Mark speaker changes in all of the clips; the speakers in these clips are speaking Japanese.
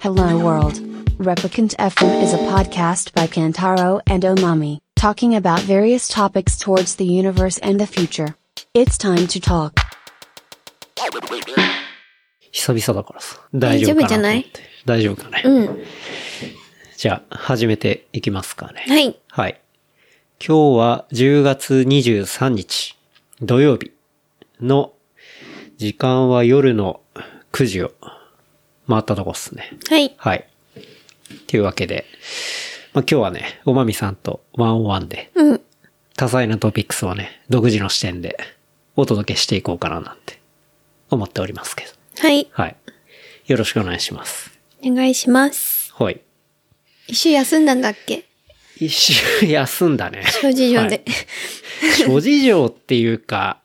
Speaker 1: Hello World. Replicant FM is a podcast by Kantaro and Omami, talking about various topics towards the universe and the future. It's time to talk.
Speaker 2: 久々だからさ。大丈夫かな
Speaker 3: 大丈夫じゃない
Speaker 2: と思って大丈夫かね。
Speaker 3: うん。
Speaker 2: じゃあ、始めていきますかね。
Speaker 3: はい。
Speaker 2: はい。今日は10月23日、土曜日の、時間は夜の9時を回ったとこっすね。
Speaker 3: はい。
Speaker 2: はい。というわけで、まあ、今日はね、おまみさんとワンオンワンで、
Speaker 3: うん。
Speaker 2: 多彩なトピックスをね、独自の視点でお届けしていこうかななんて思っておりますけど。
Speaker 3: はい。
Speaker 2: はい。よろしくお願いします。
Speaker 3: お願いします。
Speaker 2: はい。
Speaker 3: 一週休んだんだっけ
Speaker 2: 一周休んだね。
Speaker 3: 諸事情で。
Speaker 2: はい。諸事情っていうか、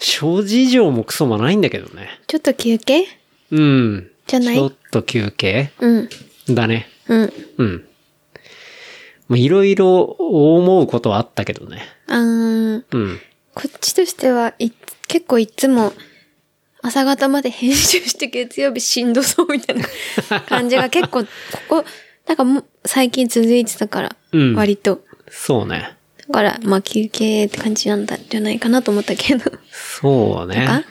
Speaker 2: 諸事情もクソもないんだけどね。
Speaker 3: ちょっと休憩
Speaker 2: うん。
Speaker 3: じゃない
Speaker 2: ちょっと休憩
Speaker 3: うん。
Speaker 2: だね。
Speaker 3: うん。
Speaker 2: うん。まあ、いろいろ思うことはあったけどね。
Speaker 3: あーん。
Speaker 2: うん。
Speaker 3: こっちとしてはい、結構いつも、朝方まで編集して月曜日しんどそうみた いな感じが結構、ここ、なんかもう最近続いてたから、
Speaker 2: うん
Speaker 3: 割と。
Speaker 2: そうね。
Speaker 3: だから、まあ休憩って感じなんだじゃないかなと思ったけど。
Speaker 2: そう
Speaker 3: なん
Speaker 2: ね
Speaker 3: か。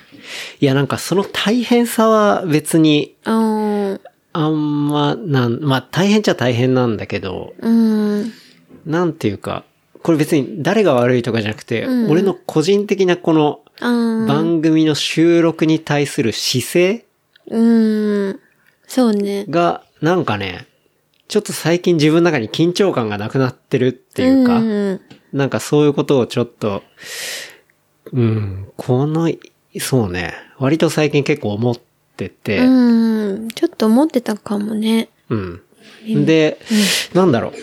Speaker 2: いや、なんかその大変さは別に、
Speaker 3: あー
Speaker 2: あんま、なん、まあ、大変っちゃ大変なんだけど、
Speaker 3: うーん。
Speaker 2: なんていうか、これ別に誰が悪いとかじゃなくて、俺の個人的なこの
Speaker 3: あー
Speaker 2: 番組の収録に対する姿勢
Speaker 3: うーん。そうね。
Speaker 2: が、なんかね、ちょっと最近自分の中に緊張感がなくなってるっていうか、
Speaker 3: ん、
Speaker 2: なんかそういうことをちょっと、うん、この、そうね、割と最近結構思ってて、
Speaker 3: うん。ちょっと思ってたかもね。
Speaker 2: うん。で、なんだろう。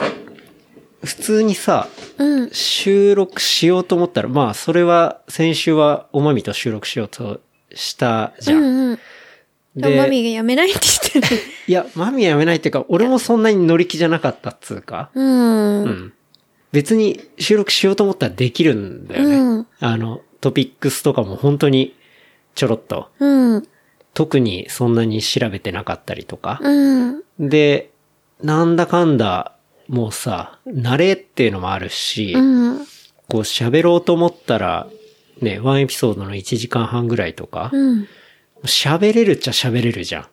Speaker 2: 普通にさ、
Speaker 3: うん。
Speaker 2: 収録しようと思ったら、まあ、それは、先週は、おまみと収録しようとしたじゃ。
Speaker 3: うんんうん。でもマミ
Speaker 2: で、
Speaker 3: がやめないって言ってる。
Speaker 2: いや、まみやめないっていうか、俺もそんなに乗り気じゃなかったっつうか。
Speaker 3: うん。
Speaker 2: う
Speaker 3: うん。
Speaker 2: ん。別に収録しようと思ったらできるんだよね。
Speaker 3: うん
Speaker 2: あの、トピックスとかも本当にちょろっと。
Speaker 3: うん。
Speaker 2: 特にそんなに調べてなかったりとか。
Speaker 3: うん。
Speaker 2: で、なんだかんだ、もうさ、慣れっていうのもあるし、
Speaker 3: うん。
Speaker 2: こう喋ろうと思ったら、ね、ワンエピソードの1時間半ぐらいとか、
Speaker 3: うん。
Speaker 2: 喋れるっちゃ喋れるじゃん。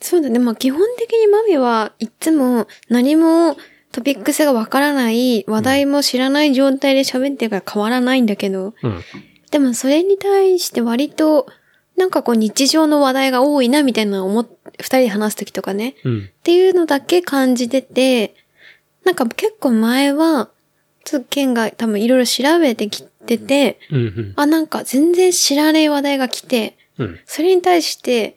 Speaker 3: そうだね。まあ、基本的にマミはいつも何もトピックスがわからない、話題も知らない状態で喋ってるから変わらないんだけど。
Speaker 2: うん。
Speaker 3: でもそれに対して割と、なんかこう日常の話題が多いなみたいな思っ、二人で話すときとかね。
Speaker 2: うん
Speaker 3: っ。ていうのだけ感じてて、なんか結構前は、ちょっと県が多分いろいろ調べてきてて、
Speaker 2: うん。
Speaker 3: あ、なんか全然知らない話題が来て、
Speaker 2: うん。
Speaker 3: それに対して、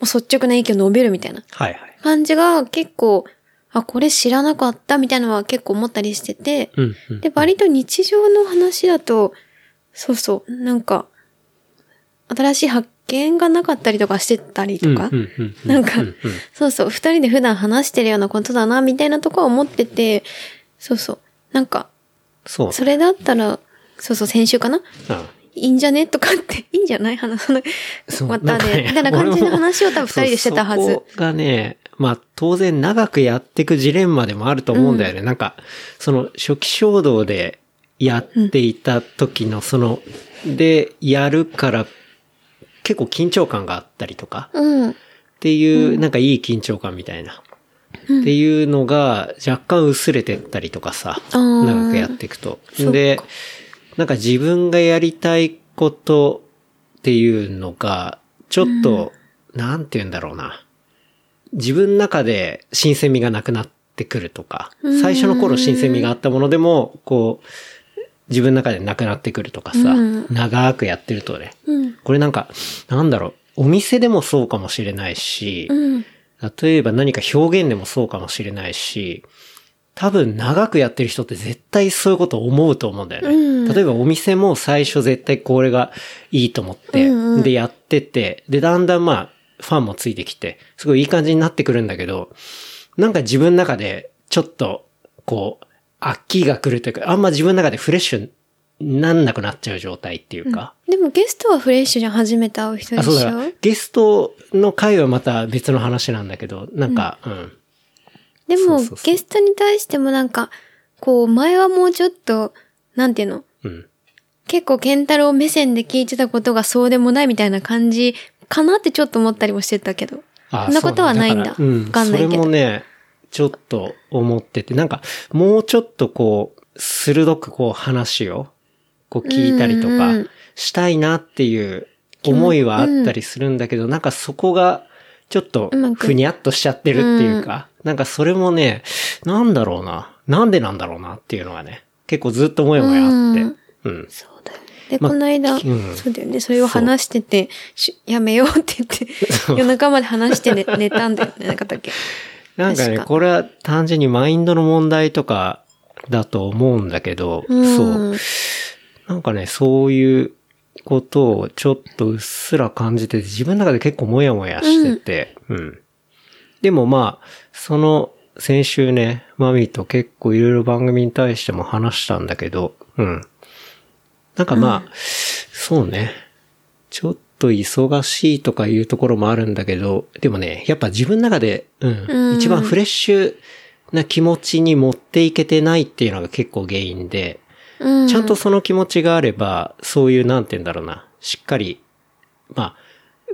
Speaker 3: もう率直な意見を述べるみたいな
Speaker 2: はいはい。
Speaker 3: 感じが結構、あ、これ知らなかったみたいなのは結構思ったりしてて、
Speaker 2: うん。うん
Speaker 3: で、割と日常の話だと、そうそう、なんか、新しい発見がなかったりとかしてたりとか、
Speaker 2: うんうんうん
Speaker 3: なんか
Speaker 2: うんうん
Speaker 3: そうそう、二人で普段話してるようなことだな、みたいなとこは思ってて、そうそう。なんか、
Speaker 2: そう。
Speaker 3: それだったら、そうそう、先週かな
Speaker 2: うん
Speaker 3: いいんじゃねとかって、 いいんじゃない話さない。
Speaker 2: そう
Speaker 3: また
Speaker 2: なんか
Speaker 3: ね。みたいな感じの話を多分二人でしてたは
Speaker 2: そう
Speaker 3: ず
Speaker 2: そ。こがね、まあ当然長くやっていくジレンマでもあると思うんだよね。なんか、その初期衝動でやっていた時のその、で、やるから結構緊張感があったりとか、
Speaker 3: うん。
Speaker 2: っていう、なんかいい緊張感みたいな。っていうのが若干薄れてったりとかさ、
Speaker 3: あー
Speaker 2: 長くやっていくと。
Speaker 3: っか
Speaker 2: で、なんか自分がやりたいことっていうのが、ちょっと、なんて言うんだろうな。自分の中で新鮮味がなくなってくるとか、最初の頃新鮮味があったものでも、こう、自分の中でなくなってくるとかさ、
Speaker 3: うん
Speaker 2: 長くやってるとね、
Speaker 3: うん。
Speaker 2: これなんか、なんだろう、お店でもそうかもしれないし、
Speaker 3: うん。
Speaker 2: 例えば何か表現でもそうかもしれないし、多分長くやってる人って絶対そういうこと思うと思うんだよね。
Speaker 3: うん
Speaker 2: 例えばお店も最初絶対これがいいと思って、
Speaker 3: うんうん
Speaker 2: でやってて、でだんだんまあファンもついてきて、すごいいい感じになってくるんだけど、なんか自分の中でちょっとこう、飽きが来るというか、あんま自分の中でフレッシュなんなくなっちゃう状態っていうか。
Speaker 3: でもゲストはフレッシュじゃん、初めて会う人で
Speaker 2: あ、
Speaker 3: し
Speaker 2: そう
Speaker 3: ょ
Speaker 2: だ。ゲストの回はまた別の話なんだけど、なんか、うん。
Speaker 3: でも
Speaker 2: そうそうそう
Speaker 3: ゲストに対してもなんか、こう、前はもうちょっと、なんていうの
Speaker 2: うん。
Speaker 3: 結構ケンタロウ目線で聞いてたことがそうでもないみたいな感じかなってちょっと思ったりもしてたけど。
Speaker 2: あ
Speaker 3: そんなことはないんだ。わ
Speaker 2: そうなんだか
Speaker 3: から
Speaker 2: うんん。
Speaker 3: ない
Speaker 2: そ
Speaker 3: け
Speaker 2: れも
Speaker 3: ど。
Speaker 2: ね、ちょっと思ってて、なんか、もうちょっとこう、鋭くこう話を、こう聞いたりと
Speaker 3: うんう
Speaker 2: か
Speaker 3: ん、
Speaker 2: したいなっていう思いはあったりするんだけど、なんかそこが、ちょっと
Speaker 3: うま、く
Speaker 2: ふにゃっとしちゃってるっていうか、なんかそれもね、なんだろうな。なんでなんだろうなっていうのはね、結構ずっともやもやあって。うん。
Speaker 3: そうだよ。で、
Speaker 2: まあ
Speaker 3: この間、
Speaker 2: うん
Speaker 3: そうだよね。それを話してて、しやめようって言って、夜中まで話して、ね、寝たんだよね、なんかだっけ。
Speaker 2: なんか
Speaker 3: 確
Speaker 2: ね、
Speaker 3: か
Speaker 2: これは単純にマインドの問題とかだと思うんだけど、
Speaker 3: うん
Speaker 2: そう。なんかね、そういうことをちょっとうっすら感じてて、自分の中で結構モヤモヤしてて、うん。でもまあ、その先週ね、マミーと結構いろいろ番組に対しても話したんだけど、うん。なんかまあ、そうね。ちょっと忙しいとかいうところもあるんだけど、でもね、やっぱ自分の中で、うん、
Speaker 3: うん
Speaker 2: 一番フレッシュな気持ちに持っていけてないっていうのが結構原因で、
Speaker 3: う
Speaker 2: ちゃんとその気持ちがあれば、そういう、なんて言うんだろうな、しっかり、まあ、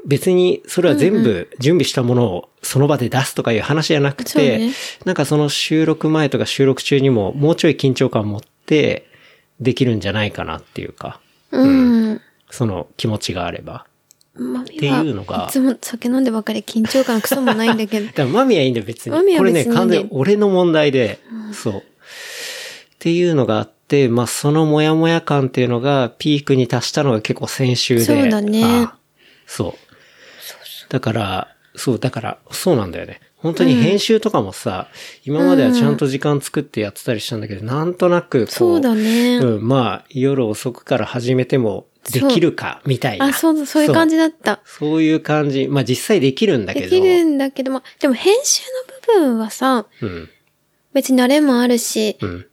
Speaker 2: 別に、それは全部準備したものをその場で出すとかいう話じゃなく
Speaker 3: そう
Speaker 2: て、
Speaker 3: ね
Speaker 2: なんかその収録前とか収録中にも、もうちょい緊張感持って、できるんじゃないかなっていうか、
Speaker 3: うん。
Speaker 2: その気持ちがあれば。
Speaker 3: マミ
Speaker 2: っていうのが
Speaker 3: は、いつも酒飲んでばかり緊張感クソもないん だけど。
Speaker 2: だからマミはいいんだよ別に。
Speaker 3: マミは
Speaker 2: これね、
Speaker 3: 別にね
Speaker 2: 完全に俺の問題で、そう。っていうのがあって、まあそのモヤモヤ感っていうのがピークに達したのが結構先週で。
Speaker 3: そうだね
Speaker 2: ああそう。だから、そう、だから、そうなんだよね。本当に編集とかもさ、今まではちゃんと時間作ってやってたりしたんだけど、なんとなくこう、
Speaker 3: そうだね
Speaker 2: うん、まあ夜遅くから始めてもできるか、みたいな。
Speaker 3: あ、そう、そういう感じだった。
Speaker 2: そういう感じ。まあ実際できるんだけ
Speaker 3: で
Speaker 2: ど。
Speaker 3: きるんだけど、まあ、でも編集の部分はさ、
Speaker 2: うん。
Speaker 3: 別に慣れもあるし、
Speaker 2: うん。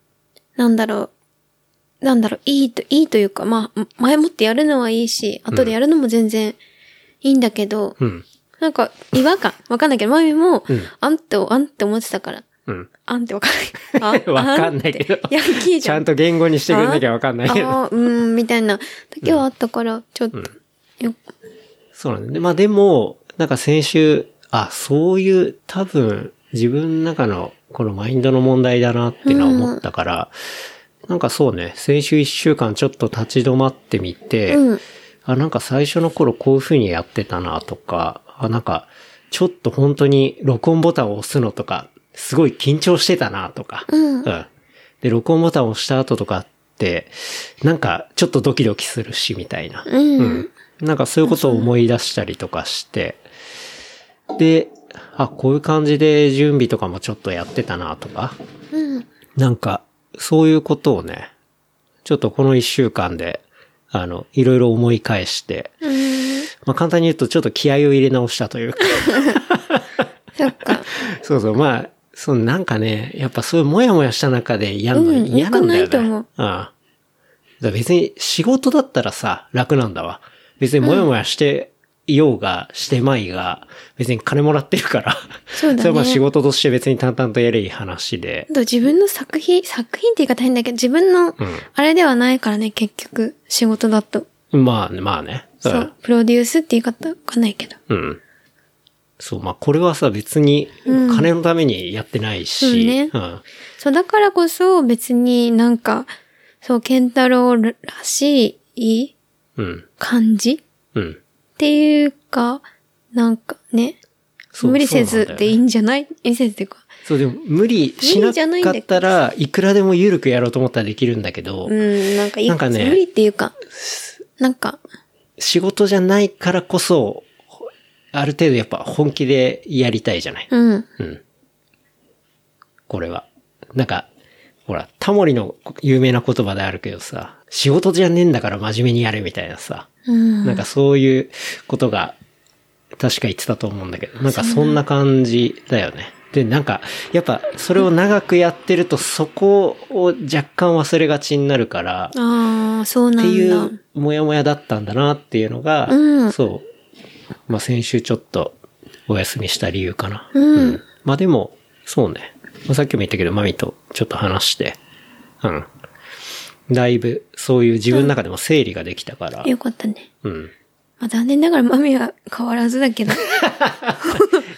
Speaker 3: なんだろう、なんだろう、いいと、いいというか、まあ、前もってやるのはいいし、後でやるのも全然いいんだけど、
Speaker 2: うん。
Speaker 3: なんか違和感、わかんないけど、マミも、
Speaker 2: うん
Speaker 3: あんと、あんって思ってたから、
Speaker 2: うん。
Speaker 3: あんってわかんない。あ
Speaker 2: わかんないけど
Speaker 3: あってヤンキーじ
Speaker 2: ちゃ
Speaker 3: ゃん。
Speaker 2: んと言語にしてくれなきゃわかんないけど。
Speaker 3: ああー、うーん、みたいな、時はあったから、ちょっと、よ
Speaker 2: そうなんだね。まあでも、なんか先週、あ、そういう多分自分の中のこのマインドの問題だなっていうのは思ったから、なんかそうね、先週一週間ちょっと立ち止まってみて、
Speaker 3: うん
Speaker 2: あ、なんか最初の頃こういう風にやってたなとか、あ、なんかちょっと本当に録音ボタンを押すのとか、すごい緊張してたなとか、
Speaker 3: うん
Speaker 2: で、録音ボタンを押した後とかって、なんかちょっとドキドキするしみたいな。
Speaker 3: うん、
Speaker 2: なんかそういうことを思い出したりとかして、で、あ、こういう感じで準備とかもちょっとやってたなとか、
Speaker 3: うん、
Speaker 2: なんか、そういうことをね、ちょっとこの一週間で、あの、いろいろ思い返して、
Speaker 3: うん、
Speaker 2: まあ簡単に言うとちょっと気合を入れ直したというか、
Speaker 3: そっか。
Speaker 2: そうそう、まあ、そのなんかね、やっぱそういうモヤモヤした中でやるの、
Speaker 3: うん
Speaker 2: 嫌なんだよね。
Speaker 3: 良くないと
Speaker 2: う
Speaker 3: 思う
Speaker 2: ん。だから別に仕事だったらさ、楽なんだわ。別にモヤモヤしていようが、してまいが、別に金もらってるから。
Speaker 3: そうだね
Speaker 2: れはまあ仕事として別に淡々とやれいい話で
Speaker 3: あ。と自分の作品、作品って言い方変だけど、自分の、あれではないからね、結局、仕事だと。
Speaker 2: まあね、まあね。ん
Speaker 3: そう、プロデュースって言い方わかんないけど。
Speaker 2: うん。そう、まあこれはさ、別に金のためにやってないし。
Speaker 3: そうね
Speaker 2: うん。
Speaker 3: そう、だからこそ別になんか、そう、ケンタロウらしい
Speaker 2: うん。
Speaker 3: 感じ
Speaker 2: うん。
Speaker 3: っていうか、なんかね、
Speaker 2: そう
Speaker 3: 無理せ
Speaker 2: そうなんだ
Speaker 3: ず
Speaker 2: よね
Speaker 3: でいいんじゃない無理せずっていうか。
Speaker 2: そう、でも無理しなかったら、いくらでも緩くやろうと思ったらできるんだけど、
Speaker 3: うん、なんかいい
Speaker 2: なんかね
Speaker 3: 無理っていうか、なんか、
Speaker 2: 仕事じゃないからこそ、ある程度やっぱ本気でやりたいじゃない。
Speaker 3: うん。
Speaker 2: うん。これは。なんか、ほら、タモリの有名な言葉であるけどさ、仕事じゃねえんだから真面目にやれみたいなさ、
Speaker 3: うん。
Speaker 2: なんかそういうことが、確か言ってたと思うんだけど、なんかそんな感じだよね。で、なんか、やっぱ、それを長くやってると、そこを若干忘れがちになるから、
Speaker 3: ああ、そうな
Speaker 2: ってい
Speaker 3: んだ
Speaker 2: う。、もやもやだったんだなっていうのが、
Speaker 3: うん
Speaker 2: そう。まあ、先週ちょっと、お休みした理由かな。
Speaker 3: うん
Speaker 2: まあ、でも、そうね。まあさっきも言ったけど、マミとちょっと話して、うん。だいぶ、そういう自分の中でも整理ができたから、
Speaker 3: よかったね。
Speaker 2: うん。
Speaker 3: まあ、残念ながらマミは変わらずだ けど、
Speaker 2: い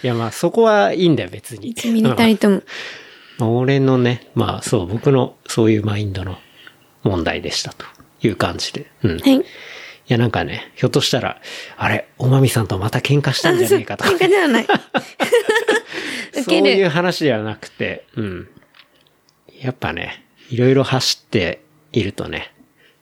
Speaker 2: や、まあ、そこはいいんだよ、別に。
Speaker 3: 一ミリたりとも。
Speaker 2: まあ俺のね、まあそう、僕のそういうマインドの問題でしたという感じで。うん。い
Speaker 3: はい。
Speaker 2: やなんかね、ひょっとしたら、あれ、おまみさんとまた喧嘩したんじゃねえかとか
Speaker 3: 喧。嘩ではない。
Speaker 2: そう
Speaker 3: ウケ
Speaker 2: いう
Speaker 3: る。
Speaker 2: 話ではなくて、うん。やっぱね、いろいろ走っているとね、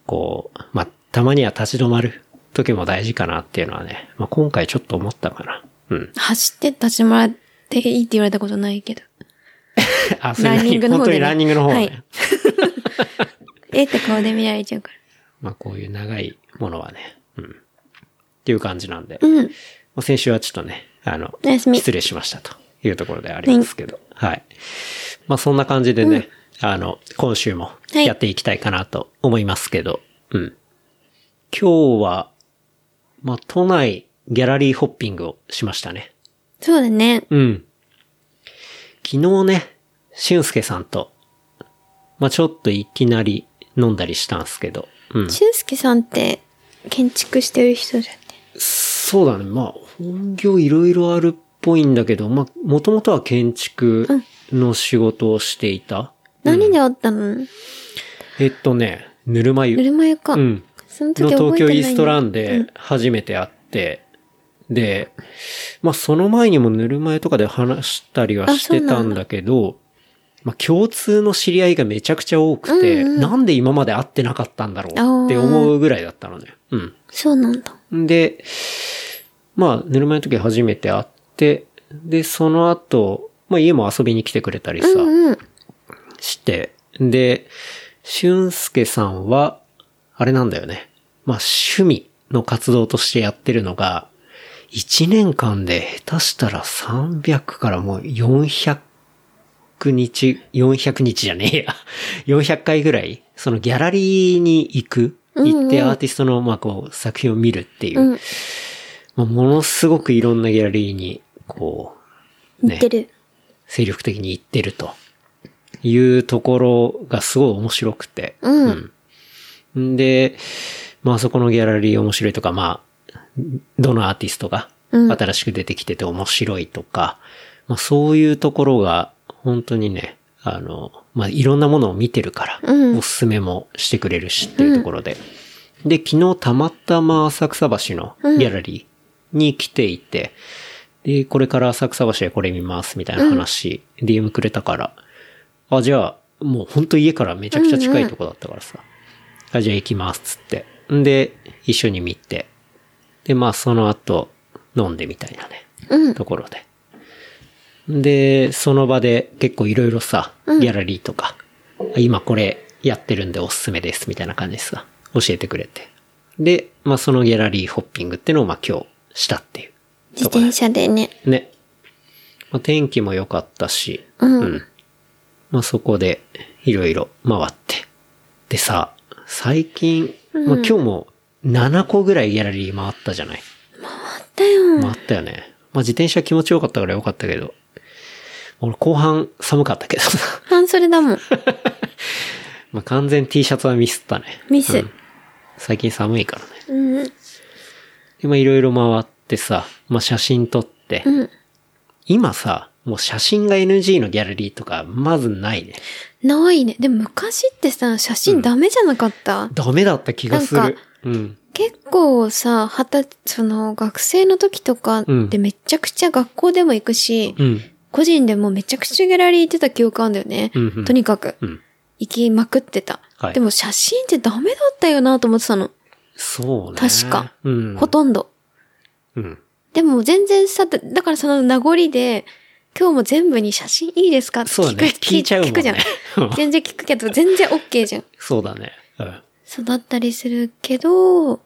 Speaker 2: こう、まあ、たまには立ち止まる時も大事かなっていうのはね、まあ、今回ちょっと思ったかな。うん。
Speaker 3: 走って立ち回っていいって言われたことないけど。
Speaker 2: あ、それ
Speaker 3: ランニングの
Speaker 2: 本
Speaker 3: 方
Speaker 2: 当
Speaker 3: で、
Speaker 2: にランニングの方ね。
Speaker 3: はい。えって顔で見られちゃうから。
Speaker 2: まあこういう長いものはね、うん。っていう感じなんで、
Speaker 3: うん。
Speaker 2: もう先週はちょっとね、あの、
Speaker 3: おやすみ
Speaker 2: 失礼しましたというところでありますけど、はい。まあそんな感じでね、あの、今週も
Speaker 3: い
Speaker 2: やっていきたいかなと思いますけど、うん。今日は、まあ都内ギャラリーホッピングをしましたね。
Speaker 3: そうだね。
Speaker 2: うん。昨日ね、俊介さんと、まあちょっといきなり飲んだりしたんすけど、うん。
Speaker 3: 俊介さんって建築してる人じゃんね。
Speaker 2: そうだね。まあ、本業いろいろあるっぽいんだけど、まあ、もともとは建築の仕事をしていた。
Speaker 3: 何で会ったの
Speaker 2: えっとね、ぬるま湯。
Speaker 3: ぬるま湯か。
Speaker 2: うん。
Speaker 3: その時
Speaker 2: の
Speaker 3: 覚えてない
Speaker 2: 東京イーストラ
Speaker 3: ン。
Speaker 2: ンで初めて会って、で、まあその前にもぬるま湯とかで話したりはしてたんだけど、まあ共通の知り合いがめちゃくちゃ多くて、なんで今まで会ってなかったんだろうって思うぐらいだったのね。うん。
Speaker 3: そうなんだ。
Speaker 2: で、まあ、ぬるま湯の時初めて会って、で、その後、まあ家も遊びに来てくれたりさ、
Speaker 3: うん。
Speaker 2: して、で、俊介さんは、あれなんだよね。まあ趣味の活動としてやってるのが、1年間で下手したら300からもう400日、400日じゃねえや。400回ぐらい、そのギャラリーに行く、行ってアーティストの、まあこう、作品を見るっていう、
Speaker 3: うん
Speaker 2: まあものすごくいろんなギャラリーに、こう、
Speaker 3: 似てる。
Speaker 2: 精力的に行ってるというところがすごい面白くて。
Speaker 3: うん。
Speaker 2: んで、まあそこのギャラリー面白いとか、まあ、どのアーティストが
Speaker 3: うん
Speaker 2: 新しく出てきてて面白いとか、まあそういうところが本当にね、あの、まあいろんなものを見てるから、
Speaker 3: うん
Speaker 2: おすすめもしてくれるしっていうところで。で、昨日たまたま浅草橋のギャラリーに来ていて、で、これから浅草橋でこれ見ますみたいな話、DM くれたから、あ、じゃあ、もうほんと家からめちゃくちゃ近いとこだったからさ、あ、じゃあ行きますっつって。んで、一緒に見て、で、まあその後、飲んでみたいなね、
Speaker 3: うん。
Speaker 2: ところで。で、その場で結構いろいろさ、ギャラリーとか、今これやってるんでおすすめですみたいな感じでさ、教えてくれて。で、まあそのギャラリーホッピングってのをまあ今日したっていう。
Speaker 3: 自転車でね。
Speaker 2: ね。まあ、天気も良かったし、
Speaker 3: うん
Speaker 2: まあ、そこで、いろいろ回って。でさ、最近、まあ、今日も7個ぐらいギャラリー回ったじゃない。
Speaker 3: だよ。
Speaker 2: 回ったよね。まあ、自転車気持ちよかったから良かったけど、俺後半寒かったけど さ、
Speaker 3: 半袖だもん。
Speaker 2: まあ、完全 T シャツはミスったね。
Speaker 3: ミス。
Speaker 2: 最近寒いからね。
Speaker 3: うん。
Speaker 2: で、まあ、いろいろ回ってさ、まあ、写真撮って、
Speaker 3: うん。
Speaker 2: 今さ、もう写真が NG のギャラリーとか、まずないね。
Speaker 3: ないね。でも昔ってさ、写真ダメじゃなかった、
Speaker 2: ダメだった気がす
Speaker 3: なん
Speaker 2: る
Speaker 3: か。
Speaker 2: うん。
Speaker 3: 結構さ、はた、その、学生の時とかってめちゃくちゃ学校でも行くし、
Speaker 2: うん。
Speaker 3: 個人でもめちゃくちゃギャラリー行ってた記憶あるんだよね。
Speaker 2: うんうん
Speaker 3: とにかく、
Speaker 2: うん。
Speaker 3: 行きまくってた、
Speaker 2: はい
Speaker 3: でも写真ってダメだったよなと思ってたの。
Speaker 2: そうね。
Speaker 3: 確か
Speaker 2: うん。
Speaker 3: ほとんど。
Speaker 2: うん。
Speaker 3: でも全然さ、だだからその名残で、今日も全部に写真いいですかって
Speaker 2: そうだ
Speaker 3: 聞く、
Speaker 2: ね。聞いちゃうもん
Speaker 3: 聞くじゃん
Speaker 2: ね。。うん
Speaker 3: 全然聞くけど、全然 OK じゃん。
Speaker 2: そうだね。うん
Speaker 3: そうだったりするけど、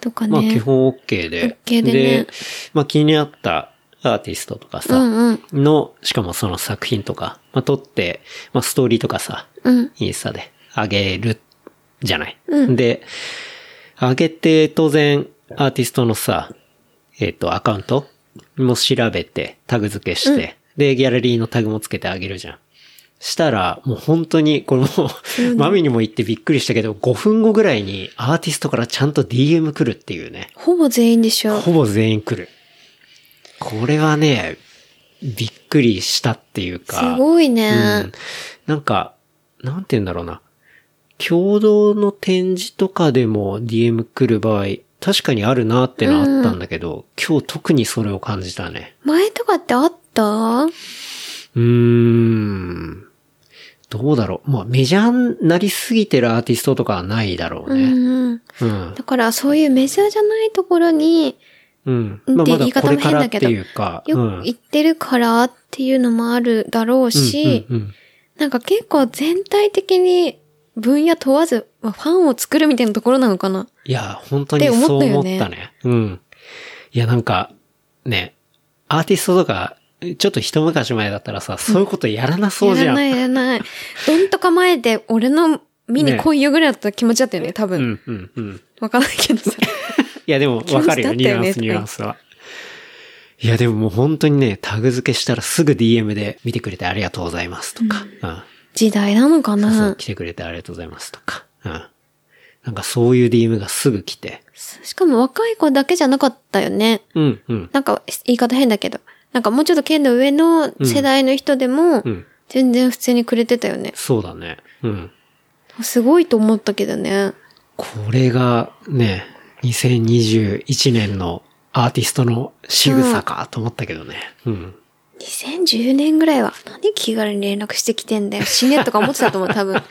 Speaker 3: とかね。
Speaker 2: まあ基本 OK で。
Speaker 3: OK でね
Speaker 2: まあ気になったアーティストとか
Speaker 3: う
Speaker 2: さ、
Speaker 3: んうん。
Speaker 2: の、しかもその作品とか、まあ、撮って、まあ、ストーリーとかさ、
Speaker 3: うん。
Speaker 2: インスタで上げるじゃない。
Speaker 3: うん
Speaker 2: で、上げて当然アーティストのさ、えっ、と、アカウントも調べてタグ付けして、で、ギャラリーのタグもつけてあげるじゃん。したら、もう本当に、これもう、マミにも言ってびっくりしたけど、5分後ぐらいにアーティストからちゃんと DM 来るっていうね。
Speaker 3: ほぼ全員でしょ。
Speaker 2: ほぼ全員来る。これはね、びっくりしたっていう
Speaker 3: す
Speaker 2: か。
Speaker 3: ごいうね
Speaker 2: ん。。なんか、なんて言うんだろうな。共同の展示とかでも DM 来る場合、確かにあるなってのはあったんだけど、今日特にそれを感じたね。
Speaker 3: 前とかってあった
Speaker 2: うーん。どうだろう。まあ、メジャーになりすぎてるアーティストとかはないだろう
Speaker 3: う
Speaker 2: ね。
Speaker 3: んうん。
Speaker 2: うん。
Speaker 3: だからそういうメジャーじゃないところに
Speaker 2: うん。
Speaker 3: うん
Speaker 2: まあ、
Speaker 3: って
Speaker 2: ま
Speaker 3: 言い
Speaker 2: だ
Speaker 3: 方
Speaker 2: こ
Speaker 3: も
Speaker 2: れか
Speaker 3: 変
Speaker 2: ら
Speaker 3: だ
Speaker 2: って
Speaker 3: けど
Speaker 2: いうか。う
Speaker 3: よ
Speaker 2: ん
Speaker 3: く行ってるからっていうのもあるだろうし、
Speaker 2: うんうんうん
Speaker 3: なんか結構全体的に分野問わず、まあファンを作るみたいなところなのかな。
Speaker 2: いや、本当にそう思
Speaker 3: って思
Speaker 2: っ
Speaker 3: ったよね
Speaker 2: たね。うん。いや、なんか、ね、アーティストとか、ちょっと一昔前だったらさ、そういうことやらなそうじゃ
Speaker 3: やら
Speaker 2: ん。
Speaker 3: ないやらない。 どんと構えて、俺の見に来いよぐらいだった気持ちだったよね、多
Speaker 2: う
Speaker 3: 分。
Speaker 2: ん、うん、うん。
Speaker 3: わかんないけどさ。
Speaker 2: いや、でも、わかるよ、ニ
Speaker 3: 気持ちだった
Speaker 2: ュ
Speaker 3: よ
Speaker 2: ア
Speaker 3: ね
Speaker 2: ンス、ニュアンスは。いや、でももう本当にね、タグ付けしたらすぐ DM で見てくれてありがとうございますとか、うん。
Speaker 3: 時代なのか
Speaker 2: そうそう
Speaker 3: な
Speaker 2: 来てくれてありがとうございますとか、うん。なんかそういう DM がすぐ来て、
Speaker 3: しかも若い子だけじゃなかったよね。
Speaker 2: うん、うん、
Speaker 3: なんか言い方変だけど。なんかもうちょっと剣の上の世代の人でも
Speaker 2: う、ん。
Speaker 3: 全然普通にくれてたよね。
Speaker 2: そうだね。うん。
Speaker 3: すごいと思ったけどね。
Speaker 2: これがね、2021年のアーティストの仕草かと思ったけどね。うん。
Speaker 3: 2010年ぐらいは、なんで気軽に連絡してきてんだよ。死ねとか思ってたと思う、多分。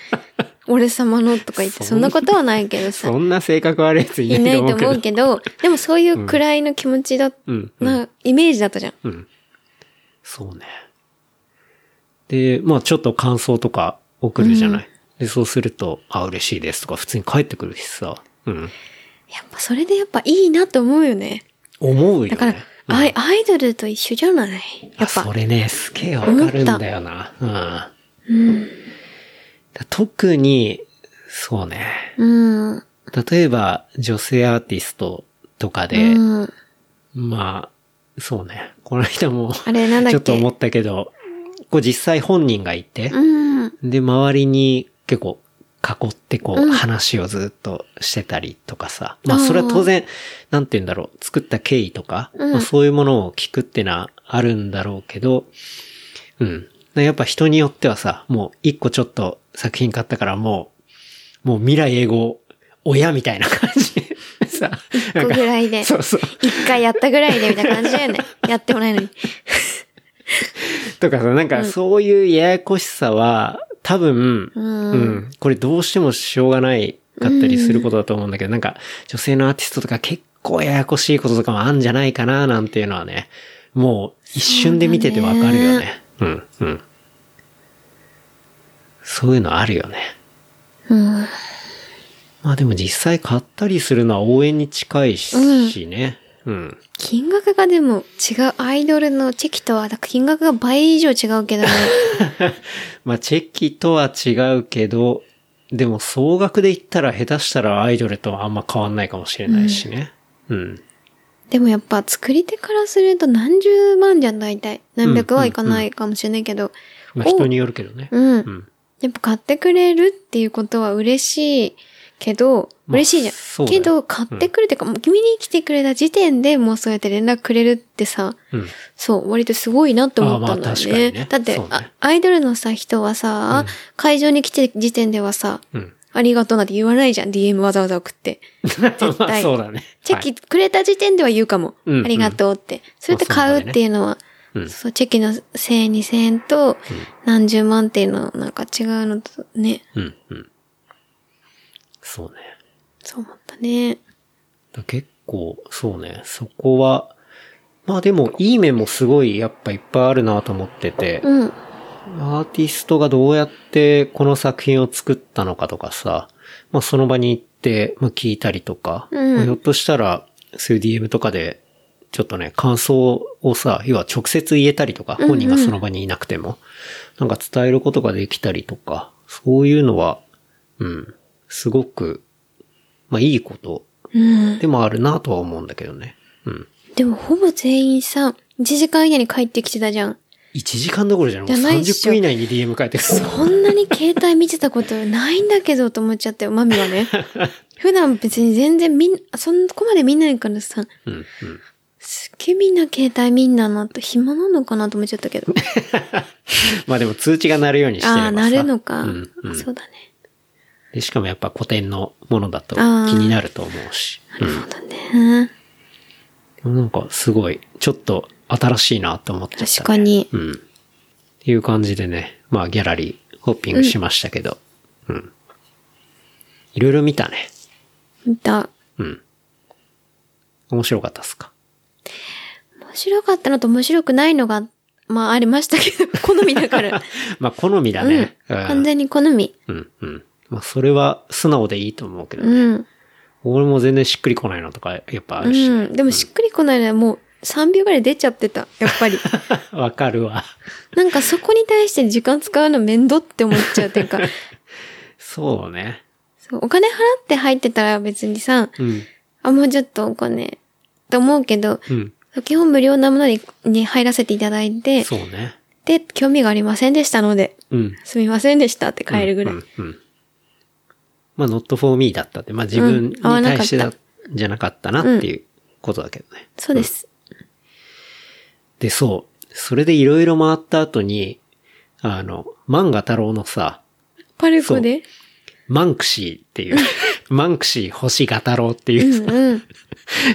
Speaker 3: 俺様のとか言って、そんなことはないけどさ。
Speaker 2: そんな性格悪いやつい
Speaker 3: い
Speaker 2: な
Speaker 3: ない
Speaker 2: と
Speaker 3: いと
Speaker 2: 思うけ
Speaker 3: 思
Speaker 2: ど。
Speaker 3: うけど、でもそういうくらいの気持ちだ、
Speaker 2: うん、うん。
Speaker 3: な、イメージだったじゃん。
Speaker 2: うん。そうね。で、まあちょっと感想とか送るじゃない。で、そうすると、あ、嬉しいですとか普通に帰ってくるしさ。うん。
Speaker 3: やっぱそれでやっぱいいなと思うよね。
Speaker 2: 思うよ
Speaker 3: だから
Speaker 2: ね。、
Speaker 3: アイアイドルと一緒じゃないや
Speaker 2: あ
Speaker 3: っ
Speaker 2: そ
Speaker 3: ぱ。
Speaker 2: れね、すげえわかるんだよな。うん。だ特に、そうね。
Speaker 3: うん。
Speaker 2: 例えば、女性アーティストとかで、
Speaker 3: うん。
Speaker 2: まあ、そうね。この間も、
Speaker 3: あれなんだっけ
Speaker 2: ちょっと思ったけど、こう実際本人がいて、
Speaker 3: うん。
Speaker 2: で、周りに結構囲ってこう、
Speaker 3: うん
Speaker 2: 話をずっとしてたりとかさ。まあ、
Speaker 3: あー
Speaker 2: それは当然、なんて言うんだろう、作った経緯とか、
Speaker 3: うん
Speaker 2: まあ、そういうものを聞くってのはあるんだろうけど、うん。でやっぱ人によってはさ、もう一個ちょっと作品買ったからもう、もう未来英語、親みたいな感じでさ、な
Speaker 3: こ
Speaker 2: ん
Speaker 3: こ
Speaker 2: か
Speaker 3: ぐらいで。
Speaker 2: そうそう。
Speaker 3: 一回やったぐらいでみたいな感じだよね。やってもないのに。
Speaker 2: とかさ、なんかそういうややこしさは、多分、
Speaker 3: うん
Speaker 2: うんこれどうしてもしょうがないかったりすることだと思うんだけど、なんか女性のアーティストとか結構ややこしいこととかもあんじゃないかななんていうのはね、もう一瞬で見ててわかるよね。うん、うん。そういうのあるよね。
Speaker 3: うん。
Speaker 2: まあでも実際買ったりするのは応援に近いしね。うん。
Speaker 3: 金額がでも違う、アイドルのチェキとは、だから金額が倍以上違うけ どね。
Speaker 2: まあ、チェキとは違うけど、でも総額で言ったら下手したらアイドルとはあんま変わんないかもしれないしね。うん。
Speaker 3: でもやっぱ作り手からすると何十万じゃん大体。何百はいかないかもしれないけど。
Speaker 2: まあ、人によるけどね。
Speaker 3: うん。
Speaker 2: ん
Speaker 3: やっぱ買ってくれるっていうことは嬉しいけど、
Speaker 2: まあ
Speaker 3: 嬉しいじゃん。
Speaker 2: そうだよ
Speaker 3: けど買ってくるっていうか、もう君に来てくれた時点でもうそうやって連絡くれるってさ、
Speaker 2: うん。
Speaker 3: そう、割とすごいなと思ったん
Speaker 2: あ
Speaker 3: だよ
Speaker 2: まあ確かに
Speaker 3: ね。
Speaker 2: ね
Speaker 3: だって、
Speaker 2: そうね
Speaker 3: あアイドルのさ、人はさ、会場に来てる時点ではさ、
Speaker 2: うん。
Speaker 3: ありがとうなんて言わないじゃん、DM わざわざ送 って。絶
Speaker 2: まあ、
Speaker 3: 対。
Speaker 2: そうだね。
Speaker 3: チェ
Speaker 2: はい
Speaker 3: キくれた時点では言うかも。
Speaker 2: うんうん
Speaker 3: ありがとうって。それって買うっていうのは、
Speaker 2: そうだよねうん
Speaker 3: そう、チェキの1000円2000円と何十万っていうのなんか違うのとね、
Speaker 2: うん、うん。そうね。
Speaker 3: そう思ったね。
Speaker 2: だ結構、そうね。そこは、まあでも、いい面もすごいやっぱいっぱいあるなと思ってて、
Speaker 3: うん。
Speaker 2: アーティストがどうやってこの作品を作ったのかとかさ、まあその場に行って、まあ聞いたりとか、
Speaker 3: うん
Speaker 2: まあひょっとしたら、そういう DM とかでちょっとね、感想をさ、要は直接言えたりとか、本人がその場にいなくても、なんか伝えることができたりとか、そういうのは、うん、すごく、まあいいこと
Speaker 3: うん。
Speaker 2: でもあるなとは思うんだけどね。うん。
Speaker 3: でもほぼ全員さ、1時間以内に帰ってきてたじゃん。
Speaker 2: 1時間どころじゃないもう
Speaker 3: じゃないっし
Speaker 2: 30
Speaker 3: ょ
Speaker 2: 分以内に DM 書いてくる。
Speaker 3: こんなに携帯見てたことないんだけどと思っちゃったよ、マミ はね。普段別に全然みん、そんこまで見ないからさ、
Speaker 2: うん、うん。
Speaker 3: すっげえみんな携帯みんななと暇なのかなと思っちゃった けど。
Speaker 2: まあでも通知が鳴るようにしてれば
Speaker 3: あ
Speaker 2: さ
Speaker 3: あ、なるのか、
Speaker 2: うん、うん。
Speaker 3: そうだね。
Speaker 2: で、しかもやっぱ古典のものだと気
Speaker 3: あー
Speaker 2: になると思うし。
Speaker 3: そうだね。
Speaker 2: うん。なんかすごい、ちょっと新しいなって思っちゃった、ね。
Speaker 3: 確か。に。
Speaker 2: うん。っていう感じでね、まあギャラリーホッピングしましたけど。うん。いろいろ見たね。
Speaker 3: 見た。
Speaker 2: うん。面白かったっすか。
Speaker 3: 面白かったのと面白くないのが、まあありましたけど、 好みだから。
Speaker 2: まあ好みだ
Speaker 3: うん
Speaker 2: ね。。うん
Speaker 3: 完全に好み。
Speaker 2: うん、うん。まあ、それは素直でいいと思うけど、
Speaker 3: うん。
Speaker 2: 俺も全然しっくりこないのとか、やっぱあ
Speaker 3: う
Speaker 2: るし。
Speaker 3: ん。でもしっくりこないのはもう3秒ぐらい出ちゃってた。やっぱり。
Speaker 2: わかるわ。
Speaker 3: なんかそこに対して時間使うの面倒って思っちゃうってい うか、
Speaker 2: そうね。
Speaker 3: そうお金払って入ってたら別にさ、
Speaker 2: うん。
Speaker 3: あ、もうちょっとお金って思うけど、
Speaker 2: うん。
Speaker 3: 基本無料なものにに入らせていただいて、
Speaker 2: そうね。
Speaker 3: で、興味がありませんでしたので、
Speaker 2: うん。
Speaker 3: すみませんでしたって帰るぐらい。
Speaker 2: うん。うんうんまあ、not for me だったって、まあ自分に
Speaker 3: 合わなかった
Speaker 2: 対してだ、じゃなかったなっていうことだけどね。
Speaker 3: そうです。
Speaker 2: で、そう。それでいろいろ回った後に、あの、漫画太郎のさ、
Speaker 3: パルコで
Speaker 2: マンクシーって いう、マンクシー星ガタロウっていう
Speaker 3: うんうん。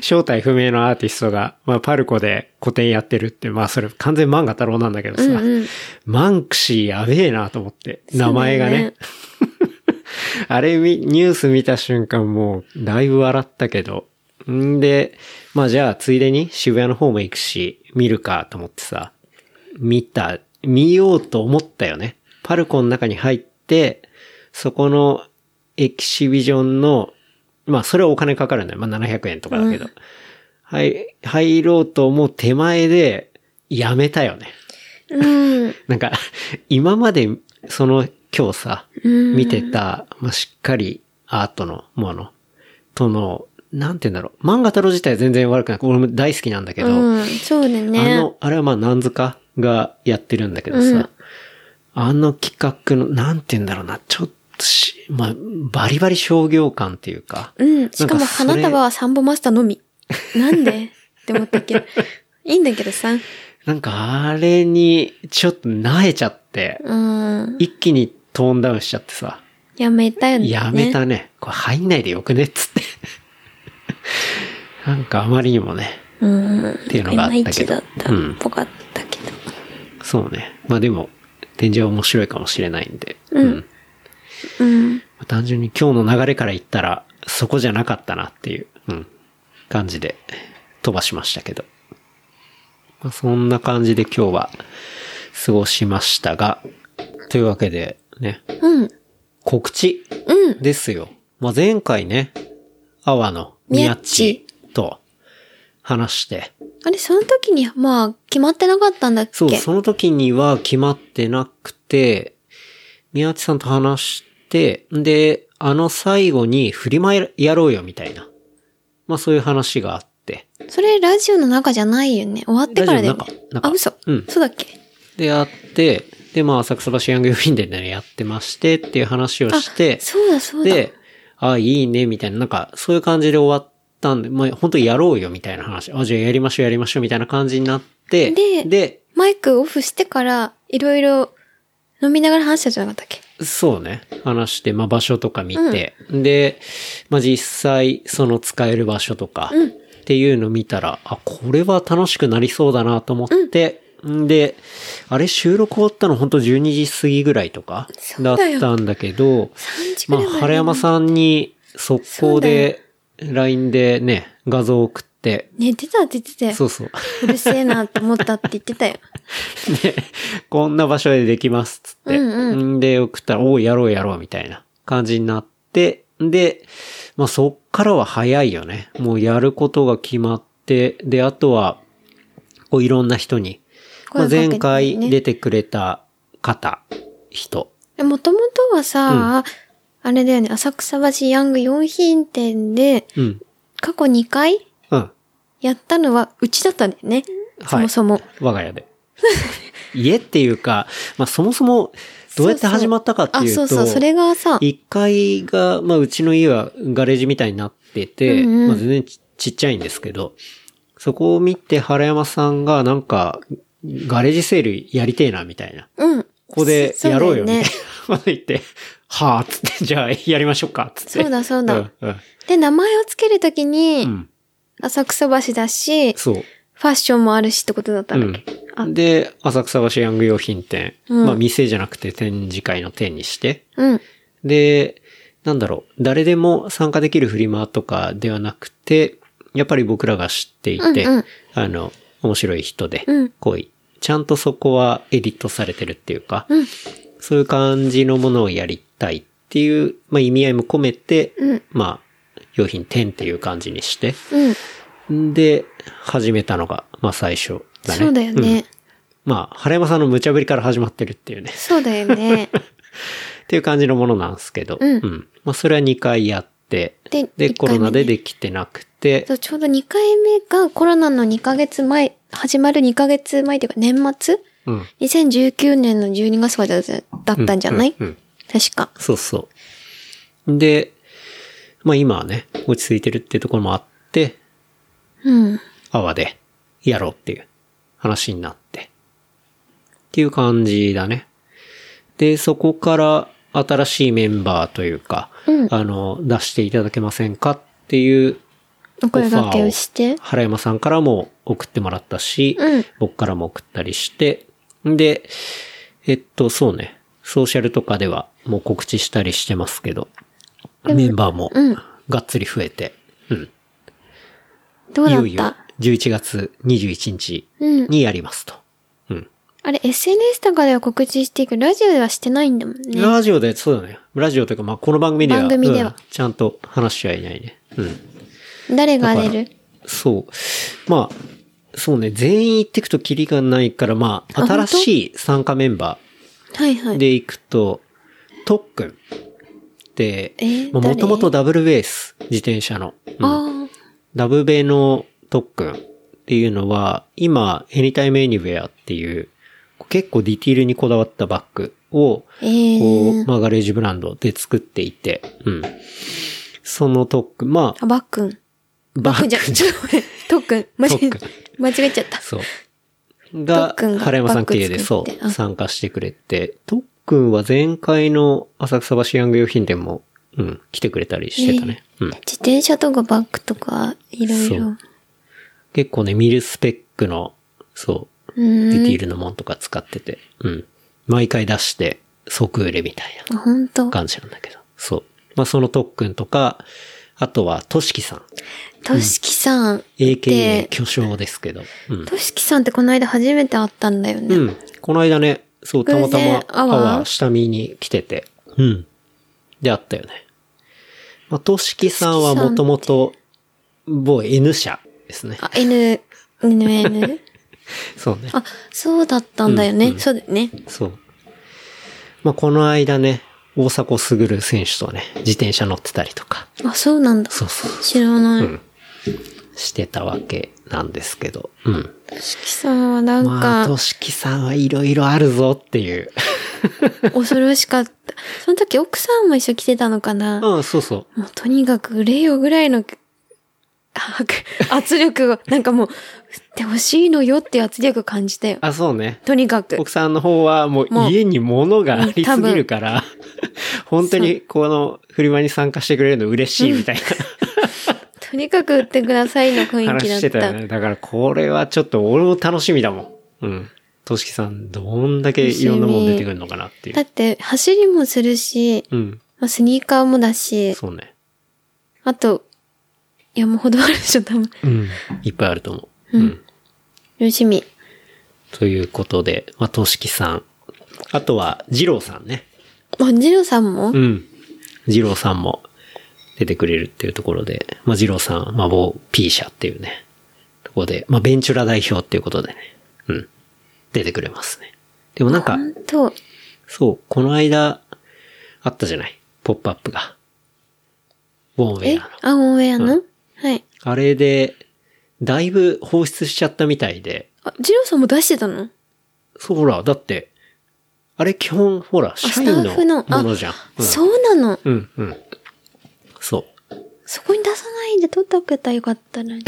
Speaker 2: 正体不明のアーティストが、まあ、パルコで個展やってるって、まあ、それ完全漫画太郎なんだけどさ、
Speaker 3: うんうん。
Speaker 2: マンクシーやべえなと思って、名前がね。 あれみ、ニュース見た瞬間もう、だいぶ笑ったけど。んで、まあじゃあ、ついでに渋谷の方も行くし、見るかと思ってさ、見た、見ようと思ったよね。パルコの中に入って、そこのエキシビジョンの、まあそれはお金かかるんだよ。まあ700円とかだけど。はい、入ろうと思う手前で、やめたよね。
Speaker 3: うん。
Speaker 2: なんか、今まで、その、今日さ、
Speaker 3: うん
Speaker 2: 見てた、まあ、しっかりアートのものとの、なんて言うんだろう。漫画太郎自体は全然悪くなく、俺も大好きなんだけど、
Speaker 3: うん。そうだね。
Speaker 2: あの、あれはまあ、なんずかがやってるんだけどさ、
Speaker 3: うん
Speaker 2: あの企画の、なんて言うんだろうな、ちょっとし、まあ、バリバリ商業感っていうか、
Speaker 3: うん。しかも
Speaker 2: なんかそれ
Speaker 3: 花束はサンボマスター のみ。なんでって思ったけど。いいんだけどさ。
Speaker 2: なんかあれに、ちょっと慣れちゃって、
Speaker 3: うん。
Speaker 2: 一気にトーンダウンしちゃってさ、
Speaker 3: やめたよね。
Speaker 2: やめたね。これ入んないでよくねっつって。 なんかあまりにもね、
Speaker 3: うん。
Speaker 2: ていうのがあったけど
Speaker 3: いまいちだった。
Speaker 2: うん
Speaker 3: ぽかったけど。
Speaker 2: そうね。まあでも、展示は面白いかもしれないんで。
Speaker 3: うん
Speaker 2: ま
Speaker 3: うん。
Speaker 2: あ単純に今日の流れから言ったら、そこじゃなかったなっていう、うん、感じで飛ばしましたけど。まあ、そんな感じで今日は過ごしましたが、というわけでね、
Speaker 3: うん。
Speaker 2: 告知
Speaker 3: うん。
Speaker 2: ですよ。まあ、前回ね、阿波の宮地と話して、
Speaker 3: あれ、その時に、まあ、決まってなかったんだっけ
Speaker 2: そう、その時には決まってなくて、宮地さんと話して、で、あの最後に振り舞いやろうよみたいな。まあそういう話があって。
Speaker 3: それ、ラジオの中じゃないよね。終わってからだよね
Speaker 2: ラジオの。中中
Speaker 3: あ、嘘。
Speaker 2: うん
Speaker 3: そうだっけ
Speaker 2: で、あって、で、まあ浅草橋ヤング病院でね、やってましてっていう話を
Speaker 3: あ、
Speaker 2: して、
Speaker 3: そうだ、そうだ。
Speaker 2: で、あ、いいね、みたいな、なんか、そういう感じで終わったんで、まあ、本当やろうよ、みたいな話。あ、じゃあやりましょう、やりましょう、みたいな感じになって、
Speaker 3: でマイクオフしてから、いろいろ飲みながら話したじゃなかったっけ
Speaker 2: そうね。話して、まあ、場所とか見て、で、まあ、実際、その使える場所とか、
Speaker 3: うん
Speaker 2: っていうの見たら、あ、これは楽しくなりそうだなと思って、んで、あれ収録終わったの本当12時過ぎぐらいとか
Speaker 3: そう
Speaker 2: だっ
Speaker 3: だよ
Speaker 2: たんだけど、
Speaker 3: 3時く
Speaker 2: ま
Speaker 3: らい
Speaker 2: あ、
Speaker 3: 前
Speaker 2: 原山さんに速攻で、LINE でね、画像送って、
Speaker 3: 寝てたって言ってたよ。
Speaker 2: そうそう。
Speaker 3: うるせえなって思ったって言って たよ。
Speaker 2: で、こんな場所でできます、つって。
Speaker 3: うん
Speaker 2: んで、送ったら、おう、やろうやろう、みたいな感じになって、で、まあ、そっからは早いよね。もうやることが決まっって、で、あとは、こういろんな人に、まあ、前
Speaker 3: 声かけて
Speaker 2: 回
Speaker 3: ね
Speaker 2: 出てくれた方、人。
Speaker 3: え、もともとはさ、あれだよね、浅草橋ヤング4品店で、
Speaker 2: うん。
Speaker 3: 過去2回
Speaker 2: うん。
Speaker 3: やったのはうちだったんだよね。そ
Speaker 2: はい
Speaker 3: もそも。
Speaker 2: 我が家 で。家っていうか、まあそもそも、どうやって始まったかっていうと、
Speaker 3: あ、そうそう、それがさ、
Speaker 2: 1階が、まあ、うちの家はガレージみたいになってて、
Speaker 3: うんうん
Speaker 2: まあ、全然ちちっちゃいんですけど、そこを見て原山さんがなんか、ガレージセールやりてえな、みたいな。
Speaker 3: うん。
Speaker 2: ここでやろうよ、み
Speaker 3: そ
Speaker 2: たい
Speaker 3: ね
Speaker 2: な。 こと言って、はあ、つって、じゃあやりましょうか、つって。
Speaker 3: そうだそうだ
Speaker 2: んうん
Speaker 3: で、名前をつけるとき
Speaker 2: う
Speaker 3: に、
Speaker 2: ん。
Speaker 3: 浅草橋だし、フ
Speaker 2: そう。
Speaker 3: ァッションもあるしってことだったんだっけ、あ
Speaker 2: うん、で、浅草橋ヤング用品店。
Speaker 3: うん
Speaker 2: まあ、店じゃなくて展示会の店にして。
Speaker 3: うん。
Speaker 2: で、なんだろう、誰でも参加できるフリマとかではなくて、やっぱり僕らが知っていて、
Speaker 3: うんうん
Speaker 2: あの、面白い人で、
Speaker 3: うん
Speaker 2: こうい、ちゃんとそこはエディットされてるっていうか、
Speaker 3: うん
Speaker 2: そういう感じのものをやりたいっていう、まあ、意味合いも込めて、
Speaker 3: うん
Speaker 2: まあ、用品店っていう感じにして、
Speaker 3: うん。
Speaker 2: んで、始めたのが、まあ、最初だね。
Speaker 3: そうだよね。
Speaker 2: うんまあ、原山さんの無茶ぶりから始まってるっていうね。
Speaker 3: そうだよ ね。
Speaker 2: っていう感じのものなんですけど、
Speaker 3: うん
Speaker 2: まあ、それは2回やって、
Speaker 3: で
Speaker 2: で、
Speaker 3: 一回目ね
Speaker 2: コロナでできてなくて、
Speaker 3: そうちょうど2回目がコロナの2ヶ月前、始まる2ヶ月前というか年末
Speaker 2: うん。
Speaker 3: 2019年の12月までだったんじゃない、
Speaker 2: うんうんうん
Speaker 3: 確か。
Speaker 2: そうそう。で、まあ今はね、落ち着いてるっていうところもあって、
Speaker 3: うん。
Speaker 2: 泡でやろうっていう話になって、っていう感じだね。で、そこから新しいメンバーというか、
Speaker 3: うん
Speaker 2: あの、出していただけませんかっていう
Speaker 3: お声掛けをして。
Speaker 2: 原山さんからも送ってもらったし、
Speaker 3: うん
Speaker 2: 僕からも送ったりして、で、えっと、そうね、ソーシャルとかではもう告知したりしてますけど、メンバーも
Speaker 3: うん
Speaker 2: がっつり増えて、うん。
Speaker 3: どう
Speaker 2: い
Speaker 3: だった
Speaker 2: よいよ11月21日
Speaker 3: うん。
Speaker 2: にやりますと。うん。
Speaker 3: あれ、SNS とかでは告知していく。ラジオではしてないんだもんね。
Speaker 2: ラジオで、そうだね。ラジオというか、まあ、この番組では、
Speaker 3: 番組では
Speaker 2: うんちゃんと話し合いないね。うん。
Speaker 3: 誰が出
Speaker 2: だ
Speaker 3: る
Speaker 2: そう。まあ、そうね、全員行ってくとキリがないから、まあ、
Speaker 3: あ
Speaker 2: 新しい参加メンバ
Speaker 3: はいは
Speaker 2: ー
Speaker 3: い。
Speaker 2: で行くと、とっくんで
Speaker 3: え、ー
Speaker 2: も
Speaker 3: 誰
Speaker 2: ともとダブルベース、自転車の。うん
Speaker 3: あ
Speaker 2: ダブベの特訓っていうのは、今、エニタイムエニウェアっていう、結構ディティールにこだわったバッグを、
Speaker 3: あ。ええ
Speaker 2: こう、
Speaker 3: ー。
Speaker 2: まあ、ガレージブランドで作っていて、うん。その特訓、まあ、
Speaker 3: あ、バックン。
Speaker 2: バ
Speaker 3: じゃん、ちょっと待って、トックン。間違え
Speaker 2: トッ、
Speaker 3: 間違えちゃった。
Speaker 2: そう。
Speaker 3: と
Speaker 2: が
Speaker 3: っくん、が
Speaker 2: 原山さん経由で
Speaker 3: バッグ
Speaker 2: そ
Speaker 3: 作って
Speaker 2: う、
Speaker 3: あ
Speaker 2: 参加してくれて、とっくんは前回の浅草橋ヤング用品店も、うん、来てくれたりしてたね。うん。
Speaker 3: 自転車とかバックとか、いろい
Speaker 2: そ
Speaker 3: ろ。
Speaker 2: う
Speaker 3: う
Speaker 2: 結構ね、ミルスペックの、そう、ディティ
Speaker 3: ー
Speaker 2: ールのもんとか使ってて、うん。毎回出して、即売れみたい
Speaker 3: ん。ほんと
Speaker 2: な。感じなんだけど。そう。まあ、その特訓とか、あとは、としきさん。
Speaker 3: としきさん。
Speaker 2: AKA
Speaker 3: で、
Speaker 2: 巨匠ですけど。うん。
Speaker 3: としきさんってこの間初めて会ったんだよね。
Speaker 2: うん。この間ね、そう、たまた
Speaker 3: 偶
Speaker 2: ま
Speaker 3: 然、
Speaker 2: ア
Speaker 3: アワー
Speaker 2: ワー下見に来てて。うん。で、あったよね。まあ、としきさんはもともと、某 N 社ですね。
Speaker 3: あ、N、NN?
Speaker 2: そうね。
Speaker 3: あ、そうだったんだよね。
Speaker 2: うんうん
Speaker 3: そうだよね。
Speaker 2: そう。まあ、この間ね、大迫傑選手とね、自転車乗ってたりとか、
Speaker 3: あ、そうなんだ。
Speaker 2: そうそう、
Speaker 3: 知らない。
Speaker 2: んしてたわけなんですけど、うん。
Speaker 3: しきさんはなん
Speaker 2: まあ、と
Speaker 3: か、
Speaker 2: しきさんはいろいろあるぞっていう。
Speaker 3: 恐ろしかった。その時奥さんも一緒に来てたのかな、
Speaker 2: うん、そうそう。
Speaker 3: もうとにかく売れよぐらいの、あ 圧力を、なんかもう、ってほしいのよっていう圧力を感じたよ。
Speaker 2: あ、そうね。
Speaker 3: とにかく。
Speaker 2: 奥さんの方はも
Speaker 3: も
Speaker 2: う
Speaker 3: う
Speaker 2: 家に物がありすぎ
Speaker 3: う
Speaker 2: る
Speaker 3: ん
Speaker 2: から、 本当にこのフリマに参加してくれるの嬉しいみたい
Speaker 3: とにかく売ってくださいの雰
Speaker 2: な
Speaker 3: 囲
Speaker 2: 話
Speaker 3: 気だ
Speaker 2: し
Speaker 3: ってた。
Speaker 2: たよね。だからこれはちょっと俺も楽しみだもん。うん。としきさん、どんだけいろんなもん出てくるのかなっていう
Speaker 3: だ。って、走りもするし、
Speaker 2: うん。
Speaker 3: まあ、スニーカーもだし、
Speaker 2: そうね。
Speaker 3: あと、山ほどあるでしょ、多分。
Speaker 2: うん。いっぱいあると思う。うん。
Speaker 3: 楽しみ。
Speaker 2: ということで、まあ、としきさん。あとは、二郎さんね。
Speaker 3: あ、ジロさんも、
Speaker 2: うん。二郎さんも出てくれるっていうところで、まあ、二郎さん、まあ、某 P 社っていうね、とこで、まあ、ベンチュラ代表っていうことでね、うん。出てくれますね。でもなんか、
Speaker 3: 本当
Speaker 2: そう、この間、あったじゃないポップアップが。ウォンウェ
Speaker 3: え
Speaker 2: アの。
Speaker 3: あ、オンエアの、はい。
Speaker 2: あれで、だいぶ放出しちゃったみたいで、
Speaker 3: あ、ジローさんも出してたの
Speaker 2: そうほら、だって、あれ基本、ほら、社員
Speaker 3: スタッフの
Speaker 2: のものじゃん。うん、
Speaker 3: そうなの。
Speaker 2: うん、うん。そう。
Speaker 3: そこに出さないで撮っておけたらよかっ たのに。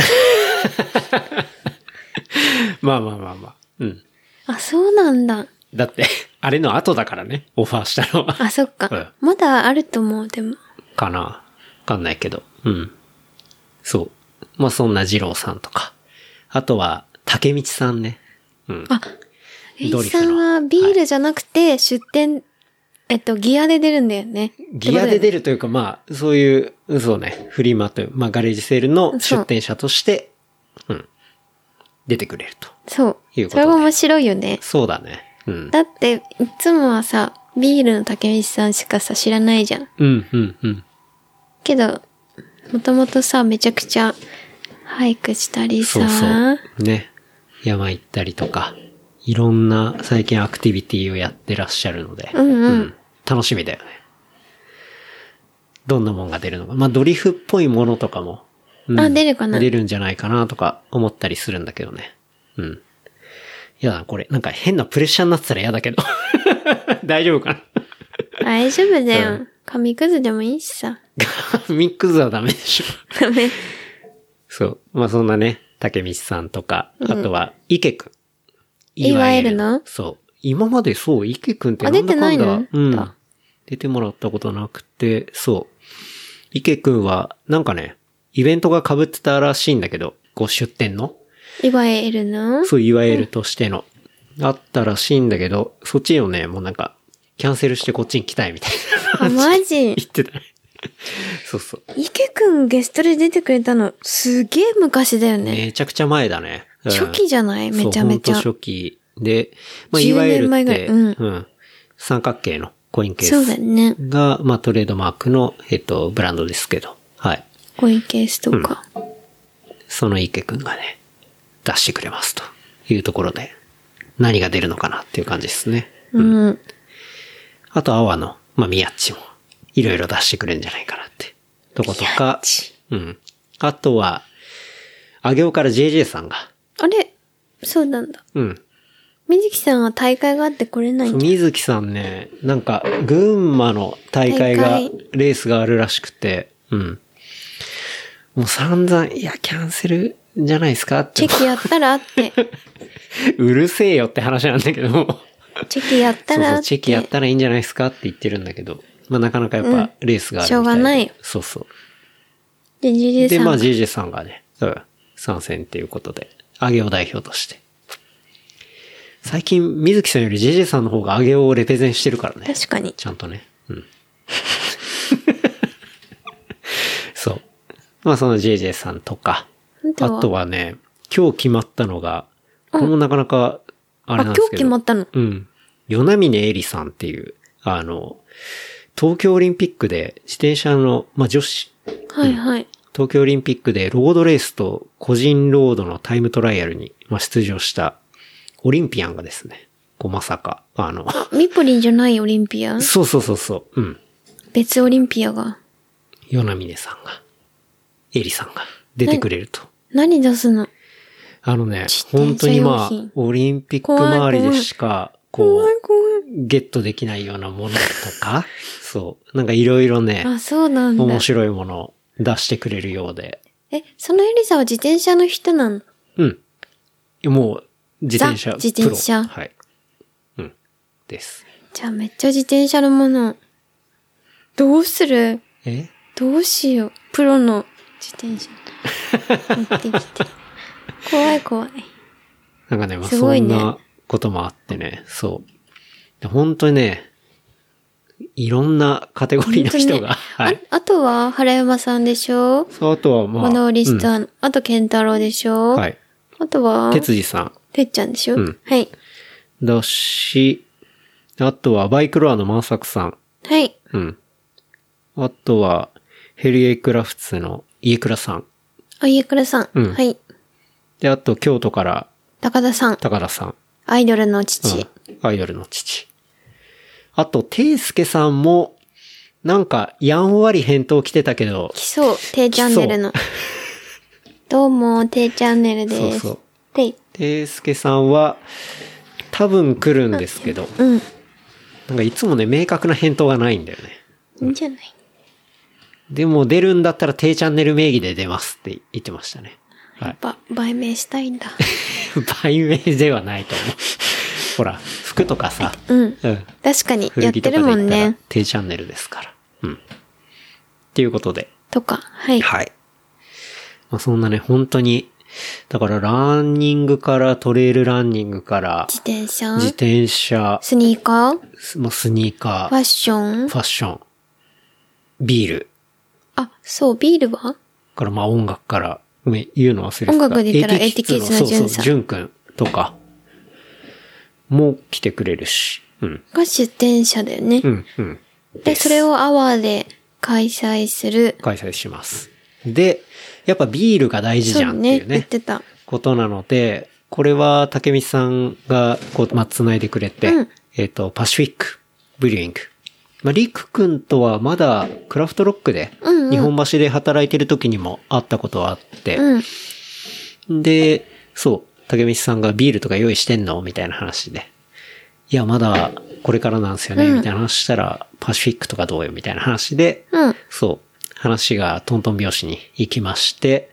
Speaker 2: まあまあまあまあ。うん。
Speaker 3: あ、そうなんだ。
Speaker 2: だって、あれの後だからね、オファーしたのは。
Speaker 3: あ、そっか。まだあると思う、でも。
Speaker 2: かなわかんないけど。うん。そう。まあそんな二郎さんとか。あとは、竹道さんね。うん。
Speaker 3: あ、エ
Speaker 2: ド
Speaker 3: イ
Speaker 2: リ
Speaker 3: さ
Speaker 2: フ
Speaker 3: ん
Speaker 2: の
Speaker 3: はビールじゃなくて出店、えっと、ギアで出るんだよね。
Speaker 2: ギアで出
Speaker 3: る。
Speaker 2: るというか、まあ、そういう、そうね、フリマという、まあ、ガレージセールの出店者として、うん。出てくれると。
Speaker 3: そう
Speaker 2: いう。こ
Speaker 3: そ
Speaker 2: とで
Speaker 3: れが面白いよね。
Speaker 2: そうだね。うん。
Speaker 3: だって、いつもはさ、ビールの竹道さんしかさ、知らないじゃん。
Speaker 2: うん、うん、うん。
Speaker 3: けど、もともとさ、めちゃくちゃ、俳句したりさ、
Speaker 2: そうそう。ね。山行ったりとか、いろんな最近アクティビティをやってらっしゃるので、
Speaker 3: うんうん
Speaker 2: 楽しみだよね。どんなもんが出るのか。まあ、ドリフっぽいものとかも、うん
Speaker 3: あ出るかな
Speaker 2: 出るんじゃないかなとか思ったりするんだけどね。うん。やだ、これ。なんか変なプレッシャーになってたら嫌だけど。 大丈夫か
Speaker 3: 大丈夫だ
Speaker 2: う
Speaker 3: よ。紙くずでもいいしさ。
Speaker 2: な ミックスはダメでしょ。
Speaker 3: ダメ。
Speaker 2: そう。まあ、そんなね、竹道さんとか、あとは、池くん。
Speaker 3: いわゆるの
Speaker 2: そう。今までそう、池くんって
Speaker 3: あ
Speaker 2: なんだかんだ。
Speaker 3: 出てないの
Speaker 2: うん
Speaker 3: あ。
Speaker 2: 出てもらったことなくて、そう。池くんは、なんかね、イベントが被ってたらしいんだけど、ご出店の
Speaker 3: いわゆるの
Speaker 2: そう、いわゆるとしての。あったらしいんだけど、そっちをね、もうなんか、キャンセルしてこっちに来たいみたいな
Speaker 3: あ、マジ。
Speaker 2: 言ってたね。そうそう。
Speaker 3: 池くんゲストで出てくれたの、すげえ昔だよね。
Speaker 2: めちゃくちゃ前だね。うん
Speaker 3: 初期じゃないめちゃめちゃ。
Speaker 2: そうほんと初期。で、まあ、い
Speaker 3: 10
Speaker 2: わゆる
Speaker 3: 年前
Speaker 2: っ
Speaker 3: ぐらい
Speaker 2: て、
Speaker 3: うん
Speaker 2: 三角形のコインケ
Speaker 3: そう
Speaker 2: ー
Speaker 3: だ
Speaker 2: ス
Speaker 3: ね。
Speaker 2: が、まあ、トレードマークの、えっと、ブランドですけど、はい。
Speaker 3: こういうケースとか。
Speaker 2: その池くんがね、出してくれますというところで、何が出るのかなっていう感じですね。
Speaker 3: うん。
Speaker 2: あと、アワの、まあ、ミヤッチも、いろいろ出してくれるんじゃないかなって、とことか、うん。あとは、あげおから JJ さんが、
Speaker 3: あれそうなんだ。
Speaker 2: うん。
Speaker 3: 水木さんは大会があって来れないんだ。
Speaker 2: 水木さんね、なんか、群馬の大会が
Speaker 3: 大会、
Speaker 2: レースがあるらしくて、うん。もう散々、いや、キャンセルじゃないですかって
Speaker 3: チ、ェキやったらあって。
Speaker 2: うるせえよって話なんだけど、そ
Speaker 3: チェキやった
Speaker 2: う
Speaker 3: らあ
Speaker 2: そ
Speaker 3: っ
Speaker 2: う、
Speaker 3: て。
Speaker 2: チェキやったらいいんじゃないですかって言ってるんだけど、まあなかなかやっぱレースがあるみたいで、
Speaker 3: うんしょうがない
Speaker 2: そうそう。
Speaker 3: で、ジュリ
Speaker 2: で、
Speaker 3: ーさん
Speaker 2: まあ
Speaker 3: が。
Speaker 2: JJ さんがね、うん、参戦っていうことで、アゲオ代表として。最近、水木さんより JJ さんの方がアゲオをレペゼンしてるからね。
Speaker 3: 確かに。
Speaker 2: ちゃんとね。うん。 そう。まあその JJ さんとか。
Speaker 3: あ
Speaker 2: あとはね、今日決まったのが、これもなかなか、あれなん
Speaker 3: あ、今
Speaker 2: で
Speaker 3: 日
Speaker 2: すけ
Speaker 3: 決
Speaker 2: ど。
Speaker 3: まったの。
Speaker 2: うん。与那峰恵里さんっていう、あの、東京オリンピックで自転車の、まあ女子、
Speaker 3: はいはい。
Speaker 2: 東京オリンピックでロードレースと個人ロードのタイムトライアルに、まあ、出場したオリンピアンがですね、こうまさか、あの、
Speaker 3: あ、ミポリンじゃないオリンピ ア
Speaker 2: そうそうそうそう、うん。
Speaker 3: 別オリンピアが。
Speaker 2: ヨナミネさんが、エリさんが出てくれると。
Speaker 3: 何出すの
Speaker 2: あのね
Speaker 3: 自、転
Speaker 2: 本当
Speaker 3: 車
Speaker 2: に
Speaker 3: 用品
Speaker 2: まあ、オリンピック周りでしか、こ、
Speaker 3: 怖いう怖
Speaker 2: ゲットできないようなものとか、 そう、なんかいろいろね
Speaker 3: い。、あ、そうなんだ
Speaker 2: 面。白いものを出してくれるようで、
Speaker 3: え、そのエリサは自転車の人なの
Speaker 2: うん。もう、自転車、
Speaker 3: ザ自転車
Speaker 2: プロはい。うん。です。
Speaker 3: じゃあめっちゃ自転車のもの。どうする
Speaker 2: え
Speaker 3: どうしよう。プロの自転車。持ってき て。怖い怖い。
Speaker 2: なんかね、まあ、
Speaker 3: す
Speaker 2: そ
Speaker 3: ごい
Speaker 2: ん
Speaker 3: ね
Speaker 2: なこともあってね、そう。で本当にね、いろんなカテゴリーの人が、
Speaker 3: あ
Speaker 2: はい。
Speaker 3: あとは、原山さんでしょ
Speaker 2: そう、あとはまあ。
Speaker 3: 物売りし
Speaker 2: うん
Speaker 3: た、あと、健太郎でしょ
Speaker 2: はい。
Speaker 3: あとは、
Speaker 2: 哲司さん
Speaker 3: てっちゃんでしょ、
Speaker 2: うん
Speaker 3: はい。
Speaker 2: だし、あとはバイクロアの万作さん。
Speaker 3: はい。
Speaker 2: うん。あとは、ヘリエイクラフツの家倉さん。
Speaker 3: あ、家倉さん。
Speaker 2: うん
Speaker 3: はい。
Speaker 2: で、あと京都から
Speaker 3: 高田さん、
Speaker 2: 高田さん。
Speaker 3: アイドルの
Speaker 2: う
Speaker 3: 父。
Speaker 2: んアイドルの父。あと、ていすけさんも、なんか、やんわり返答来てたけど、
Speaker 3: 来そう、低チャンネルの。どうも、低チャンネルです。
Speaker 2: そうそう
Speaker 3: てい
Speaker 2: ていすけさんは、多分来るんですけど、
Speaker 3: うん。
Speaker 2: なんかいつもね、明確な返答がないんだよね。
Speaker 3: いいんじゃない
Speaker 2: でも出るんだったら、ていチャンネル名義で出ますって言ってましたね。はい。
Speaker 3: ば、売名したい んだ。
Speaker 2: 売名ではない と思う。ほら、服とかさ、
Speaker 3: うん。
Speaker 2: うん。
Speaker 3: 確かに、や
Speaker 2: 古
Speaker 3: っ
Speaker 2: 着
Speaker 3: て
Speaker 2: とか
Speaker 3: る
Speaker 2: で
Speaker 3: も
Speaker 2: 言
Speaker 3: ん
Speaker 2: ったら
Speaker 3: ね。、
Speaker 2: 低チャンネルですから。うん。っていうことで。
Speaker 3: とか、はい。
Speaker 2: はい。まあ、そんなね、本当に、だからランニングからトレイルランニングから、
Speaker 3: 自転車
Speaker 2: 自転車、
Speaker 3: スニーカーフ
Speaker 2: スまあスニーカ
Speaker 3: ァ
Speaker 2: ー、
Speaker 3: ッション
Speaker 2: ファッション、ビール、
Speaker 3: あ、そう、ビールは
Speaker 2: からまあ音楽から、ごめん、言うの忘れてた。
Speaker 3: 音楽で言ったら ATKids の
Speaker 2: そう
Speaker 3: ジュン
Speaker 2: そ
Speaker 3: さ
Speaker 2: う、
Speaker 3: ん
Speaker 2: ジュンくんとか、も来てくれるし。うん。
Speaker 3: が自転車だよね
Speaker 2: う。ん、うん。
Speaker 3: で、それをアワーで開催する。
Speaker 2: 開催します。で、やっぱビールが大事じ
Speaker 3: そ
Speaker 2: ゃっ
Speaker 3: うん
Speaker 2: て
Speaker 3: ね、
Speaker 2: いう
Speaker 3: 言ってた。
Speaker 2: ことなので、これは竹道さんがこう、まあ、繋いでくれて、
Speaker 3: うん
Speaker 2: えっ、と、パシフィック、ブリューイング。まあ、リク君とはまだクラフトロックで、
Speaker 3: うんうん
Speaker 2: 日本橋で働いてる時にも会ったことはあって、
Speaker 3: うん。
Speaker 2: で、そう、竹道さんがビールとか用意してんのみたいな話で。いや、まだこれからなんですよね、みたいな話したら、パシフィックとかどうよみたいな話で、
Speaker 3: うん。
Speaker 2: そう。話がトントン拍子に行きまして、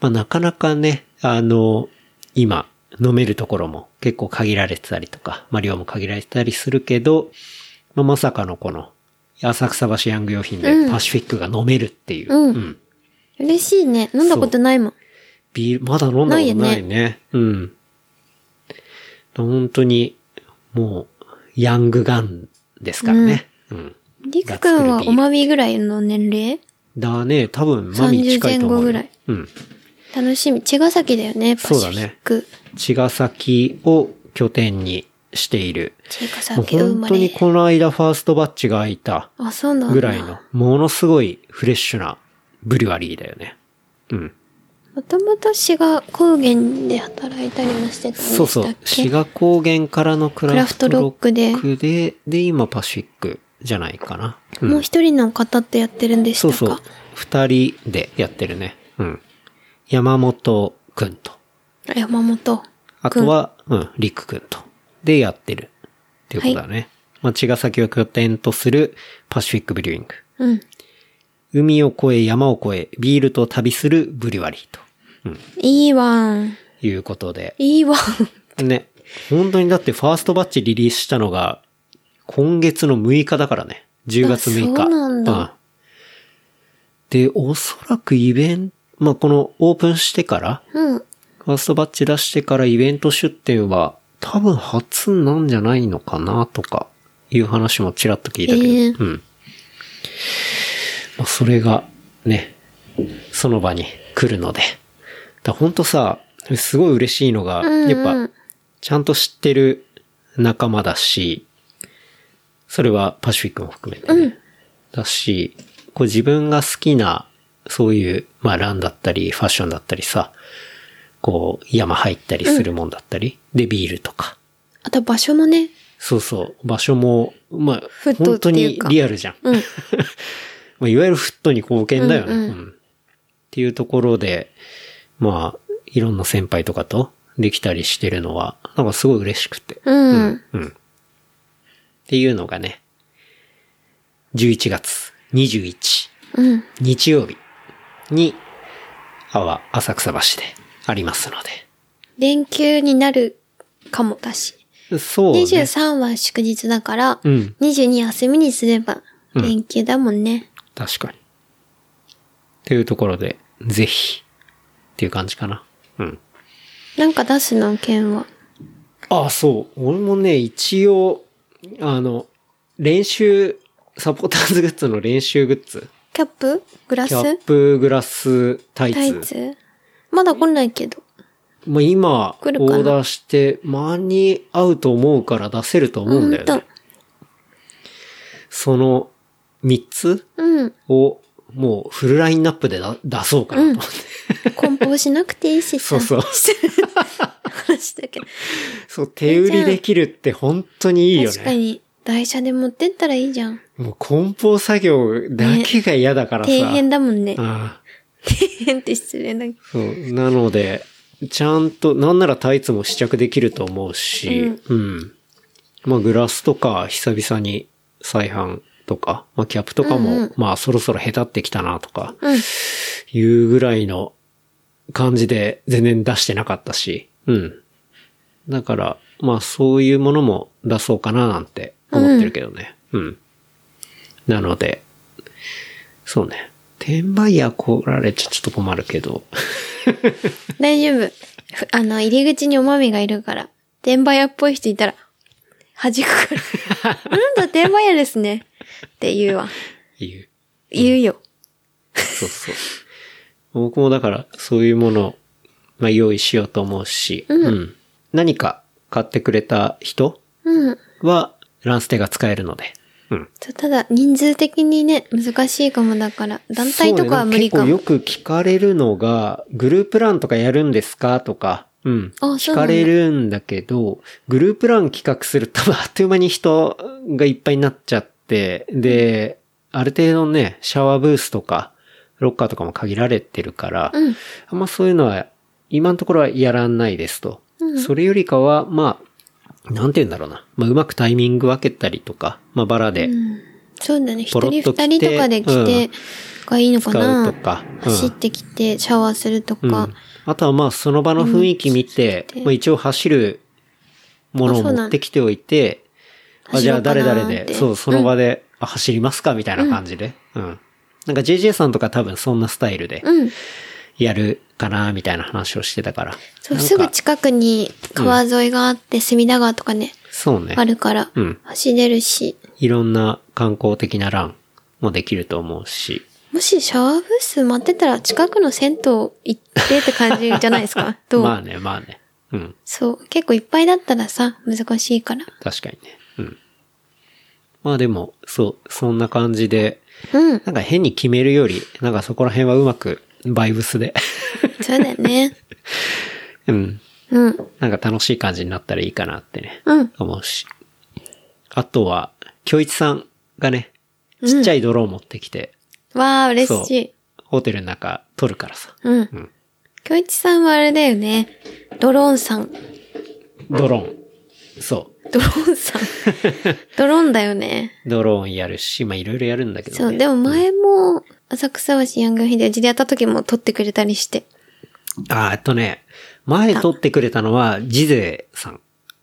Speaker 2: まあなかなかね、あの、今、飲めるところも結構限られてたりとか、まあ量も限られてたりするけど、まあまさかのこの、浅草橋ヤング用品でパシフィックが飲めるっていう。
Speaker 3: うん
Speaker 2: うん
Speaker 3: 嬉しいね。飲んだことないもん。
Speaker 2: ビール、まだ飲んだことないね。
Speaker 3: ないよ
Speaker 2: うん。本当に、もう、ヤングガンですからね。うん。
Speaker 3: りくくんはおまみぐらいの年齢
Speaker 2: だね、多分、マミ近いと思うよ。
Speaker 3: 30前後ぐらい
Speaker 2: うん。
Speaker 3: 楽しみ。茅ヶ崎だよね、パシフィック。
Speaker 2: 茅ヶ崎を拠点にしている。
Speaker 3: 茅ヶ
Speaker 2: もう
Speaker 3: 崎生
Speaker 2: 本
Speaker 3: ま
Speaker 2: 当に
Speaker 3: れ。
Speaker 2: この間ファーストバッチが開いた
Speaker 3: あ、そうなんだ。
Speaker 2: ぐらいの、ものすごいフレッシュなブリュワリーだよね。うん。
Speaker 3: もともと志賀高原で働いたりもしてたんでしたっけ
Speaker 2: そうそう。志賀高原からのクラフトロックで、
Speaker 3: クラフトロ
Speaker 2: で、今パシフィックじゃないかな。うん
Speaker 3: もう一人の方ってやってるんでした
Speaker 2: そう
Speaker 3: か
Speaker 2: そう。二人でやってるね。うん。山本くんと。
Speaker 3: 山本。
Speaker 2: あとは、うん、りくくんと。でやってる。っていうことだね。まあ、茅ヶ崎を拠点とするパシフィックブリューイング。
Speaker 3: うん。
Speaker 2: 海を越え、山を越え、ビールと旅するブリュワリーと
Speaker 3: いいわん。
Speaker 2: いうことで。
Speaker 3: いいわん。
Speaker 2: ね。本当にだってファーストバッチリリースしたのが、今月の6日だからね。10月6日。
Speaker 3: あそうなんだ
Speaker 2: うんで、おそらくイベント、まあ、このオープンしてから、
Speaker 3: うん。
Speaker 2: ファーストバッチ出してからイベント出店は多分初なんじゃないのかなとかいう話もちらっと聞いたけど、
Speaker 3: ええ
Speaker 2: うん。まあ、それがね、その場に来るので。だ本当さ、すごい嬉しいのが、
Speaker 3: うんうん
Speaker 2: やっぱ、ちゃんと知ってる仲間だし、それはパシフィックも含めてね、だし、こう自分が好きな、そういう、まあランだったり、ファッションだったりさ、こう、山入ったりするもんだったり、で、ビールとか。
Speaker 3: あと場所もね。
Speaker 2: そうそう、場所も、まあ、
Speaker 3: フット
Speaker 2: 本
Speaker 3: って
Speaker 2: 当
Speaker 3: いう
Speaker 2: に
Speaker 3: か
Speaker 2: リアルじゃん。
Speaker 3: うん
Speaker 2: まあ、いわゆるフットに貢献だよね、
Speaker 3: うん
Speaker 2: う
Speaker 3: うん
Speaker 2: んっていうところで、まあ、いろんな先輩とかとできたりしてるのは、なんかすごい嬉しくて。
Speaker 3: うん。
Speaker 2: うん。っていうのがね、11月21
Speaker 3: うん。
Speaker 2: 日曜日に、阿波浅草橋でありますの
Speaker 3: 連休になるかもだし。
Speaker 2: で。そうね。
Speaker 3: 23は祝日だから、
Speaker 2: うん
Speaker 3: 22休みにすれば連休だもんね。
Speaker 2: 確かに。というところで、ぜひ、っていう感じかな。うん。
Speaker 3: なんか出すの、県は。
Speaker 2: あ、そう。俺もね、一応、あの、練習、サポーターズグッズの練習グッズ。
Speaker 3: キャップグラ
Speaker 2: キャッ
Speaker 3: ス
Speaker 2: プ、グラス、タイツ。
Speaker 3: タイツまだ来ないけど。
Speaker 2: まあ、今、オ
Speaker 3: 来るかな
Speaker 2: ーダーして、間に合うと思うから出せると思うんだよ
Speaker 3: ほん
Speaker 2: ね
Speaker 3: と。
Speaker 2: その、3つ
Speaker 3: うん。
Speaker 2: を、もうフルラインナップでだ出そうかなと思って。
Speaker 3: 梱包しなくていいし
Speaker 2: そ
Speaker 3: さ、
Speaker 2: う そう。
Speaker 3: 話だけど。
Speaker 2: そう、手売りできるって本当にいいよ
Speaker 3: 確か
Speaker 2: ね。
Speaker 3: に、台車で持ってったらいいじゃん。
Speaker 2: もう梱包作業だけが嫌だからさ。
Speaker 3: 底辺だもんね。底
Speaker 2: ああ
Speaker 3: 辺って失礼だけど。
Speaker 2: そう。なので、ちゃんと、なんならタイツも試着できると思うし、うん、まあ、グラスとか、久々に再販とか、まあ、キャップとかも、
Speaker 3: うんうん
Speaker 2: まあ、そろそろ下手ってきたなとか、
Speaker 3: うん。
Speaker 2: いうぐらいの感じで全然出してなかったし、うん。だから、まあそういうものも出そうかななんて思ってるけどね。うん。なので、そうね。転売ヤー来られちゃちょっと困るけど。
Speaker 3: 大丈夫。ふあの、入り口におまみがいるから、転売屋っぽい人いたら、弾くから。 あなんだ、転売屋ですね。って言うわ。
Speaker 2: いう。
Speaker 3: 言うよ。
Speaker 2: そうそう。僕もだから、そういうものを、まあ、用意しようと思うし、うん。何か買ってくれた人
Speaker 3: うん。
Speaker 2: は、ランステが使えるので。うん。
Speaker 3: そうただ、人数的にね、難しいかもだから、団体とかは無理か
Speaker 2: そうね
Speaker 3: も。
Speaker 2: 結構よく聞かれるのが、グループランとかやるんですかとか、うん。
Speaker 3: あ
Speaker 2: 聞
Speaker 3: そうな
Speaker 2: か
Speaker 3: んだ
Speaker 2: れるんだけど、グループラン企画すると、 あっという間に人がいっぱいになっちゃって、で、ある程度ね、シャワーブースとか、ロッカーとかも限られてるから、
Speaker 3: うん。
Speaker 2: あんまそういうのは、今のところはやらないですと。それよりかは、まあ、なんて言うんだろうな。まあ、うまくタイミング分けたりとか、まあ、バラで
Speaker 3: そうだね。一
Speaker 2: ポロ
Speaker 3: 人
Speaker 2: ッ
Speaker 3: 二
Speaker 2: と来て
Speaker 3: 人とかで来て、がいいのか
Speaker 2: 使う
Speaker 3: な
Speaker 2: と。か。うん
Speaker 3: 走ってきて、シャワーすると
Speaker 2: う
Speaker 3: か
Speaker 2: ん。あとはまあその場の雰囲気見て、
Speaker 3: うん
Speaker 2: まあ、一応走るものを
Speaker 3: あそうなん
Speaker 2: 持ってきておいて、あじゃあ誰々で、そう、その場
Speaker 3: で。
Speaker 2: で、あ走りますかみたいな感じで。うん。なんか JJ さんとか多分そんなスタイルで
Speaker 3: うん。うん
Speaker 2: やるかなみたいな話をしてたから。
Speaker 3: そう、
Speaker 2: なん
Speaker 3: す
Speaker 2: か
Speaker 3: ぐ近くに川沿いがあって、隅田川とかね、
Speaker 2: そうね
Speaker 3: あ。るから
Speaker 2: うん、
Speaker 3: 走れるし、
Speaker 2: いろんな観光的なランもできると思うし。
Speaker 3: もしシャワーブース待ってたら近くの銭湯行ってって感じじゃないです か。どう、
Speaker 2: まあね、まあね。うん。
Speaker 3: そう。結構いっぱいだったらさ、難しいから。
Speaker 2: 確かにね。うん。まあでも、そう、そんな感じで、
Speaker 3: うん。
Speaker 2: なんか変に決めるより、なんかそこら辺はうまくバイブスで、
Speaker 3: そうだよね。
Speaker 2: うん。
Speaker 3: うん。
Speaker 2: なんか楽しい感じになったらいいかなってね、
Speaker 3: うん。
Speaker 2: 思うし。あとは、京一さんがね、ちっちゃいドローン持ってきて、
Speaker 3: わあ、嬉しい。
Speaker 2: ホテルの中撮るからさ、
Speaker 3: うん。京一さんはあれだよね。ドローンさん。
Speaker 2: ドローン。そ
Speaker 3: ドロー ンさん。ドローンだよね。
Speaker 2: う。ドローンやるし、まあいろいろやるんだけど、ね。
Speaker 3: そう。でも前も、浅草橋ヤングヒデジでやった時も撮ってくれたりして。
Speaker 2: あー、えっとね、前撮ってくれたのは、ジゼさん。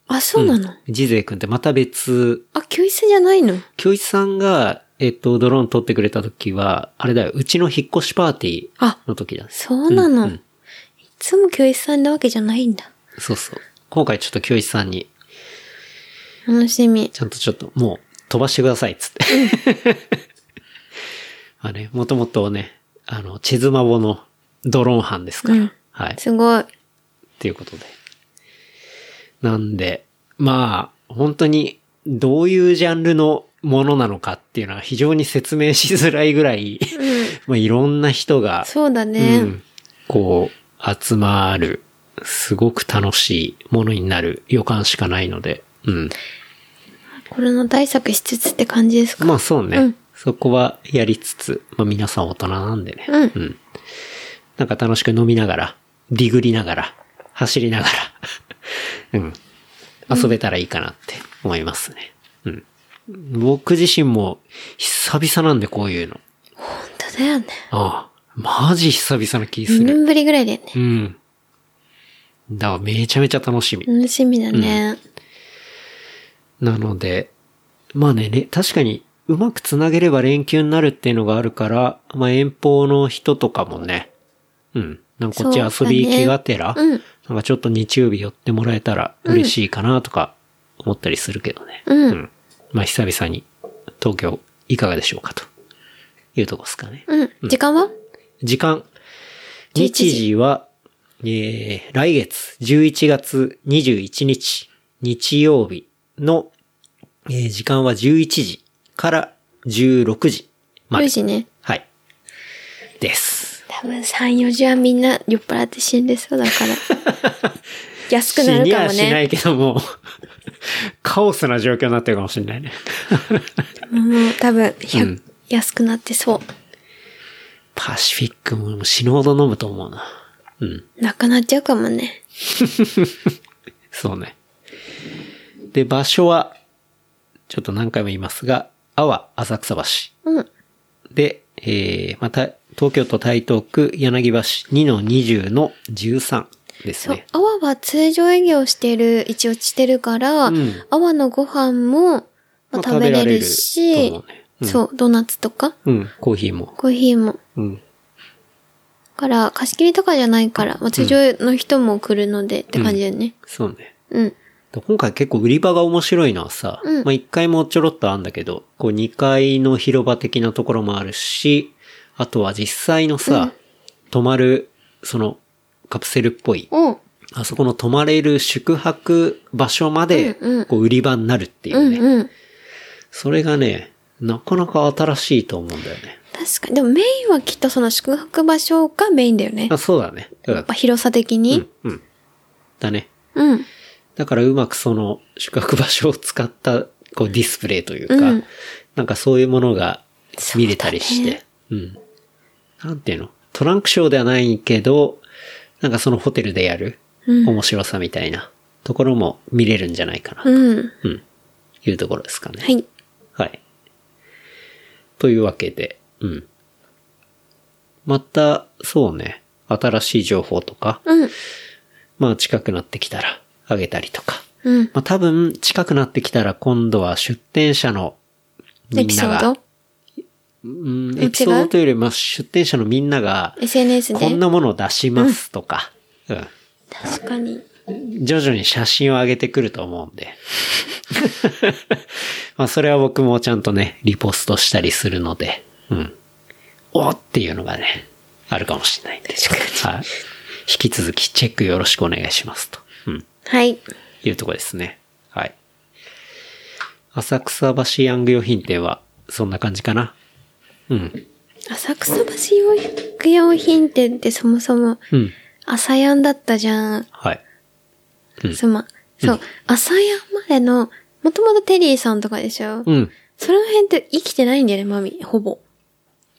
Speaker 3: あ、そうなの、
Speaker 2: ジゼくんってまた別
Speaker 3: あ、教室じゃないの
Speaker 2: 京一さんが、えっと、ドローン撮ってくれた時は、あれだよ、うちの引っ越しパーティ
Speaker 3: あ
Speaker 2: ーの時だ。
Speaker 3: そうなの、
Speaker 2: うんうん
Speaker 3: いつも教室さんなわけじゃないんだ。
Speaker 2: そうそう。今回ちょっと京一さんに、
Speaker 3: 楽しみ。
Speaker 2: ちゃんとちょっと、もう、飛ばしてください、つって。 まあね、もともとね、あの、チェズマボのドローン班ですから。
Speaker 3: うん
Speaker 2: はい。
Speaker 3: すごい。
Speaker 2: っていうことで。なんで、まあ、本当に、どういうジャンルのものなのかっていうのは非常に説明しづらいぐらい、 まあいろんな人が、
Speaker 3: そうだね。
Speaker 2: うん、こう、集まる、すごく楽しいものになる予感しかないので、うん。
Speaker 3: コロナ対策しつつって感じですか。
Speaker 2: まあそうね、
Speaker 3: うん
Speaker 2: そこはやりつつ、まあ皆さん大人なんでね、
Speaker 3: うん
Speaker 2: なんか楽しく飲みながら、ディグりながら、走りながら、 うん。遊べたらいいかなって思いますね。うん。僕自身も久々なんでこういうの。
Speaker 3: 本当だよね。
Speaker 2: ああ、マジ久々な気す
Speaker 3: 2
Speaker 2: る。
Speaker 3: 年ぶりぐらいだよね。
Speaker 2: うん。だからめちゃめちゃ楽しみ。
Speaker 3: 楽しみだね。
Speaker 2: なので、まあね、ね、確かに、うまくつなげれば連休になるっていうのがあるから、まあ遠方の人とかもね、うん。なんかこっち
Speaker 3: そ
Speaker 2: 遊
Speaker 3: うだね
Speaker 2: び行きがてら、
Speaker 3: うん
Speaker 2: なんかちょっと日曜日寄ってもらえたら嬉しいかなとか思ったりするけどね。
Speaker 3: うん
Speaker 2: まあ久々に東京いかがでしょうかというとこですかね。
Speaker 3: うん。時間は
Speaker 2: 時間。
Speaker 3: 11
Speaker 2: 日
Speaker 3: 時
Speaker 2: 時は、えー、来月11月21日、日曜日の、えー時間は11時から16時ま
Speaker 3: 10
Speaker 2: で。
Speaker 3: 時ね。
Speaker 2: はい。です。
Speaker 3: 多分3、4時はみんな酔っ払って死んでそうだから。 安く
Speaker 2: 死
Speaker 3: なる
Speaker 2: に
Speaker 3: か
Speaker 2: は
Speaker 3: も
Speaker 2: しな
Speaker 3: ね。
Speaker 2: いけども、カオスな状況になってるかもしれないね。
Speaker 3: うん、多分、ひゃ
Speaker 2: うん
Speaker 3: 安くなってそ
Speaker 2: パシフィックも死ぬほど飲むと思うな。うん。
Speaker 3: う。なくなっちゃうかもね。
Speaker 2: そうね。で、場所は、ちょっと何回も言いますが、阿波浅草橋。
Speaker 3: うん。
Speaker 2: で、えー、また、東京都台東区柳橋2-20-13です
Speaker 3: そう
Speaker 2: ね。。
Speaker 3: 阿波は通常営業してる、一応してるから、
Speaker 2: うん
Speaker 3: 阿波のご飯も、ま
Speaker 2: ま
Speaker 3: あ
Speaker 2: あ
Speaker 3: 食べれ
Speaker 2: 食べら
Speaker 3: る
Speaker 2: れ
Speaker 3: し、
Speaker 2: ると思うねうん
Speaker 3: そう、ドーナツとか、
Speaker 2: うん、コーヒーも。
Speaker 3: コーヒーも。
Speaker 2: うん。
Speaker 3: から、貸し切りとかじゃないから、まあ、通常の人も来るので、って感じだよね。
Speaker 2: そうね。
Speaker 3: うん。
Speaker 2: で今回結構売り場が面白いのはさ、
Speaker 3: うん
Speaker 2: まあ1階もちょろっとあるんだけど、こう2階の広場的なところもあるし、あとは実際のさ、泊まる、その、カプセルっぽい、
Speaker 3: おう
Speaker 2: あそこの泊まれる宿泊場所まで
Speaker 3: うんうん、
Speaker 2: こう売り場になるっていううんね。
Speaker 3: うん。
Speaker 2: それがね、なかなか新しいと思うんだよね。
Speaker 3: 確かに。でもメインはきっとその宿泊場所がメインだよね。
Speaker 2: あ、そうだね。だ
Speaker 3: やっ
Speaker 2: か
Speaker 3: ぱ広さ的
Speaker 2: ら
Speaker 3: に。
Speaker 2: うん、うん。だね。
Speaker 3: うん。
Speaker 2: だからうまくその宿泊場所を使ったこうディスプレイというか、
Speaker 3: うん
Speaker 2: なんかそういうものが見れたりして、
Speaker 3: そ
Speaker 2: う
Speaker 3: う
Speaker 2: ん。なんていうのトランクショーではないけど、なんかそのホテルでやる
Speaker 3: うん
Speaker 2: 面白さみたいなところも見れるんじゃないかな、
Speaker 3: うん。
Speaker 2: うん、いうところですかね。
Speaker 3: はい。
Speaker 2: はい。というわけで、うん。また、そうね、新しい情報とか、
Speaker 3: うん。
Speaker 2: まあ近くなってきたらあげたりとか。
Speaker 3: うん。
Speaker 2: まあ多分近くなってきたら今度は出店者のみ
Speaker 3: エ
Speaker 2: ん
Speaker 3: ピ
Speaker 2: な
Speaker 3: ソ
Speaker 2: が、
Speaker 3: ード
Speaker 2: うん、エピソードというよりまあ出店者のみんなが、
Speaker 3: ?SNS
Speaker 2: こん
Speaker 3: で。
Speaker 2: なものを出しますとか、うん。
Speaker 3: 確かに。
Speaker 2: 徐々に写真を上げてくると思うんで。 まあそれは僕もちゃんとね、リポストしたりするので、うん。おーっていうのがね、あるかもしれないんで。はい。引き続きチェックよろしくお願いしますと。うん。
Speaker 3: はい。
Speaker 2: いうとこですね。はい。浅草橋ヤング用品店は、そんな感じかな。うん。
Speaker 3: 浅草橋洋服用品店ってそもそも、
Speaker 2: うん。
Speaker 3: 朝やんだったじゃん。
Speaker 2: はい。うん
Speaker 3: すま。そう。朝やんまでの、もともとテリーさんとかでし
Speaker 2: う
Speaker 3: ょ
Speaker 2: ん。
Speaker 3: その辺って生きてないんだよね、マミ。ほぼ。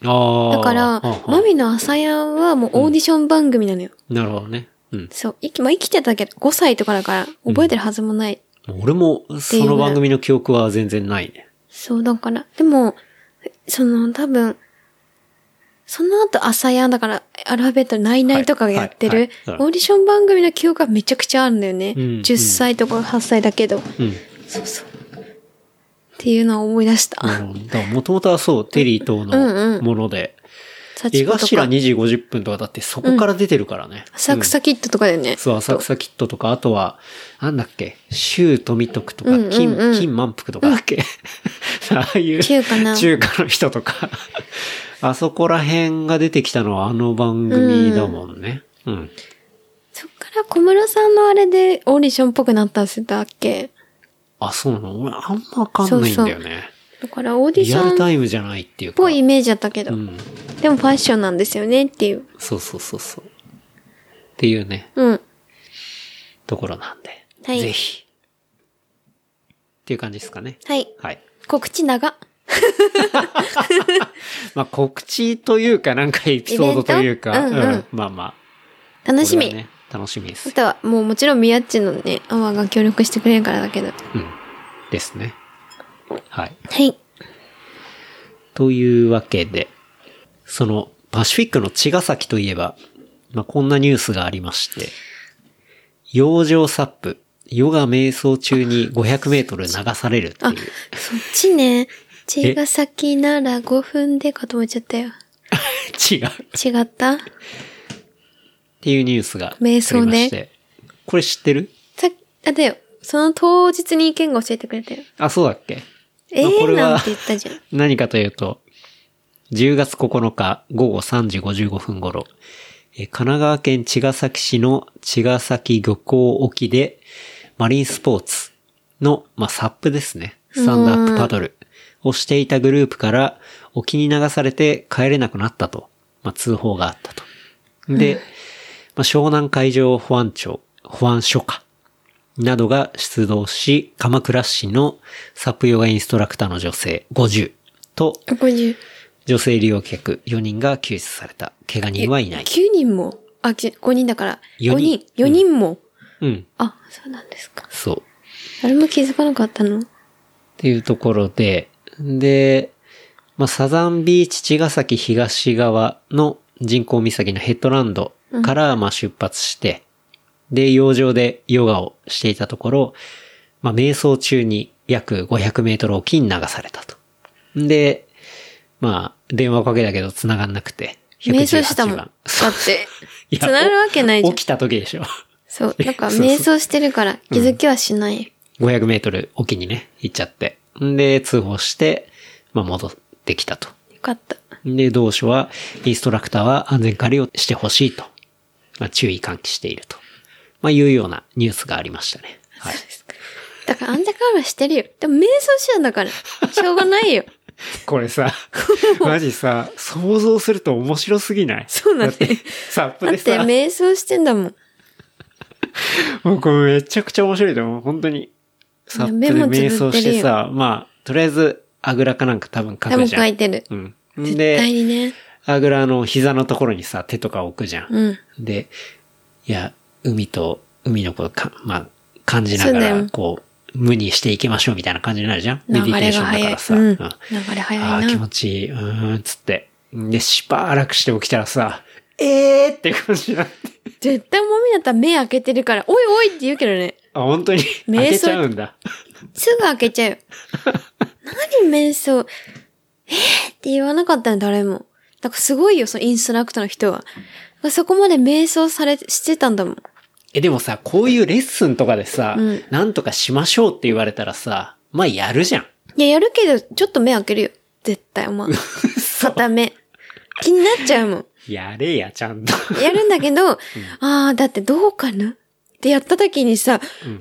Speaker 2: ああ。
Speaker 3: だから
Speaker 2: あ、あ
Speaker 3: マミの朝やんはもうオーディション番組なのよ。
Speaker 2: なるほどね。うん。
Speaker 3: そう。生き、まあ、生きてたけど、5歳とかだから、覚えてるはずもない。
Speaker 2: 俺も、その番組の記憶は全然ないね。
Speaker 3: そう、だから。でも、その、多分、その後、朝やんだから、アルファベット、ナイナイとかがやってる、
Speaker 2: はいはいはいうん
Speaker 3: オーディション番組の記憶がめちゃくちゃあるんだよね。
Speaker 2: うん
Speaker 3: 10歳とか8歳だけど。
Speaker 2: うん。
Speaker 3: そうそう。っていうのは思い出した。
Speaker 2: なるほど。だからもともとはそう、テリー等
Speaker 3: うんう
Speaker 2: の
Speaker 3: ん
Speaker 2: もので。
Speaker 3: 幸
Speaker 2: 江
Speaker 3: 子とか
Speaker 2: 頭2時50分とかだってそこから出てるからね。
Speaker 3: 浅草キッドとかだよね。
Speaker 2: そう、浅草キットとか、あとは、なんだっけ、周富徳とか
Speaker 3: うんうんう、ん
Speaker 2: 金、金満腹とかだっ け。ああいう、
Speaker 3: 中華な
Speaker 2: 中華の人と か、あそこら辺が出てきたのはあの番組だもんね。うん。
Speaker 3: そっから小室さんのあれでオーディションっぽくなったんだっけ
Speaker 2: あ、そうなの俺あんまわかんないんだよね。
Speaker 3: だからオーディシ
Speaker 2: リア
Speaker 3: ョ
Speaker 2: ル
Speaker 3: ンっ
Speaker 2: タイムじゃないっていうか。
Speaker 3: ぽいイメージだったけど、
Speaker 2: うん。
Speaker 3: でもファッションなんですよねっていう。
Speaker 2: そうそうそうそう。っていうね、
Speaker 3: うん。
Speaker 2: ところなんで。
Speaker 3: はい
Speaker 2: ぜひ。っていう感じですかね。
Speaker 3: はい。
Speaker 2: はい。
Speaker 3: 告知長っ。
Speaker 2: まあ告知というか、なんかエピソードというか、
Speaker 3: イベントうんうん
Speaker 2: まあまあ。
Speaker 3: 楽しみ。
Speaker 2: これはね、楽しみです
Speaker 3: あ。とは、もうもちろん宮っちのね、アワが協力してくれるからだけど。
Speaker 2: うん。ですね。はい。
Speaker 3: はい。
Speaker 2: というわけで、その、パシフィックの茅ヶ崎といえば、まあ、こんなニュースがありまして、洋上サップ、ヨガ瞑想中に500メートル流されるっていう。
Speaker 3: そっちね、茅ヶ崎なら5分でかと思っちゃったよ。
Speaker 2: 違う。っ
Speaker 3: 違った
Speaker 2: ていうニュースがあり
Speaker 3: 瞑
Speaker 2: ま
Speaker 3: 想ね
Speaker 2: して。これ知ってる
Speaker 3: さっき、あ、だよ。その当日に意見が教えてくれたよ。
Speaker 2: あ、そうだっけ
Speaker 3: ええ
Speaker 2: これ
Speaker 3: ー、
Speaker 2: は
Speaker 3: なんて言ったじゃん。
Speaker 2: 何かというと、10月9日午後3時55分頃、えー神奈川県茅ヶ崎市の茅ヶ崎漁港沖で、マリンスポーツの、まあ、サップですね。スタンドアップパドルをしていたグループから沖に流されて帰れなくなったとまあ、通報があったと。で、まあ、湘南海上保安庁、保安署か、などが出動し、鎌倉市のサップヨガインストラクターの女性50と
Speaker 3: 50。
Speaker 2: 女性利用客4人が救出された。怪我人はいない。
Speaker 3: 9人も、あ、き5人だから。
Speaker 2: 四
Speaker 3: 5
Speaker 2: 人
Speaker 3: 人。4人も。
Speaker 2: うん。
Speaker 3: あ、そうなんですか。
Speaker 2: そう。
Speaker 3: 誰も気づかなかったの
Speaker 2: っていうところで、で、まあ、サザンビーチ茅ヶ崎東側の人工岬のヘッドランドから、まあ、出発して、で、洋上でヨガをしていたところ、まあ、瞑想中に約500メートル沖に流されたと。で、まあ、電話をかけたけど繋がんなくて、
Speaker 3: 瞑想したもん。だっ
Speaker 2: そう
Speaker 3: て、
Speaker 2: いや
Speaker 3: 繋がるわけないじゃん
Speaker 2: 起きた時でしょ。
Speaker 3: そう。なんか
Speaker 2: そうそう
Speaker 3: 瞑想してるから気づきはしない。
Speaker 2: 500メートル沖にね、行っちゃって。んで、通報して、まあ、戻ってきたと。
Speaker 3: よかった。
Speaker 2: で、同書は、インストラクターは安全管理をしてほしいと、まあ、注意喚起していると、まあ、いうようなニュースがありましたね。はい。
Speaker 3: だから安全管理はしてるよ。でも瞑想しちゃうんだから。しょうがな いよ。
Speaker 2: これ さ、マジさ、想像すると面白すぎない
Speaker 3: そうなんだよ。
Speaker 2: サップ
Speaker 3: だっ
Speaker 2: で
Speaker 3: て
Speaker 2: さ、
Speaker 3: 瞑想してんだもん。
Speaker 2: もうこれめちゃくちゃ面白いと思う。本当に。サップで瞑想して
Speaker 3: 目もつぶってる
Speaker 2: さ、まあ、とりあえず、あぐらかなんか多分書
Speaker 3: 多
Speaker 2: く
Speaker 3: 分
Speaker 2: じゃん。
Speaker 3: 書いてる。
Speaker 2: うん。
Speaker 3: 絶
Speaker 2: で
Speaker 3: 対にね。
Speaker 2: あぐらの膝のところにさ、手とか置くじゃん。
Speaker 3: うん。
Speaker 2: で、いや、海と、海のことか、まあ、感じなが
Speaker 3: そうだ
Speaker 2: ら
Speaker 3: よ、
Speaker 2: こう、無にしていきましょうみたいな感じになるじゃんメディ
Speaker 3: 流
Speaker 2: テー
Speaker 3: れ
Speaker 2: ショ
Speaker 3: が
Speaker 2: ンだ
Speaker 3: 早
Speaker 2: か
Speaker 3: い。
Speaker 2: らさ。
Speaker 3: う。
Speaker 2: うんん
Speaker 3: 流れ
Speaker 2: ああ
Speaker 3: 早
Speaker 2: ー、
Speaker 3: い
Speaker 2: 気
Speaker 3: な
Speaker 2: 持。ちいい、うーん、つって。で、しばらくして起きたらさ、えーって感じになって。
Speaker 3: 絶対もみだったら目開けてるから、おいおいって言うけどね。
Speaker 2: あ、本当に
Speaker 3: 瞑想
Speaker 2: 開けちゃうんだ。
Speaker 3: すぐ開け ちゃうよ。何瞑想、えー、って言わなかったの誰も。だからすごいよ、そのインストラクターの人は。だからそこまで瞑想されて、してたんだもん。
Speaker 2: え、でもさ、こういうレッスンとかでさ、
Speaker 3: うん
Speaker 2: なんとかしましょうって言われたらさ、まあ、やるじゃん。
Speaker 3: いや、やるけど、ちょっと目開けるよ。絶対、お前。片目。気になっちゃうもん。
Speaker 2: やれや、ちゃんと。
Speaker 3: やるんだけど、ああ、だってどうかなってやった時にさ、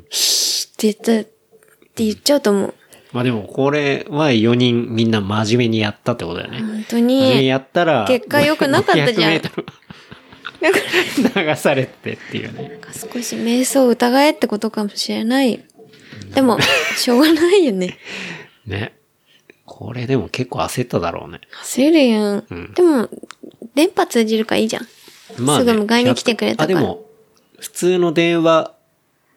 Speaker 3: ヒーって言った、って言っちゃうと思う。
Speaker 2: まあでも、これは4人みんな真面目にやったってことだよね。
Speaker 3: 本当
Speaker 2: 真面目に
Speaker 3: に。
Speaker 2: やったら、
Speaker 3: 結果良くなかったじゃん
Speaker 2: 500 500
Speaker 3: だか
Speaker 2: メートル流されてっていうね。
Speaker 3: ら少し瞑想を疑えってことかもしれない。でも、しょうがないよね。
Speaker 2: ね。これでも結構焦っただろうね。
Speaker 3: 焦るやん。
Speaker 2: ん
Speaker 3: でも、電波通じるからいいじゃん。
Speaker 2: まあ、ね、
Speaker 3: すぐ迎えに来てくれたから
Speaker 2: あ、でも、普通の電話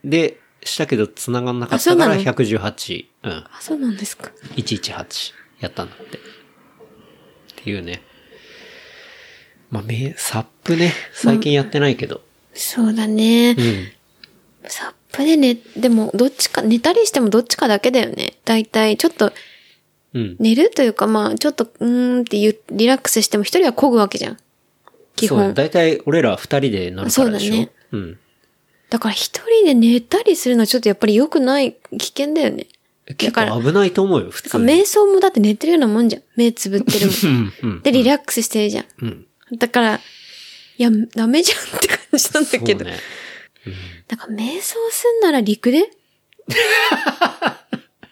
Speaker 2: でしたけど繋がんなかっ
Speaker 3: あそ
Speaker 2: た
Speaker 3: う
Speaker 2: か
Speaker 3: な
Speaker 2: ら
Speaker 3: の
Speaker 2: 118、うん、
Speaker 3: あ、そうなんですか。
Speaker 2: 118やったんだって。っていうね。まあ、め、サップね。最近やってないけど。
Speaker 3: そうだね。
Speaker 2: うん。
Speaker 3: サップでね、でも、どっちか、寝たりしてもどっちかだけだよね。だいたい、ちょっと、
Speaker 2: うん。
Speaker 3: 寝るというか、まあ、ちょっと、うーんってゆリラックスしても一人は漕ぐわけじゃん。基
Speaker 2: そう、
Speaker 3: 本。
Speaker 2: だいたい俺ら二人で乗るからでしょ。
Speaker 3: そうだね
Speaker 2: うん。
Speaker 3: だから一人で寝たりするのはちょっとやっぱり良くない、危険だよね。だ
Speaker 2: 結
Speaker 3: から、
Speaker 2: 構危ないと思うよ、普
Speaker 3: だ
Speaker 2: 通
Speaker 3: から
Speaker 2: に。
Speaker 3: 瞑想もだって寝てるようなもんじゃん。目つぶってる
Speaker 2: う
Speaker 3: も
Speaker 2: ん、うん
Speaker 3: ん。。で、リラックスしてるじゃん。
Speaker 2: うん。
Speaker 3: だから、いや、ダメじゃんって感じなんだけど。
Speaker 2: そうね
Speaker 3: だから瞑想すんなら陸で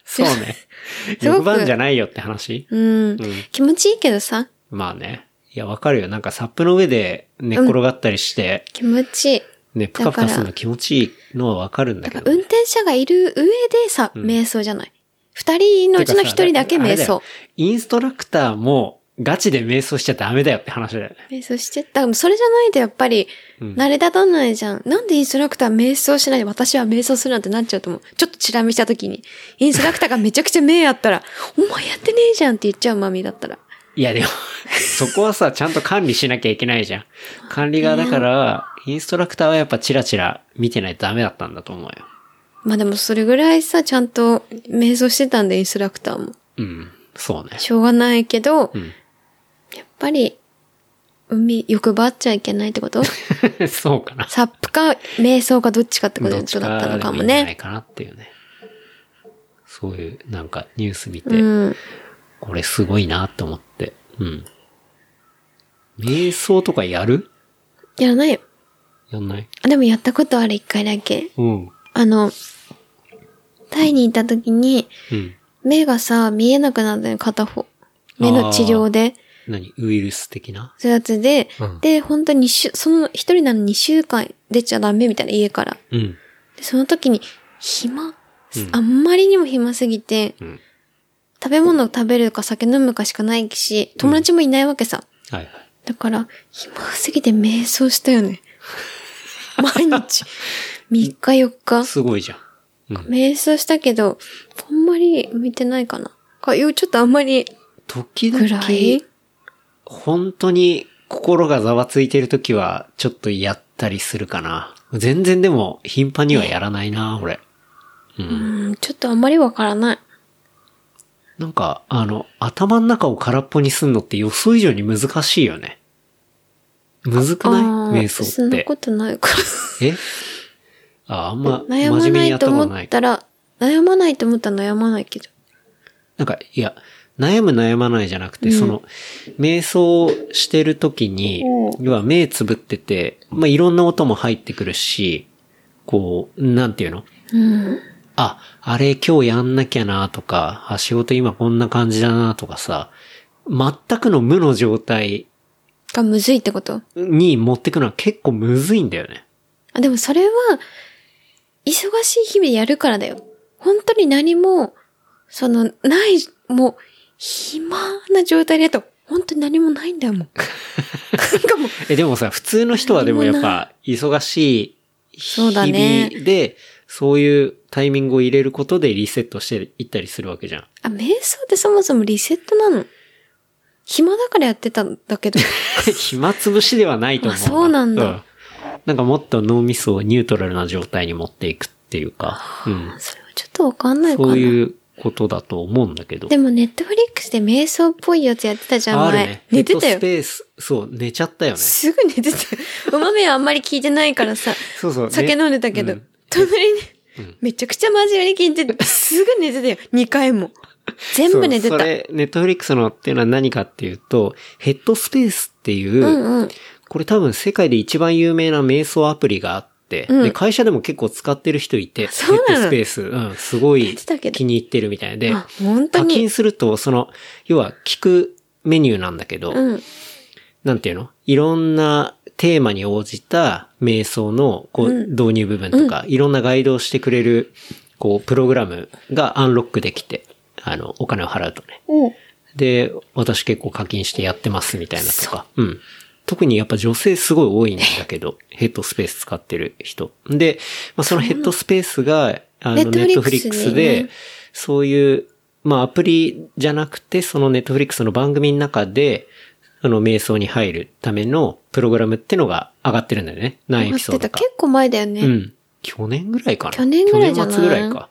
Speaker 2: そうね。
Speaker 3: すごく
Speaker 2: 欲張んじゃないよって話
Speaker 3: うん。気持ちいいけどさ、
Speaker 2: まあね。いや、わかるよ。なんかサップの上で寝っ転がったりして、
Speaker 3: 気持ちいい。
Speaker 2: ね、ぷかぷかするの気持ちいいのはわかるんだけど。
Speaker 3: 運転者がいる上でさ、瞑想じゃない。二人のうちの一人だけ瞑
Speaker 2: てかさあれ。だ
Speaker 3: 想
Speaker 2: よインストラクターもガチで瞑想しちゃダメだよって話だよね。
Speaker 3: 瞑想してった。だからそれじゃないとやっぱり、慣れ立たないじゃん。なんでインストラクター瞑想しないで私は瞑想するなんてなっちゃうと思う。ちょっとチラ見した時に。インストラクターがめちゃくちゃ目あったら、 お前やってねえじゃんって言っちゃうマミだったら。
Speaker 2: いや、で も、そこはさ、ちゃんと管理しなきゃいけないじゃん。管理側だから、インストラクターはやっぱチラチラ見てないとダメだったんだと思うよ。
Speaker 3: まあでもそれぐらいさ、ちゃんと瞑想してたんで、インストラクターも。
Speaker 2: うん。そうね。
Speaker 3: しょうがないけど、
Speaker 2: ん
Speaker 3: やっぱり、海、欲張っちゃいけないってこと
Speaker 2: そうかな。
Speaker 3: サップか瞑想かどっちかってこと
Speaker 2: ど
Speaker 3: だ
Speaker 2: っちか
Speaker 3: ったのか
Speaker 2: で
Speaker 3: も
Speaker 2: いいんじゃない
Speaker 3: ね。
Speaker 2: かなっていうね。そういう、なんかニュース見て、
Speaker 3: うん。
Speaker 2: これすごいなと思って。うん。瞑想とかやる
Speaker 3: やらないよ。
Speaker 2: やんない
Speaker 3: あでもやったことある一回だけ。
Speaker 2: うん。
Speaker 3: あの、タイにいた時に、
Speaker 2: うん。
Speaker 3: 目がさ、見えなくなったのよ、片方。目の治療で。
Speaker 2: 何ウイルス的な
Speaker 3: そういうやつで、
Speaker 2: うん
Speaker 3: で、本当に2週、その一人なの2週間出ちゃダメみたいな家から。
Speaker 2: うん。
Speaker 3: で、その時に、暇、
Speaker 2: うん
Speaker 3: あんまりにも暇すぎて、
Speaker 2: うん。
Speaker 3: 食べ物を食べるか酒飲むかしかないし、友達もいないわけさ。
Speaker 2: はいはい。
Speaker 3: だから、暇すぎて瞑想した よね。毎日。3日4日。
Speaker 2: すごいじゃん。うん。
Speaker 3: 瞑想したけど、あんまり向いてないかな。かよちょっとあんまり、
Speaker 2: 時
Speaker 3: ぐらい
Speaker 2: 々、本当に心がざわついてる時は、ちょっとやったりするかな。全然でも、頻繁にはやらないな、俺。
Speaker 3: うん、ちょっとあんまりわからない。
Speaker 2: なんか、あの、頭の中を空っぽにすんのって予想以上に難しいよね。むずくない
Speaker 3: ー
Speaker 2: 瞑
Speaker 3: そ
Speaker 2: 想っ
Speaker 3: んな
Speaker 2: て
Speaker 3: こ。とないから。
Speaker 2: えあ、あんま、真面
Speaker 3: 悩まな
Speaker 2: 目に
Speaker 3: い
Speaker 2: やっ
Speaker 3: と
Speaker 2: たこ
Speaker 3: 思
Speaker 2: とな
Speaker 3: っ
Speaker 2: い。
Speaker 3: たら、悩まないと思ったら悩まないけど。
Speaker 2: なんか、いや、悩む悩まないじゃなくて、その、瞑想してる時に、要は目つぶってて、まあ、いろんな音も入ってくるし、こう、なんていうの
Speaker 3: うん。
Speaker 2: あ、あれ今日やんなきゃなとか、あ、仕事今こんな感じだなとかさ、全くの無の状態
Speaker 3: がむずいってこと
Speaker 2: に持ってくのは結構むずいんだよね。
Speaker 3: あ、でもそれは、忙しい日々やるからだよ。本当に何も、その、ない、もう、暇な状態でやると、本当に何もないんだよ、もう。なん かもう、
Speaker 2: え、でもさ、普通の人はでもやっぱ、忙しい日
Speaker 3: そうだ
Speaker 2: 々
Speaker 3: ね
Speaker 2: で、そういうタイミングを入れることでリセットしていったりするわけじゃん。
Speaker 3: あ、瞑想ってそもそもリセットなの。暇だからやってたん だけど。
Speaker 2: 暇つぶしではないと思う。
Speaker 3: あそうなんだ
Speaker 2: うんなんかもっと脳みそをニュートラルな状態に持っていくっていうか、うん。
Speaker 3: それはちょっとわかんないかな。
Speaker 2: そういうことだと思うんだけど。
Speaker 3: でも、ネットフリックスで瞑想っぽいやつやってたじゃ
Speaker 2: あ
Speaker 3: ん、
Speaker 2: る
Speaker 3: 前。
Speaker 2: ね。
Speaker 3: 寝てた
Speaker 2: ヘッド
Speaker 3: よ
Speaker 2: ス。ペース、そう、寝ちゃったよね。
Speaker 3: すぐ寝てた。お 豆はあんまり聞いてないからさ。
Speaker 2: そうそうね
Speaker 3: 酒飲んでたけど。
Speaker 2: うん
Speaker 3: 隣に、めちゃくちゃ真面目に聞いてて、すぐ寝てたよ。2回も。全部寝て
Speaker 2: そう
Speaker 3: た。
Speaker 2: そうれ、ネットフリックスのっていうのは何かっていうと、ヘッドスペースっていう、
Speaker 3: んうん。
Speaker 2: これ多分世界で一番有名な瞑想アプリがあって、
Speaker 3: うん
Speaker 2: で会社でも結構使ってる人いて、ヘ
Speaker 3: そう
Speaker 2: ッド
Speaker 3: なの
Speaker 2: スペース、うん、すごい
Speaker 3: てたけど
Speaker 2: 気に入ってるみたいで、
Speaker 3: あ本当
Speaker 2: 課
Speaker 3: に
Speaker 2: 金すると、その、要は聞くメニューなんだけど、
Speaker 3: うん。
Speaker 2: なんていうのいろんなテーマに応じた瞑想のこう導入部分とか、いろんなガイドをしてくれる、こう、プログラムがアンロックできて、あの、お金を払うとね。で、私結構課金してやってますみたいなとか。うん。特にやっぱ女性すごい多いんだけど、ヘッドスペース使ってる人。で、まあ、そのヘッドスペースが、あの、ネットフリック
Speaker 3: Netflix
Speaker 2: ス
Speaker 3: にね
Speaker 2: で、そういう、まあ、アプリじゃなくて、そのネットフリックスの番組の中で、その瞑想に入るためのプログラムってのが上がってるんだよね。何エピソー
Speaker 3: 待って
Speaker 2: ド
Speaker 3: た。
Speaker 2: か。
Speaker 3: 結構前だよ
Speaker 2: う
Speaker 3: ね。
Speaker 2: ん。去年ぐらいかな。
Speaker 3: 去年ぐらいじゃない
Speaker 2: 去年末ぐらいか。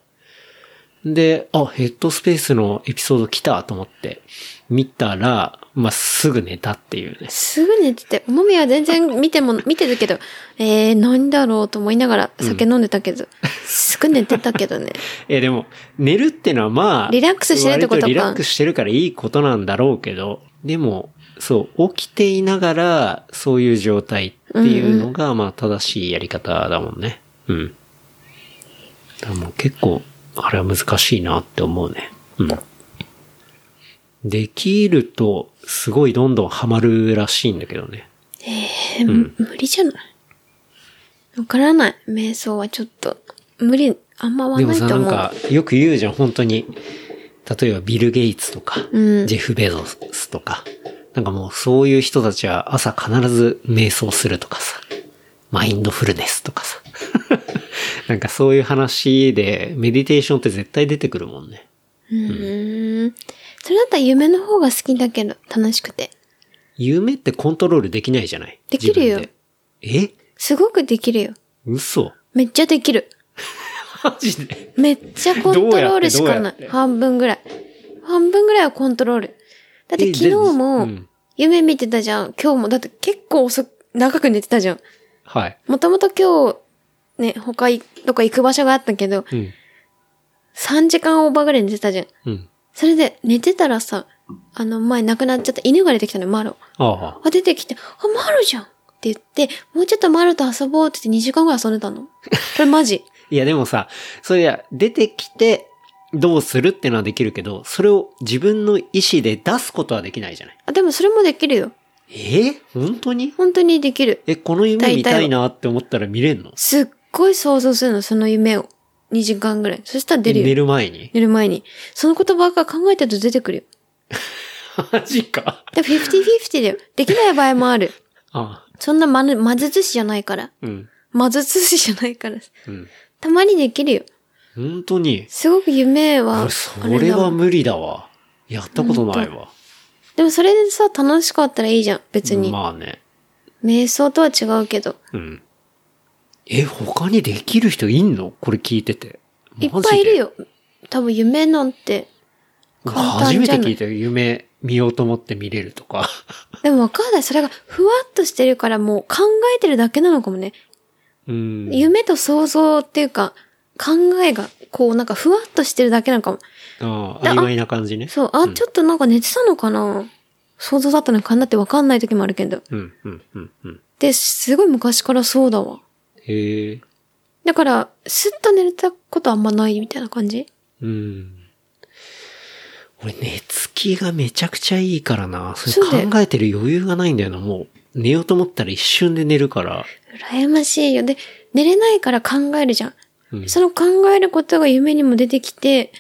Speaker 2: で、あ、ヘッドスペースのエピソード来たと思って、見たら、まあ、すぐ寝たっていうね。
Speaker 3: すぐ寝てて、お豆は全然見ても、 見てるけど、えー、何だろうと思いながら酒飲んでたけど、すぐ寝てたけどね。
Speaker 2: え、でも、寝るってのはまあ、
Speaker 3: リラックスしてるってことか
Speaker 2: 割リラックスしてるからいいことなんだろうけど、でも、そう、起きていながら、そういう状態っていうのが、まあ、正しいやり方だもんね。うん。だからもう結構、あれは難しいなって思うね。うん。できると、すごいどんどんハマるらしいんだけどね。
Speaker 3: えー無理じゃないわからない。瞑想はちょっと、無理、あんま合わ
Speaker 2: でも
Speaker 3: ない
Speaker 2: さ、
Speaker 3: と
Speaker 2: なん
Speaker 3: 思う。
Speaker 2: か、よく言うじゃん、本当に。例えば、ビル・ゲイツとか、
Speaker 3: うん
Speaker 2: ジェフ・ベゾスとか。なんかもう、そういう人たちは朝必ず瞑想するとかさ。マインドフルネスとかさ。 なんかそういう話で、メディテーションって絶対出てくるもんね。
Speaker 3: うーん。それだったら夢の方が好きだけど、楽しくて。
Speaker 2: 夢ってコントロールできないじゃない
Speaker 3: できるよ
Speaker 2: 自分でえ
Speaker 3: すごくできるよ。
Speaker 2: 嘘
Speaker 3: めっちゃできる。
Speaker 2: マジで
Speaker 3: めっちゃコントロールしか
Speaker 2: どうや
Speaker 3: な
Speaker 2: ってどうやって
Speaker 3: い。半分ぐらい。半分ぐらいはコントロール。だって
Speaker 2: え
Speaker 3: 昨日
Speaker 2: う
Speaker 3: も
Speaker 2: ん、
Speaker 3: 夢見てたじゃん。今日も。だって結構遅く、長く寝てたじゃん。
Speaker 2: はい。
Speaker 3: もともと今日、ね、他い、どっか行く場所があったけど、
Speaker 2: うん。
Speaker 3: 3時間オーバーぐらい寝てたじゃん。
Speaker 2: うん。
Speaker 3: それで寝てたらさ、あの前亡くなっちゃった犬が出てきたのよ、マロ。
Speaker 2: ああ。
Speaker 3: あ、出てきて、あ、マロじゃんって言って、もうちょっとマロと遊ぼうって言って2時間ぐらい遊んでたの。これマジ。
Speaker 2: いや、でもさ、そりゃ、出てきて、どうするってのはできるけど、それを自分の意思で出すことはできないじゃない。
Speaker 3: あ、でもそれもできるよ。
Speaker 2: えー本当に
Speaker 3: 本当にできる。
Speaker 2: え、この夢見たいなって思ったら見れんの
Speaker 3: すっごい想像するの、その夢を。2時間ぐらい。そしたら出るよ。
Speaker 2: 寝る前に
Speaker 3: 寝る前に。そのことばっか考えてると出てくるよ。
Speaker 2: マジか。
Speaker 3: でも50-50だよ。できない場合もある。
Speaker 2: ああ
Speaker 3: そんなまぬ、魔術師じゃないから。
Speaker 2: うん。
Speaker 3: 魔術師じゃないから。
Speaker 2: うん。
Speaker 3: たまにできるよ。
Speaker 2: 本当に。
Speaker 3: すごく夢は、
Speaker 2: 俺、それ
Speaker 3: あだ
Speaker 2: は
Speaker 3: わ
Speaker 2: 無理だわ。やったことないわ。
Speaker 3: でもそれでさ、楽しかったらいいじゃん。別に。
Speaker 2: まあね。
Speaker 3: 瞑想とは違うけど。
Speaker 2: うん。え、他にできる人いんのこれ聞いてて。
Speaker 3: いっ
Speaker 2: マジ
Speaker 3: ぱ
Speaker 2: で
Speaker 3: いいる。よ。多分夢なんて。簡
Speaker 2: 初
Speaker 3: 単
Speaker 2: め
Speaker 3: じ
Speaker 2: て
Speaker 3: ゃな
Speaker 2: 聞
Speaker 3: い
Speaker 2: いたよ。夢見ようと思って見れるとか。
Speaker 3: でもわかんない。それがふわっとしてるからもう考えてるだけなのかもね。
Speaker 2: うん。
Speaker 3: 夢と想像っていうか、考えがこうなんかふわっとしてるだけなのかも。
Speaker 2: ああ
Speaker 3: だ
Speaker 2: 曖昧な感じね。
Speaker 3: そう、あ、ちょっとなんか寝てたのかな想像だったのかなってわかんない時もあるけど。
Speaker 2: うん、うん、うん、うん。
Speaker 3: で、すごい昔からそうだわ。
Speaker 2: へえ。
Speaker 3: だから、スッと寝れたことあんまないみたいな感じ
Speaker 2: うん。俺、寝つきがめちゃくちゃいいからな。そ
Speaker 3: そうだ
Speaker 2: れ
Speaker 3: よ
Speaker 2: 考えてる余裕がないんだよな、もう。寝ようと思ったら一瞬で寝るから。
Speaker 3: 羨ましいよ。で、寝れないから考えるじゃん。
Speaker 2: うん
Speaker 3: その考えることが夢にも出てきて、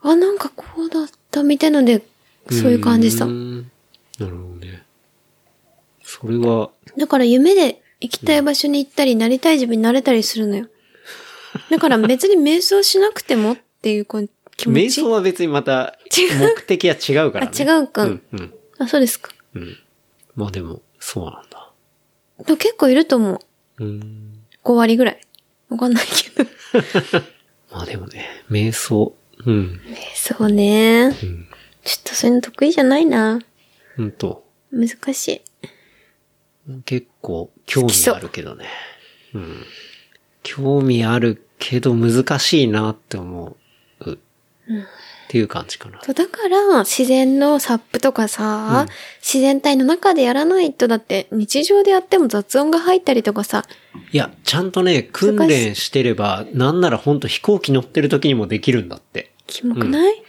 Speaker 3: あ、なんかこうだったみたいので、そういう感じさ
Speaker 2: う。んなるほどね。それは、
Speaker 3: だから夢で行きたい場所に行ったり、なりたい自分になれたりする のよ。だから別に瞑想しなくてもっていうこう気持
Speaker 2: 瞑
Speaker 3: ち。
Speaker 2: 想は別にまた、目的は違うからね。
Speaker 3: あ違うか
Speaker 2: うん、うん、
Speaker 3: あ、そうですか。
Speaker 2: うん。まあでも、そうなんだ。
Speaker 3: でも結構いると思う。
Speaker 2: うん。
Speaker 3: 5割ぐらい。わかんない けど。
Speaker 2: まあでもね、瞑想。うん。
Speaker 3: 瞑想ね。
Speaker 2: うん。
Speaker 3: ちょっとそういうの得意じゃないな。
Speaker 2: ほんと。
Speaker 3: 難しい。
Speaker 2: 結構、興味あるけどね。うん。興味あるけど、難しいなって思う。っていう感じかな。
Speaker 3: そうだから、自然のサップとかさ、
Speaker 2: うん
Speaker 3: 自然体の中でやらないと、だって日常でやっても雑音が入ったりとかさ、
Speaker 2: いや、ちゃんとね、訓練してれば、なんならほんと飛行機乗ってる時にもできるんだって。
Speaker 3: キモくない、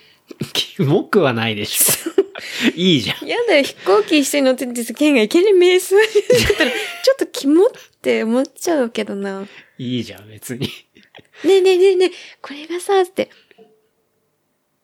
Speaker 2: キモくはないでしょ。いいじゃん。
Speaker 3: やだよ、飛行機一緒に乗っててさ、剣がいきなり瞑想してたら、ちょっとキモって思っちゃうけどな。ね
Speaker 2: いいじゃん、別に。い
Speaker 3: えねえねえねえ、これがさ、って、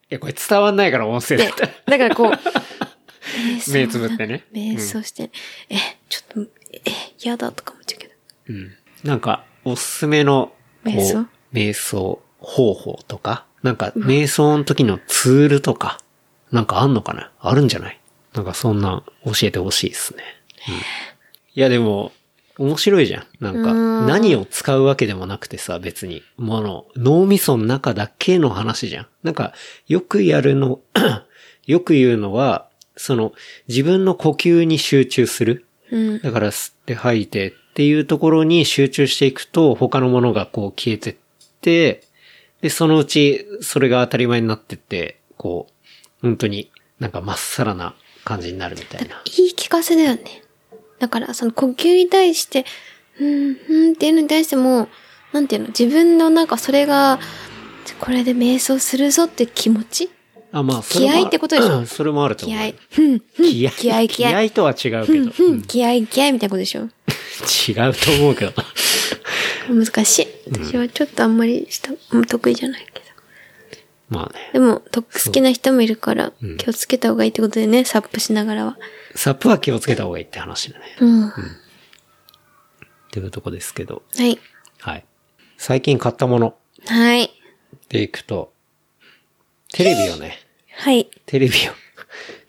Speaker 2: や、これ伝わんないから音声だ
Speaker 3: で
Speaker 2: った。、
Speaker 3: だからこう、瞑想
Speaker 2: 目つぶってね。
Speaker 3: 瞑想して、え、ちょっと、え、やだとか思っちゃうけど。
Speaker 2: うん。なんか、おすすめの、こう
Speaker 3: 瞑想
Speaker 2: 瞑想方法とか、なんか、瞑想の時のツールとか、なんかあんのかなあるんじゃないなんかそんなん教えてほしいですね。うんいや、でも、面白いじゃん。なんか、
Speaker 3: うん
Speaker 2: 何を使うわけでもなくてさ、別に。もの、脳みその中だけの話じゃん。なんか、よくやるの、 よく言うのは、その、自分の呼吸に集中する。
Speaker 3: うん。
Speaker 2: だから吸って吐いてっていうところに集中していくと他のものがこう消えてって、で、そのうちそれが当たり前になってって、こう、本当になんかまっさらな感じになるみたいな。
Speaker 3: 言い聞かせだよね。だから、その呼吸に対して、うん、うんっていうのに対しても、なんていうの、自分のなんかそれが、これで瞑想するぞって気持ち
Speaker 2: あ、まあ、それもある
Speaker 3: 気合ってことでしょ
Speaker 2: うんそれもあると
Speaker 3: 気
Speaker 2: 思う。
Speaker 3: 合。
Speaker 2: 気合。
Speaker 3: 気合気合
Speaker 2: 気合とは違う
Speaker 3: うん、
Speaker 2: けど。
Speaker 3: うん、気合気合みたいなことでしょ
Speaker 2: 違うと思うけど。
Speaker 3: 難しい。私はちょっとあんまりした、うん得意じゃないけど。
Speaker 2: まあね。
Speaker 3: でも、と好きな人もいるから、気をつけた方がいいってことでね、サップしながらは。
Speaker 2: サップは気をつけた方がいいって話だね。
Speaker 3: うん。は
Speaker 2: っていうとこですけど。
Speaker 3: い。
Speaker 2: はい。最近買ったもの
Speaker 3: はい。
Speaker 2: でいくと、テレビをね。
Speaker 3: はい。
Speaker 2: テレビを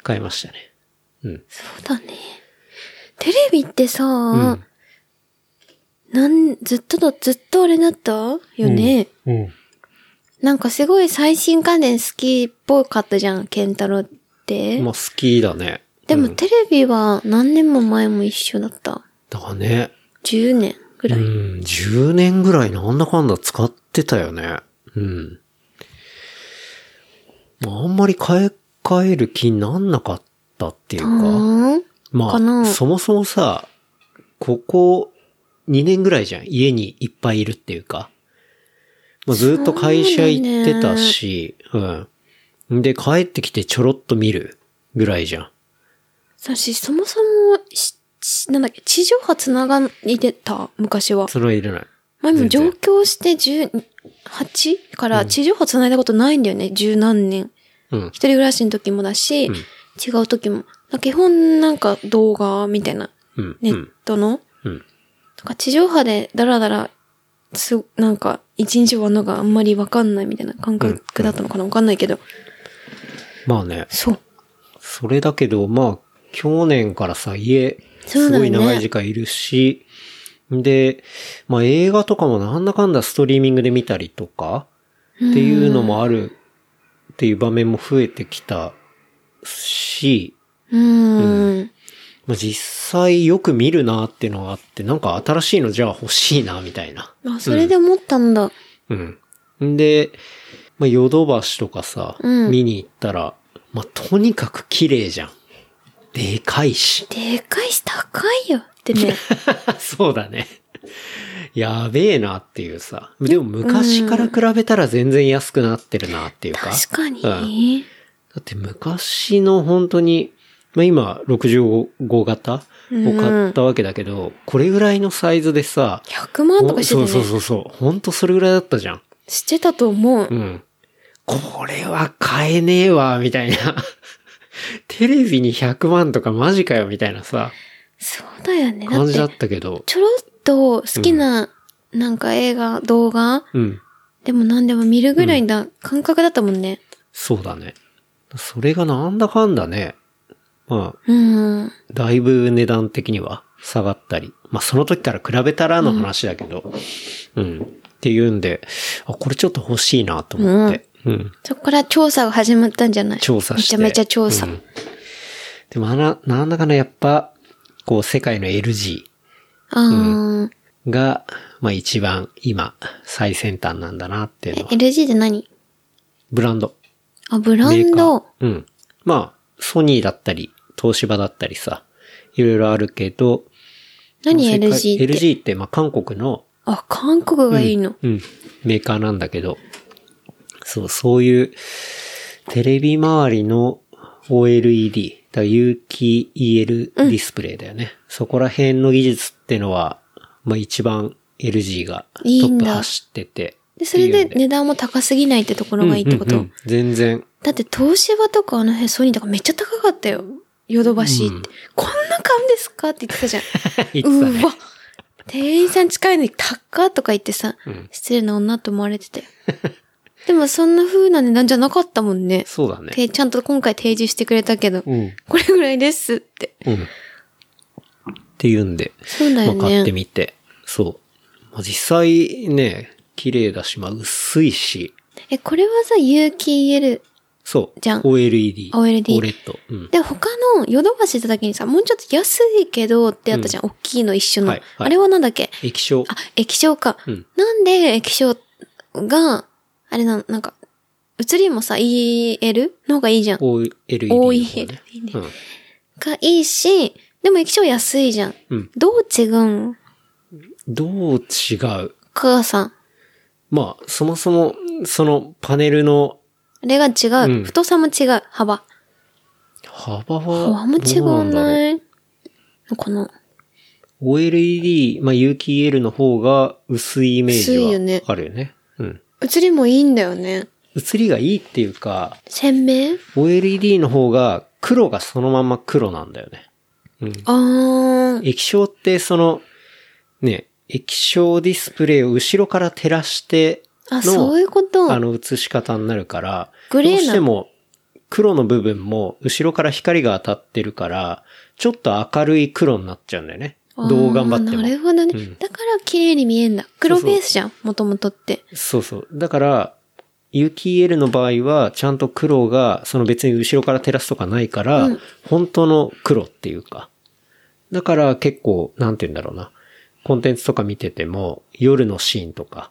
Speaker 2: 買いましたね。うん。
Speaker 3: そうだね。テレビってさ、
Speaker 2: ん
Speaker 3: なん、ずっとだ、ずっとあれだったよね。
Speaker 2: うん。
Speaker 3: なんかすごい最新家電好きっぽかったじゃん、ケンタロウって。
Speaker 2: まあ好きだね。
Speaker 3: でも
Speaker 2: うん
Speaker 3: テレビは何年も前も一緒だった。
Speaker 2: だからね。
Speaker 3: 10年
Speaker 2: う
Speaker 3: ぐらい。
Speaker 2: ん。10年ぐらいなんだかんだ使ってたよね。うん。まああんまり買い替える気になんなかったっていうか。
Speaker 3: うん。
Speaker 2: ま
Speaker 3: か
Speaker 2: あ、
Speaker 3: な
Speaker 2: そもそもさ、ここ2年ぐらいじゃん。家にいっぱいいるっていうか。まあ、ずっと会社行ってたし、うん。で、帰ってきてちょろっと見るぐらいじゃん。
Speaker 3: 私、そもそもし、しなんだっけ、地上波繋がりでた、昔は。
Speaker 2: それはいらない。
Speaker 3: 前も
Speaker 2: 全然
Speaker 3: 上京して18から地上波繋いだことないんだよね、十何年。
Speaker 2: うん
Speaker 3: 一。人暮らしの時もだし、違う時も。基本なんか動画みたいな、
Speaker 2: うん。
Speaker 3: ネ
Speaker 2: う
Speaker 3: ッ
Speaker 2: ん。
Speaker 3: トの、
Speaker 2: うん。
Speaker 3: とか地上波でダラダラ、す、なんか、一日終わるのがあんまりわかんないみたいな感覚だったのかなわかんないけど。
Speaker 2: まあね、
Speaker 3: そう。
Speaker 2: それだけど、まあ、去年からさ、家、
Speaker 3: そう
Speaker 2: す
Speaker 3: だよ
Speaker 2: ご
Speaker 3: ね
Speaker 2: い長い時間いるし、で、まあ映画とかもなんだかんだストリーミングで見たりとか、っていうのもあるっていう場面も増えてきたし、
Speaker 3: うーん。
Speaker 2: まあ、実際よく見るなっていうのがあって、なんか新しいのじゃあ欲しいなみたいな。
Speaker 3: あ、それで思ったんだ。
Speaker 2: うん。んで、まあ、ヨドバシとかさ、
Speaker 3: うん
Speaker 2: 見に行ったら、まあ、とにかく綺麗じゃん。でかいし。
Speaker 3: でかいし高いよってね。
Speaker 2: そうだね。やべえなっていうさ。でも昔から比べたら全然安くなってるなっていうか。
Speaker 3: 確かに。
Speaker 2: うんだって昔の本当に、まあ、今65型を買ったわけだけど、これぐらいのサイズでさ、
Speaker 3: 100万とかし
Speaker 2: そ
Speaker 3: てたよ
Speaker 2: う
Speaker 3: ね。
Speaker 2: そうそうそう。ほんとそれぐらいだったじゃん。
Speaker 3: してたと思う
Speaker 2: う。ん。これは買えねえわ、みたいな。 テレビに100万とかマジかよ、みたいなさ、
Speaker 3: そうだよね。だ
Speaker 2: 感じだ
Speaker 3: っ、
Speaker 2: ってたけど。
Speaker 3: ちょろっと好きな、なんか映画、動画、
Speaker 2: うん。
Speaker 3: でも何でも見るぐらいな感覚だったもんね。
Speaker 2: そうだね。それがなんだかんだね。まあ、
Speaker 3: うん。
Speaker 2: だいぶ値段的には下がったり。まあその時から比べたらの話だけど。うん。っていうんで、あ、これちょっと欲しいなと思って。うん。
Speaker 3: そこから調査が始まったんじゃない
Speaker 2: 調査して。
Speaker 3: めちゃめちゃ調査。
Speaker 2: うんでもあな、なんだかんだやっぱ、こう世界の LG
Speaker 3: あー、
Speaker 2: が、まあ一番今最先端なんだなっていうのは。
Speaker 3: え LG って何
Speaker 2: ブランド。
Speaker 3: あ、ブラ
Speaker 2: メ
Speaker 3: ン
Speaker 2: ーカー
Speaker 3: ド。
Speaker 2: うん。まあ、ソニーだったり、東芝だったりさ、いろいろあるけど、
Speaker 3: 何
Speaker 2: 世界
Speaker 3: LG って。
Speaker 2: LG って、まあ韓国の
Speaker 3: あ、韓国がいいの。
Speaker 2: うん。メーカーなんだけど、そう、そういう、テレビ周りの OLED、だから有機 EL ディスプレイだよね。そこら辺の技術ってのは、まあ一番 LG がト
Speaker 3: いいん
Speaker 2: ッ
Speaker 3: だ
Speaker 2: プ走ってて。
Speaker 3: で、それで
Speaker 2: っていうん
Speaker 3: 値段も高すぎないってところがいいってこと。
Speaker 2: うんうんうん全然。
Speaker 3: だって東芝とかあの辺ソニーとかめっちゃ高かったよ。ヨドバシって。こんな買うんですかって言ってたじゃん。
Speaker 2: 言ってたね
Speaker 3: うわ。店員さん近いのに高っとか言ってさ、
Speaker 2: ん
Speaker 3: 失礼な女と思われてたよ。でもそんな風な値段じゃなかったもんね。
Speaker 2: そうだね。
Speaker 3: てちゃんと今回提示してくれたけど、
Speaker 2: うん。
Speaker 3: これぐらいですって。
Speaker 2: うん。っていうんで、
Speaker 3: そうだよね
Speaker 2: まあ買ってみて。そう。まあ実際ね、綺麗だし、まあ薄いし、
Speaker 3: え、これはさ、有機 EL。
Speaker 2: そう。
Speaker 3: じゃん
Speaker 2: OLED。
Speaker 3: OLED
Speaker 2: OLED。うん。
Speaker 3: で、他のヨドバシ行った時にさ、もうちょっと安いけどってあったじゃん。大きいの一緒の。
Speaker 2: はいはい
Speaker 3: あれはなんだっけ
Speaker 2: 液晶。
Speaker 3: あ、液晶か。
Speaker 2: ん
Speaker 3: なんで液晶が、あれな、なんか、映りもさ、EL の方がいいじゃん。
Speaker 2: OLED の方ね。
Speaker 3: OLED いいねがいいし、でも液晶安いじゃん。
Speaker 2: うん
Speaker 3: どう違うん
Speaker 2: うん。どう違う
Speaker 3: 母さん。
Speaker 2: まあ、そもそも、そのパネルの
Speaker 3: あれが違う。
Speaker 2: うん
Speaker 3: 太さも違う。幅。
Speaker 2: 幅は、
Speaker 3: 幅も違
Speaker 2: どう
Speaker 3: わ
Speaker 2: んだろう
Speaker 3: ないこの、
Speaker 2: ?OLED、まあ、有機 EL の方が薄いイメージ
Speaker 3: 薄いよね
Speaker 2: はあるよね。うん。
Speaker 3: 映りもいいんだよね。
Speaker 2: 映りがいいっていうか、
Speaker 3: 鮮明
Speaker 2: OLED の方が黒がそのまま黒なんだよね。うん。
Speaker 3: あー。
Speaker 2: 液晶ってその、ね、液晶ディスプレイを後ろから照らしての、
Speaker 3: あ、そういうこと。
Speaker 2: あの映し方になるから、
Speaker 3: グレーな
Speaker 2: どうしても黒の部分も後ろから光が当たってるから、ちょっと明るい黒になっちゃうんだよね。
Speaker 3: あー
Speaker 2: どう頑張っても
Speaker 3: な。るほどね。
Speaker 2: うん
Speaker 3: だから綺麗に見えんだ。黒ベースじゃん。もともとって。
Speaker 2: そうそう。だから、UKL の場合は、ちゃんと黒が、その別に後ろから照らすとかないから、本当の黒っていうか。だから結構、なんて言うんだろうな。コンテンツとか見てても、夜のシーンとか、
Speaker 3: はい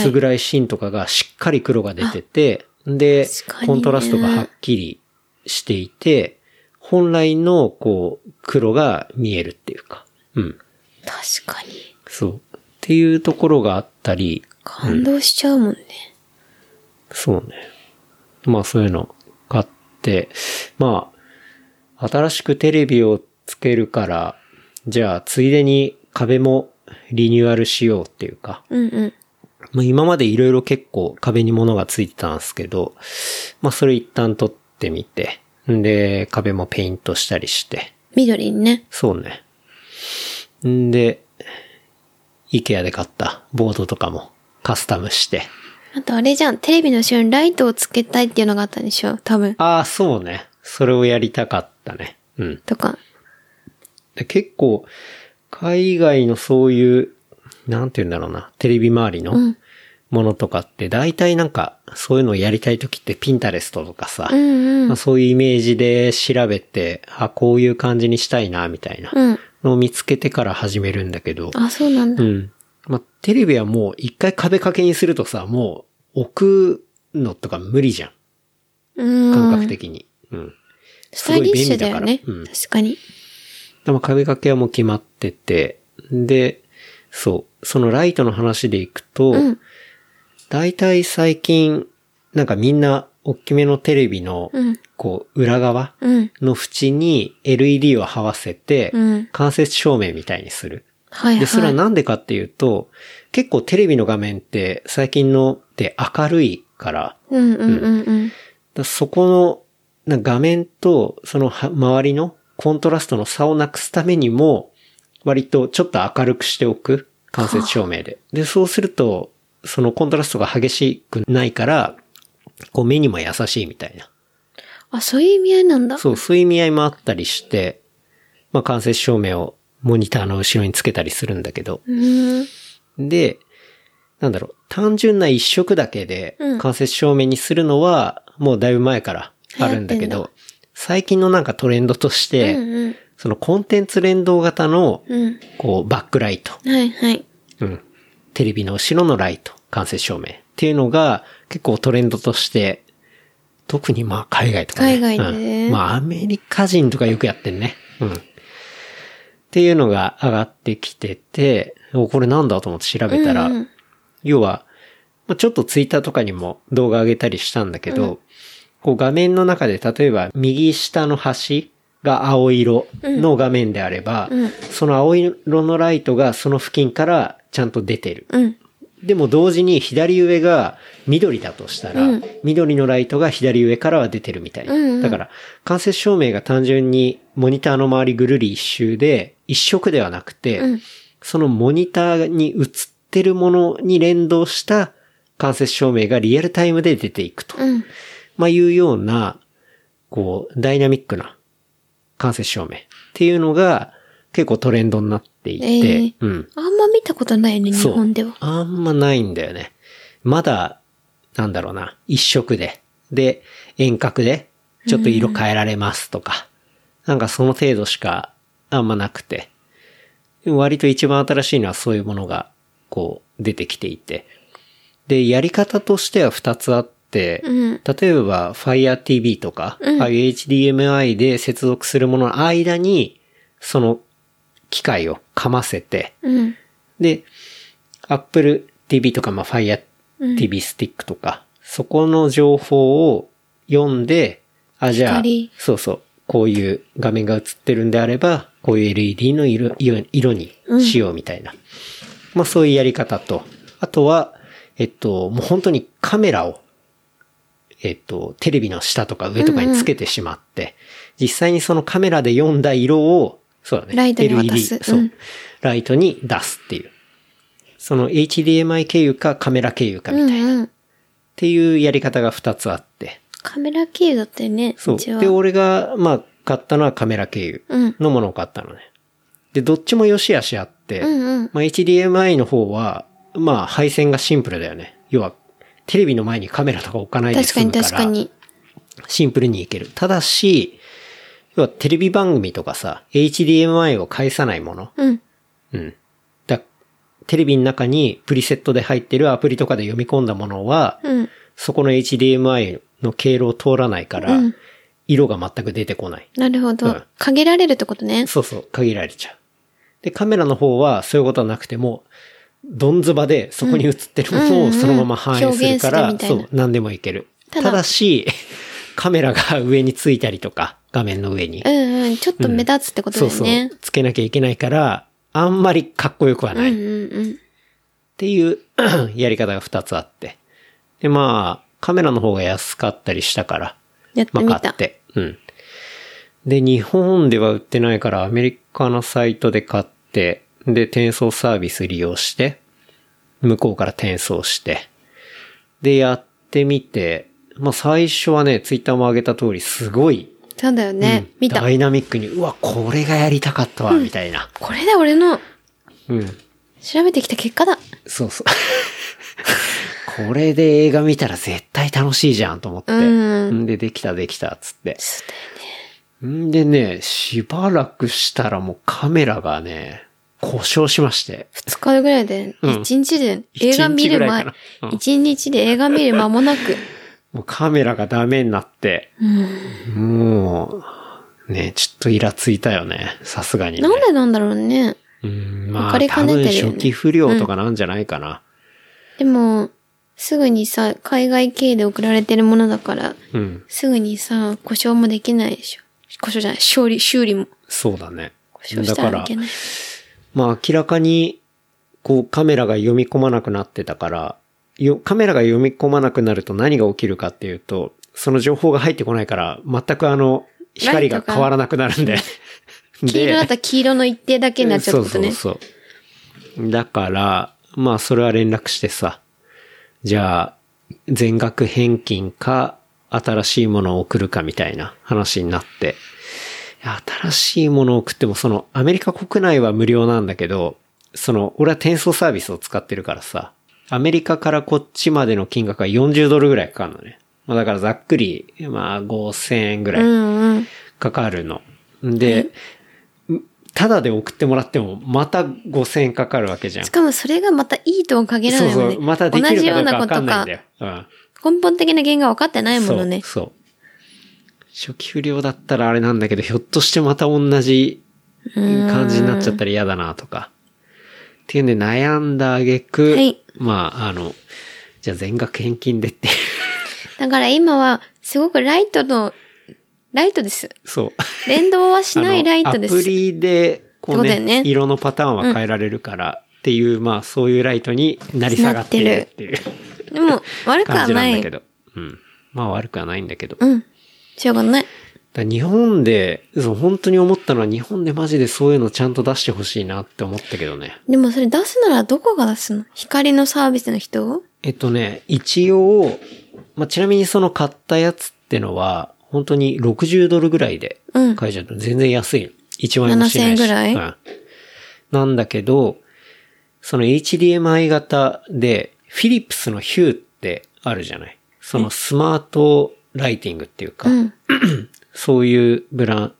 Speaker 2: 薄暗いシーンとかがしっかり黒が出てて、で
Speaker 3: 確かに、ね
Speaker 2: コントラストがはっきりしていて、本来の、こう、黒が見えるっていうか。うん。
Speaker 3: 確かに。
Speaker 2: そう。っていうところがあったり、
Speaker 3: 感動しちゃうもんね。
Speaker 2: そうね。まあそういうの買って、まあ、新しくテレビをつけるから、じゃあついでに壁もリニューアルしようっていうか、
Speaker 3: うんうん。
Speaker 2: まあ今までいろいろ結構壁に物がついてたんですけど、まあそれ一旦取ってみて、んで、壁もペイントしたりして、
Speaker 3: 緑にね。
Speaker 2: そうね。んで、イケアで買ったボードとかもカスタムして。
Speaker 3: あとあれじゃん、テレビの後ろにライトをつけたいっていうのがあったんでしょ多分。
Speaker 2: ああ、そうね。それをやりたかったね。うん。
Speaker 3: とか。
Speaker 2: で結構、海外のそういう、なんて言うんだろうな、テレビ周りの
Speaker 3: ん
Speaker 2: ものとかって、大体なんか、そういうのをやりたい時って、ピンタレストとかさ、
Speaker 3: うんうん。
Speaker 2: まあ、そういうイメージで調べて、あ、こういう感じにしたいな、みたいな
Speaker 3: うん。
Speaker 2: のを見つけてから始めるんだけど、
Speaker 3: あ、そうなん
Speaker 2: う
Speaker 3: だ。
Speaker 2: ん。まあ、テレビはもう一回壁掛けにするとさ、もう置くのとか無理じゃん。
Speaker 3: うん。
Speaker 2: 感覚的に。うん。
Speaker 3: スタイリッシュだよね。
Speaker 2: すごい便利だからうん
Speaker 3: 確かに。
Speaker 2: でも壁掛けはもう決まってて、で、そう、そのライトの話でいくと、
Speaker 3: うん。
Speaker 2: 大体最近、なんかみんな、大きめのテレビの、
Speaker 3: うん。
Speaker 2: こう、裏側
Speaker 3: うん。
Speaker 2: の縁に LED を這わせて
Speaker 3: うん、
Speaker 2: 間接照明みたいにする。
Speaker 3: はいはい。
Speaker 2: で、それはなんでかっていうと、結構テレビの画面って最近のって明るいから、
Speaker 3: うんうんうんうん。
Speaker 2: だそこのな画面とそのは周りのコントラストの差をなくすためにも、割とちょっと明るくしておく。間接照明で。で、そうすると、そのコントラストが激しくないから、こう目にも優しいみたいな。
Speaker 3: あ、そういう意味合いなんだ。
Speaker 2: そう、そういう意味合いもあったりして、まあ間接照明をモニターの後ろにつけたりするんだけど、
Speaker 3: うーん。
Speaker 2: で、なんだろう、単純な一色だけで
Speaker 3: うん
Speaker 2: 間接照明にするのは、もうだいぶ前からあるんだけ
Speaker 3: 流行
Speaker 2: ど、最近のなんかトレンドとし
Speaker 3: う
Speaker 2: て、
Speaker 3: んうん。
Speaker 2: そのコンテンツ連動型の、
Speaker 3: うん。
Speaker 2: こう、バックライト、
Speaker 3: はいはい。
Speaker 2: うん、テレビの後ろのライト、間接照明っていうのが結構トレンドとして、特にまあ海外とかね。
Speaker 3: 海外ね
Speaker 2: うんまあアメリカ人とかよくやってんね。うん。っていうのが上がってきてて、お、これなんだと思って調べたら、
Speaker 3: うんうん
Speaker 2: 要は、まあちょっとツイッターとかにも動画上げたりしたんだけど、こう画面の中で例えば右下の端が青色の画面であれば、
Speaker 3: うん
Speaker 2: その青色のライトがその付近からちゃんと出てる。
Speaker 3: うん。
Speaker 2: でも同時に左上が緑だとしたら、
Speaker 3: うん
Speaker 2: 緑のライトが左上からは出てるみたいな。
Speaker 3: うんうん
Speaker 2: だから、間接照明が単純にモニターの周りぐるり一周で、一色ではなくて、
Speaker 3: うん
Speaker 2: そのモニターに映ってるものに連動した間接照明がリアルタイムで出ていくと。
Speaker 3: うん。
Speaker 2: まあいうような、こう、ダイナミックな間接照明っていうのが結構トレンドになっていて、
Speaker 3: ええ
Speaker 2: うん。
Speaker 3: あんま見たことないよね、日
Speaker 2: そう
Speaker 3: 本では。
Speaker 2: あんまないんだよね。まだ、なんだろうな、一色で、で、遠隔で、ちょっと色変えられますとか、なんかその程度しかあんまなくて、でも割と一番新しいのはそういうものが、こう、出てきていて。で、やり方としては2つあって、
Speaker 3: うん。
Speaker 2: 例えば Fire TV とか、
Speaker 3: うん
Speaker 2: ああいう HDMI で接続するものの間に、その機械をかませて、
Speaker 3: うん。
Speaker 2: で、Apple TV とか、まあ、Fire
Speaker 3: うん
Speaker 2: TV スティックとか、そこの情報を読んで、あ、じゃあ
Speaker 3: 光、
Speaker 2: そうそう、こういう画面が映ってるんであれば、こういう LED の色色色にしようみたいな。まあ、そういうやり方と、あとは、えっと、もう本当にカメラを、えっと、テレビの下とか上とかにつけてしまって、実際にそのカメラで読んだ色を、そうだね。
Speaker 3: ライトに渡す
Speaker 2: LED そう、
Speaker 3: うん
Speaker 2: ライトに出すっていう。その HDMI 経由かカメラ経由かみたいな。
Speaker 3: うんうん。
Speaker 2: っていうやり方が2つあって。
Speaker 3: カメラ経由だったよね、
Speaker 2: そう。
Speaker 3: ちは
Speaker 2: で、俺が、まあ、買ったのはカメラ経由
Speaker 3: うん。
Speaker 2: のものを買ったのね。で、どっちも良し悪しあって、
Speaker 3: うんうん。
Speaker 2: まあ、HDMI の方は、まあ、配線がシンプルだよね。要は、テレビの前にカメラとか置かないで
Speaker 3: 確か
Speaker 2: 済
Speaker 3: に
Speaker 2: むから、
Speaker 3: 確かに。
Speaker 2: シンプルにいける。ただし、要はテレビ番組とかさ、HDMI を返さないもの。
Speaker 3: うん。
Speaker 2: うん。だテレビの中にプリセットで入ってるアプリとかで読み込んだものは、
Speaker 3: うん。
Speaker 2: そこの HDMI の経路を通らないから、
Speaker 3: うん
Speaker 2: 色が全く出てこない。
Speaker 3: なるほ
Speaker 2: う
Speaker 3: ど
Speaker 2: ん。
Speaker 3: 限られるってことね。
Speaker 2: そうそう、限られちゃう。で、カメラの方はそういうことはなくても、どんずばでそこに映ってるものをそのまま反映するか
Speaker 3: う
Speaker 2: ら、
Speaker 3: んうんうん表現するみたい
Speaker 2: そ
Speaker 3: な
Speaker 2: う、何でもいける。
Speaker 3: た
Speaker 2: た
Speaker 3: だ
Speaker 2: だし、カメラが上についたりとか、画面の上に
Speaker 3: う。んうん。ちょっと目立つってことだ
Speaker 2: そう
Speaker 3: よ
Speaker 2: そう
Speaker 3: ね。。
Speaker 2: つけなきゃいけないから、あんまりかっこよくは
Speaker 3: う
Speaker 2: ない。
Speaker 3: んうんうん。
Speaker 2: っていう やり方が2つあって。で、まあ、カメラの方が安かったりしたから、
Speaker 3: やって
Speaker 2: ま
Speaker 3: み
Speaker 2: あ、買
Speaker 3: た
Speaker 2: っ。て。うん。で、日本では売ってないから、アメリカのサイトで買って、で、転送サービス利用して、向こうから転送して、で、やってみて、まあ、最初はね、ツイッターも上げた通り、すごい、
Speaker 3: そうだよね。
Speaker 2: うん
Speaker 3: 見た
Speaker 2: ダ。イナミックに、うわ、これがやりたかったわ、みたいな。
Speaker 3: これだ、俺の
Speaker 2: うん。
Speaker 3: 調べてきた結果だ。
Speaker 2: そう そう。これで映画見たら絶対楽しいじゃんと思って。
Speaker 3: うん
Speaker 2: んで、できたできたっつって。んでね、しばらくしたらもうカメラがね、故障しまして。
Speaker 3: 二日ぐらいで、
Speaker 2: うん
Speaker 3: 一日で映画見る
Speaker 2: 一日ぐ
Speaker 3: 前
Speaker 2: らいかなう、ん
Speaker 3: 一日で映画見る間もなく。
Speaker 2: もうカメラがダメになって。もう、ね、ちょっとイラついたよね。さすがに、ね。
Speaker 3: なんでなんだろうね。
Speaker 2: うん、ま
Speaker 3: 怒
Speaker 2: あ、
Speaker 3: り
Speaker 2: 多
Speaker 3: かねてる
Speaker 2: 分
Speaker 3: よね
Speaker 2: 初期不良とかなんじゃないかな。
Speaker 3: でも、すぐにさ、海外経由で送られてるものだから、
Speaker 2: うん、
Speaker 3: すぐにさ、故障もできないでしょ。故障じゃない、修理、修理も。
Speaker 2: そうだね。
Speaker 3: 故障し
Speaker 2: だ
Speaker 3: た
Speaker 2: から
Speaker 3: い
Speaker 2: ら
Speaker 3: け、ない。
Speaker 2: まあ明らかに、こうカメラが読み込まなくなってたから、よ、カメラが読み込まなくなると何が起きるかっていうと、その情報が入ってこないから、全くあの、光が変わらなくなるんで。 で
Speaker 3: 黄色だったら黄色の一定だけになっちゃうってことね。
Speaker 2: そうそうそう。だから、まあそれは連絡してさ、じゃあ、全額返金か、新しいものを送るかみたいな話になって、いや新しいものを送っても、そのアメリカ国内は無料なんだけど、その、俺は転送サービスを使ってるからさ、アメリカからこっちまでの金額は40ドルぐらいかかるのね。まあだからざっくり、まあ5000円ぐらい。
Speaker 3: うんうん。
Speaker 2: かかるの。で、ただで送ってもらっても、また5000円かかるわけじゃん。
Speaker 3: しかもそれがまたいいとも限ら
Speaker 2: そ
Speaker 3: な
Speaker 2: う
Speaker 3: いも
Speaker 2: そ
Speaker 3: んね。
Speaker 2: う。またできるかどうかわかんないん
Speaker 3: 同じ
Speaker 2: だ
Speaker 3: よ
Speaker 2: よ。うん。
Speaker 3: うなことが根本的な原因が分かってないものね。
Speaker 2: そう。そう初期不良だったらあれなんだけど、ひょっとしてまた同じ感じになっちゃったら嫌だなとか。っていうんで悩んだ挙句、
Speaker 3: はい
Speaker 2: まあ、あの、じゃあ全額返金でっていう。
Speaker 3: だから今は、すごくライトの、ライトです。
Speaker 2: そう。
Speaker 3: 連動はしないライトで
Speaker 2: あのア
Speaker 3: す
Speaker 2: プ。リで、こ
Speaker 3: そう
Speaker 2: う
Speaker 3: だ
Speaker 2: ね
Speaker 3: よね
Speaker 2: 色のパターンは変えられるからっていう、まあそういうライトになり下がってるっていう
Speaker 3: でも、悪くは
Speaker 2: 感じ
Speaker 3: な
Speaker 2: なんだ
Speaker 3: い
Speaker 2: け。ど。うん。まあ悪くはないんだけど。
Speaker 3: うん。しょうがない。
Speaker 2: だから日本で、そう本当に思ったのは日本でマジでそういうのちゃんと出してほしいなって思ったけどね。
Speaker 3: でもそれ出すならどこが出すの光のサービスの人
Speaker 2: えっとね、一応、まあちなみにその買ったやつってのは、本当に60ドルぐらいで
Speaker 3: うん
Speaker 2: 買えちゃうと全然安いの。1万円もしないし。
Speaker 3: 7000ぐらい
Speaker 2: うんなんだけど、その HDMI 型で、フィリップスのヒューってあるじゃない。そのスマートライティングっていうか、
Speaker 3: うん。
Speaker 2: そういうブラン、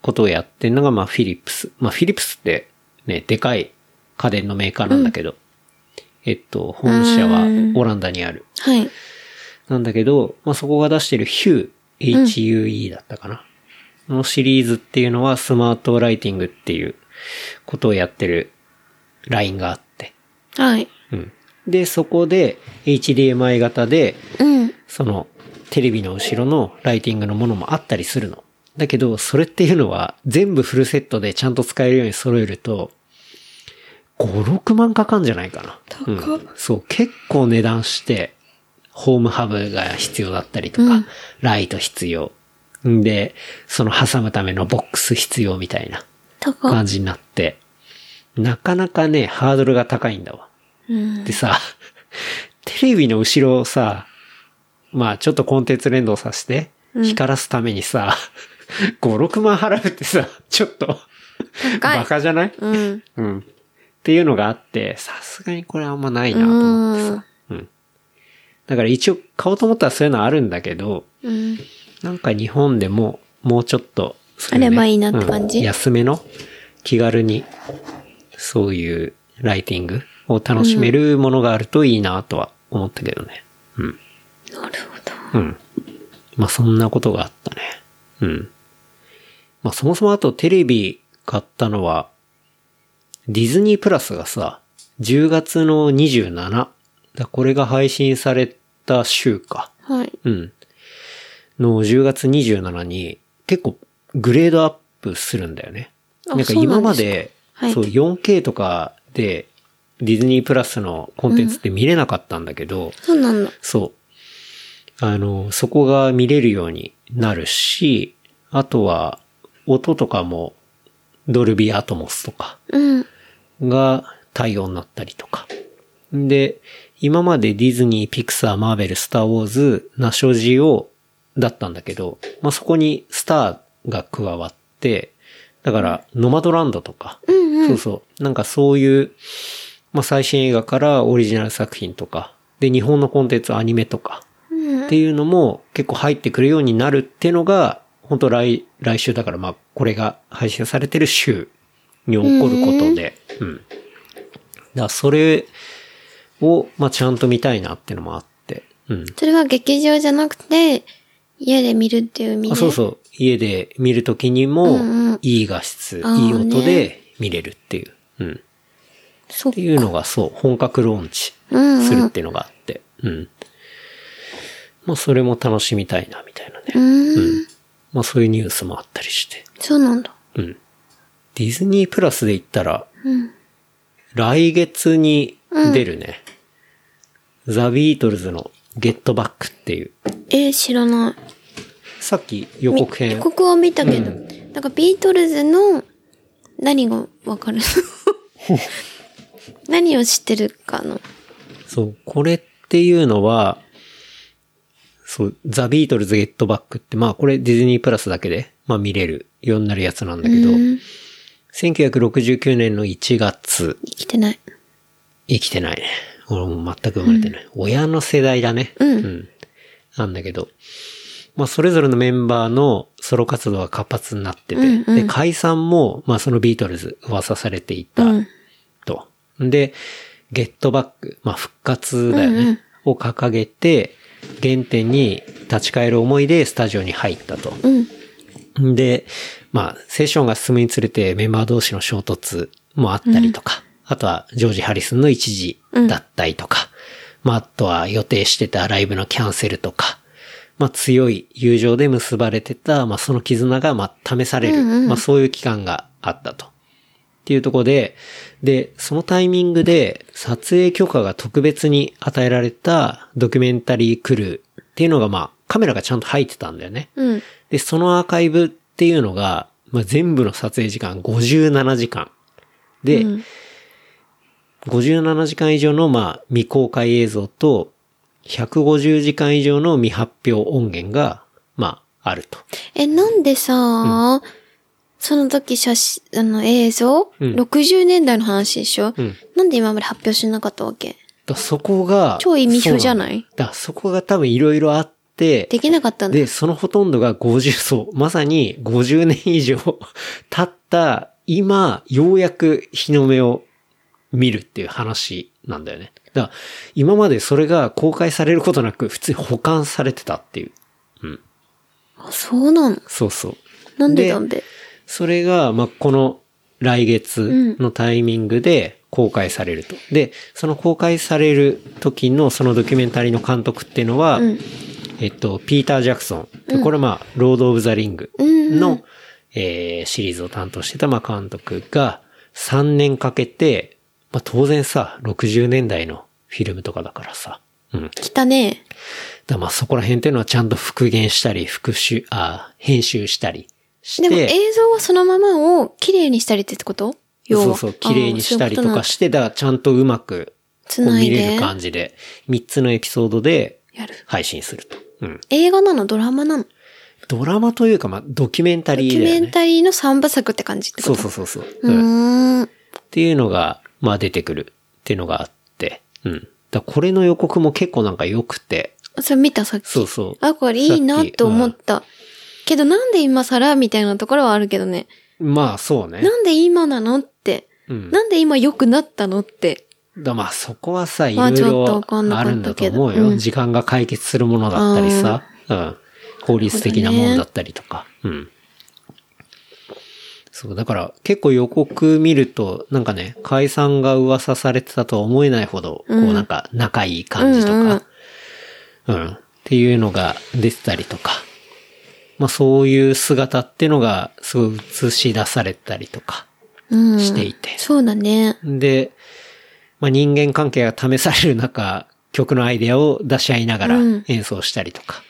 Speaker 2: ことをやってるのが、まあフィリップス。まあフィリップスってね、でかい家電のメーカーなんだけど、えっと、本社はオランダにある。
Speaker 3: はい。
Speaker 2: なんだけど、まあ、そこが出してる Hue、HUE だったかな。のシリーズっていうのはスマートライティングっていうことをやってるラインがあって。
Speaker 3: はい。
Speaker 2: うん。で、そこで HDMI 型で、
Speaker 3: うん。
Speaker 2: そのテレビの後ろのライティングのものもあったりするの。だけど、それっていうのは全部フルセットでちゃんと使えるように揃えると、5、6万かかんじゃないかな。
Speaker 3: 高っ
Speaker 2: うんそう、結構値段して、ホームハブが必要だったりとか、
Speaker 3: うん
Speaker 2: ライト必要。んで、その挟むためのボックス必要みたいな
Speaker 3: 高
Speaker 2: 感じになって、なかなかね、ハードルが高いんだわ。
Speaker 3: うん。
Speaker 2: でさ、テレビの後ろをさ、まあちょっとコンテンツ連動させて、光らすためにさ、5、6万払うってさ、ちょっと、
Speaker 3: 高い
Speaker 2: バカじゃない
Speaker 3: うん。
Speaker 2: うん。っていうのがあって、さすがにこれあんまないうなと思って
Speaker 3: ん
Speaker 2: さ。。だから一応買おうと思ったらそういうのあるんだけど、
Speaker 3: うん。
Speaker 2: なんか日本でも、もうちょっと、そううね
Speaker 3: あればいいなって感じ
Speaker 2: うん安めの、気軽に、そういうライティングを楽しめるものがあるといいなとは思ったけどね。うん。
Speaker 3: なるほど。
Speaker 2: うん。まあそんなことがあったね。うん。まあそもそもあとテレビ買ったのは、ディズニープラスがさ、 10月の27。だこれが配信された週か。
Speaker 3: はい。
Speaker 2: うん。の10月27に結構グレードアップするんだよね。
Speaker 3: あ
Speaker 2: なんか
Speaker 3: そうな
Speaker 2: 今
Speaker 3: ん
Speaker 2: ま
Speaker 3: で
Speaker 2: で、
Speaker 3: はい
Speaker 2: そう 4K とかでディズニープラスのコンテンツって見れなかったんだけど、
Speaker 3: そうなんだ。
Speaker 2: そう。あの、そこが見れるようになるし、あとは音とかもドルビーアトモスとか
Speaker 3: うん。
Speaker 2: が対応になったりとか。で、今までディズニー、ピクサー、マーベル、スター・ウォーズ、ナショジオだったんだけど、まあ、そこにスターが加わって、だから、ノマドランドとか、そうそう、なんかそういう、まあ、最新映画からオリジナル作品とか、で、日本のコンテンツ、アニメとか、っていうのも結構入ってくるようになるってのが、本当来、来週だから、まあ、これが配信されてる週に起こることで、うん。だからそれを、まあ、ちゃんと見たいなってのもあって。うん。
Speaker 3: それは劇場じゃなくて、家で見るっていう意味で。
Speaker 2: あそうそう。家で見るときにも、
Speaker 3: うんうん
Speaker 2: いい画質、
Speaker 3: あー
Speaker 2: いい音で見れるっていう。うん。っ
Speaker 3: そう。
Speaker 2: ていうのが、そう、本格ローンチ
Speaker 3: うん、
Speaker 2: す
Speaker 3: う
Speaker 2: るっ
Speaker 3: ん。
Speaker 2: ていうのがあって。うん。まあ、それも楽しみたいな、みたいな
Speaker 3: う
Speaker 2: ね。
Speaker 3: ーん。
Speaker 2: まあ、そういうニュースもあったりして。
Speaker 3: そうなんだ。
Speaker 2: うん。ディズニープラスで言ったら、
Speaker 3: うん。
Speaker 2: 来月に出るね。ザ・ビートルズのゲットバックっていう。
Speaker 3: えー、知らない。
Speaker 2: さっき予告
Speaker 3: 予
Speaker 2: 編。
Speaker 3: 告は見たけど、
Speaker 2: う
Speaker 3: なんかビートルズの何がわ かる何を知ってるかの。
Speaker 2: そう、これっていうのは、そう、ザ・ビートルズ・ゲットバックって、まあこれディズニープラスだけで、まあ見れるようになるやつなんだけど、
Speaker 3: うん
Speaker 2: 1969年の1月、
Speaker 3: 生きてない。
Speaker 2: 生きてないね。俺も全く生まれてない。親の世代だね。
Speaker 3: うん
Speaker 2: なんだけど。まあ、それぞれのメンバーのソロ活動が活発になってて、
Speaker 3: うんうん
Speaker 2: で、解散も、まあ、そのビートルズ噂されていた
Speaker 3: うん
Speaker 2: と。で、ゲットバック、まあ、復活だよね、
Speaker 3: うんうん
Speaker 2: を掲げて、原点に立ち返る思いでスタジオに入ったと。
Speaker 3: うん。
Speaker 2: で、まあ、セッションが進むにつれてメンバー同士の衝突もあったりとか、あとはジョージ・ハリスンの一時だったりとか、まあ、あとは予定してたライブのキャンセルとか、まあ、強い友情で結ばれてた、まあ、その絆が、まあ、試される、
Speaker 3: うんうん
Speaker 2: まあ、そういう期間があったと。っていうところで、で、そのタイミングで撮影許可が特別に与えられたドキュメンタリークルーっていうのが、まあ、カメラがちゃんと入ってたんだよね。
Speaker 3: うん。
Speaker 2: で、そのアーカイブっていうのが、まあ、全部の撮影時間57時間。で、
Speaker 3: うん
Speaker 2: 57時間以上の、まあ、未公開映像と、150時間以上の未発表音源が、まあ、あると。
Speaker 3: え、なんでさ、その時写真、あの映像、
Speaker 2: うん
Speaker 3: 60年代の話でしょ、
Speaker 2: うん
Speaker 3: なんで今まで発表しなかったわけ
Speaker 2: だそこが、
Speaker 3: 超意味不じゃない
Speaker 2: そうなんだだそこが多分いろいろあって、
Speaker 3: できなかったんだ。
Speaker 2: で、そのほとんどが50、そう、まさに50年以上 経った今、ようやく日の目を見るっていう話なんだよね。だから、今までそれが公開されることなく、普通に保管されてたっていう。
Speaker 3: あそうなの
Speaker 2: そうそう。
Speaker 3: なんで
Speaker 2: で
Speaker 3: なんで
Speaker 2: それが、まあ、この来月のタイミングで公開されると。で、その公開される時のそのドキュメンタリーの監督っていうのは、
Speaker 3: うん
Speaker 2: えっと、ピーター・ジャクソン。これまあ、ロード・オブ・ザ・リングの、えーシリーズを担当してた、まあ、監督が3年かけて、まあ、当然さ、60年代のフィルムとかだからさ、うん。
Speaker 3: 来たね。
Speaker 2: だまあそこら辺っていうのはちゃんと復元したり、復習、あ編集したりして。
Speaker 3: でも映像はそのままを綺麗にしたりってこと要は
Speaker 2: そうそう、綺麗にしたりとか
Speaker 3: あー
Speaker 2: して、だからちゃんとうまくこ
Speaker 3: そういう
Speaker 2: う
Speaker 3: ことなんだ繋い
Speaker 2: 見れる
Speaker 3: で
Speaker 2: 感じで、3つのエピソードで
Speaker 3: やる。
Speaker 2: 配信すると。うん。
Speaker 3: 映画なのドラマなの
Speaker 2: ドラマというか、まあドキュメンタ
Speaker 3: ド
Speaker 2: リ
Speaker 3: キ
Speaker 2: ーだ
Speaker 3: ュメ
Speaker 2: よ
Speaker 3: ン
Speaker 2: ね。
Speaker 3: タリーの三部作って感じってこ
Speaker 2: そ
Speaker 3: と
Speaker 2: うそうそうそう。
Speaker 3: うーん。
Speaker 2: っていうのが、まあ出てくるっていうのがあって、うん。だからこれの予告も結構なんか良くて、
Speaker 3: それ見たさっき。
Speaker 2: そうそう
Speaker 3: あ、これいい
Speaker 2: さ
Speaker 3: な
Speaker 2: っき
Speaker 3: と思った。けどなんで今更みたいなところはあるけどね。
Speaker 2: まあそうね。
Speaker 3: なんで今なのって。
Speaker 2: うん。
Speaker 3: なんで今良くなったのって。
Speaker 2: だまあそこはさ、いろ
Speaker 3: まあ
Speaker 2: い
Speaker 3: ちょっと
Speaker 2: ろ
Speaker 3: わかんな
Speaker 2: あ
Speaker 3: か
Speaker 2: る
Speaker 3: っ
Speaker 2: んだと
Speaker 3: たけど
Speaker 2: 思うよ。
Speaker 3: うん
Speaker 2: 時間が解決するものだったりさ、うん。法律的なもんだったりとか、うん。そう、だから結構予告見ると、なんかね、解散が噂されてたとは思えないほど、こうなんか仲いい感じとか、うん、っていうのが出てたりとか、まあそういう姿ってのがすごい映し出されたりとか
Speaker 3: うん。
Speaker 2: していて。
Speaker 3: そうだね。
Speaker 2: で、まあ、人間関係が試される中、曲のアイデアを出し合いながら
Speaker 3: うん
Speaker 2: 演奏したりとか、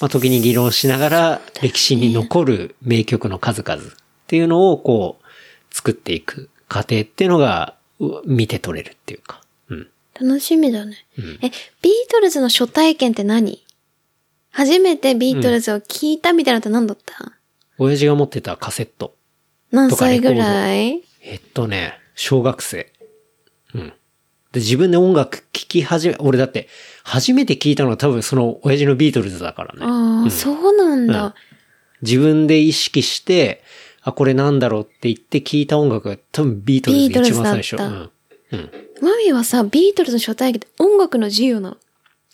Speaker 2: まあ、時に議論しながら歴史に残る名曲の数々っていうのをこう、作っていく過程っていうのがう見て取れるっていうか。うん。
Speaker 3: 楽しみだね。え、ビートルズの初体験って何初めてビートルズを聞いたみたいなのって何だった、
Speaker 2: 親父が持ってたカセット。
Speaker 3: 何歳ぐらい
Speaker 2: えっとね、小学生。うん。で、自分で音楽聴き始め、俺だって、初めて聴いたのは多分その親父のビートルズだからね。
Speaker 3: ああ、そうなんだ。
Speaker 2: 自分で意識して、あ、これなんだろうって言って聞いた音楽が多分ビートルズで一番最初。
Speaker 3: ビートルズだっ
Speaker 2: うん。うん。
Speaker 3: マミはさ、ビートルズの初体験って音楽の授業なの。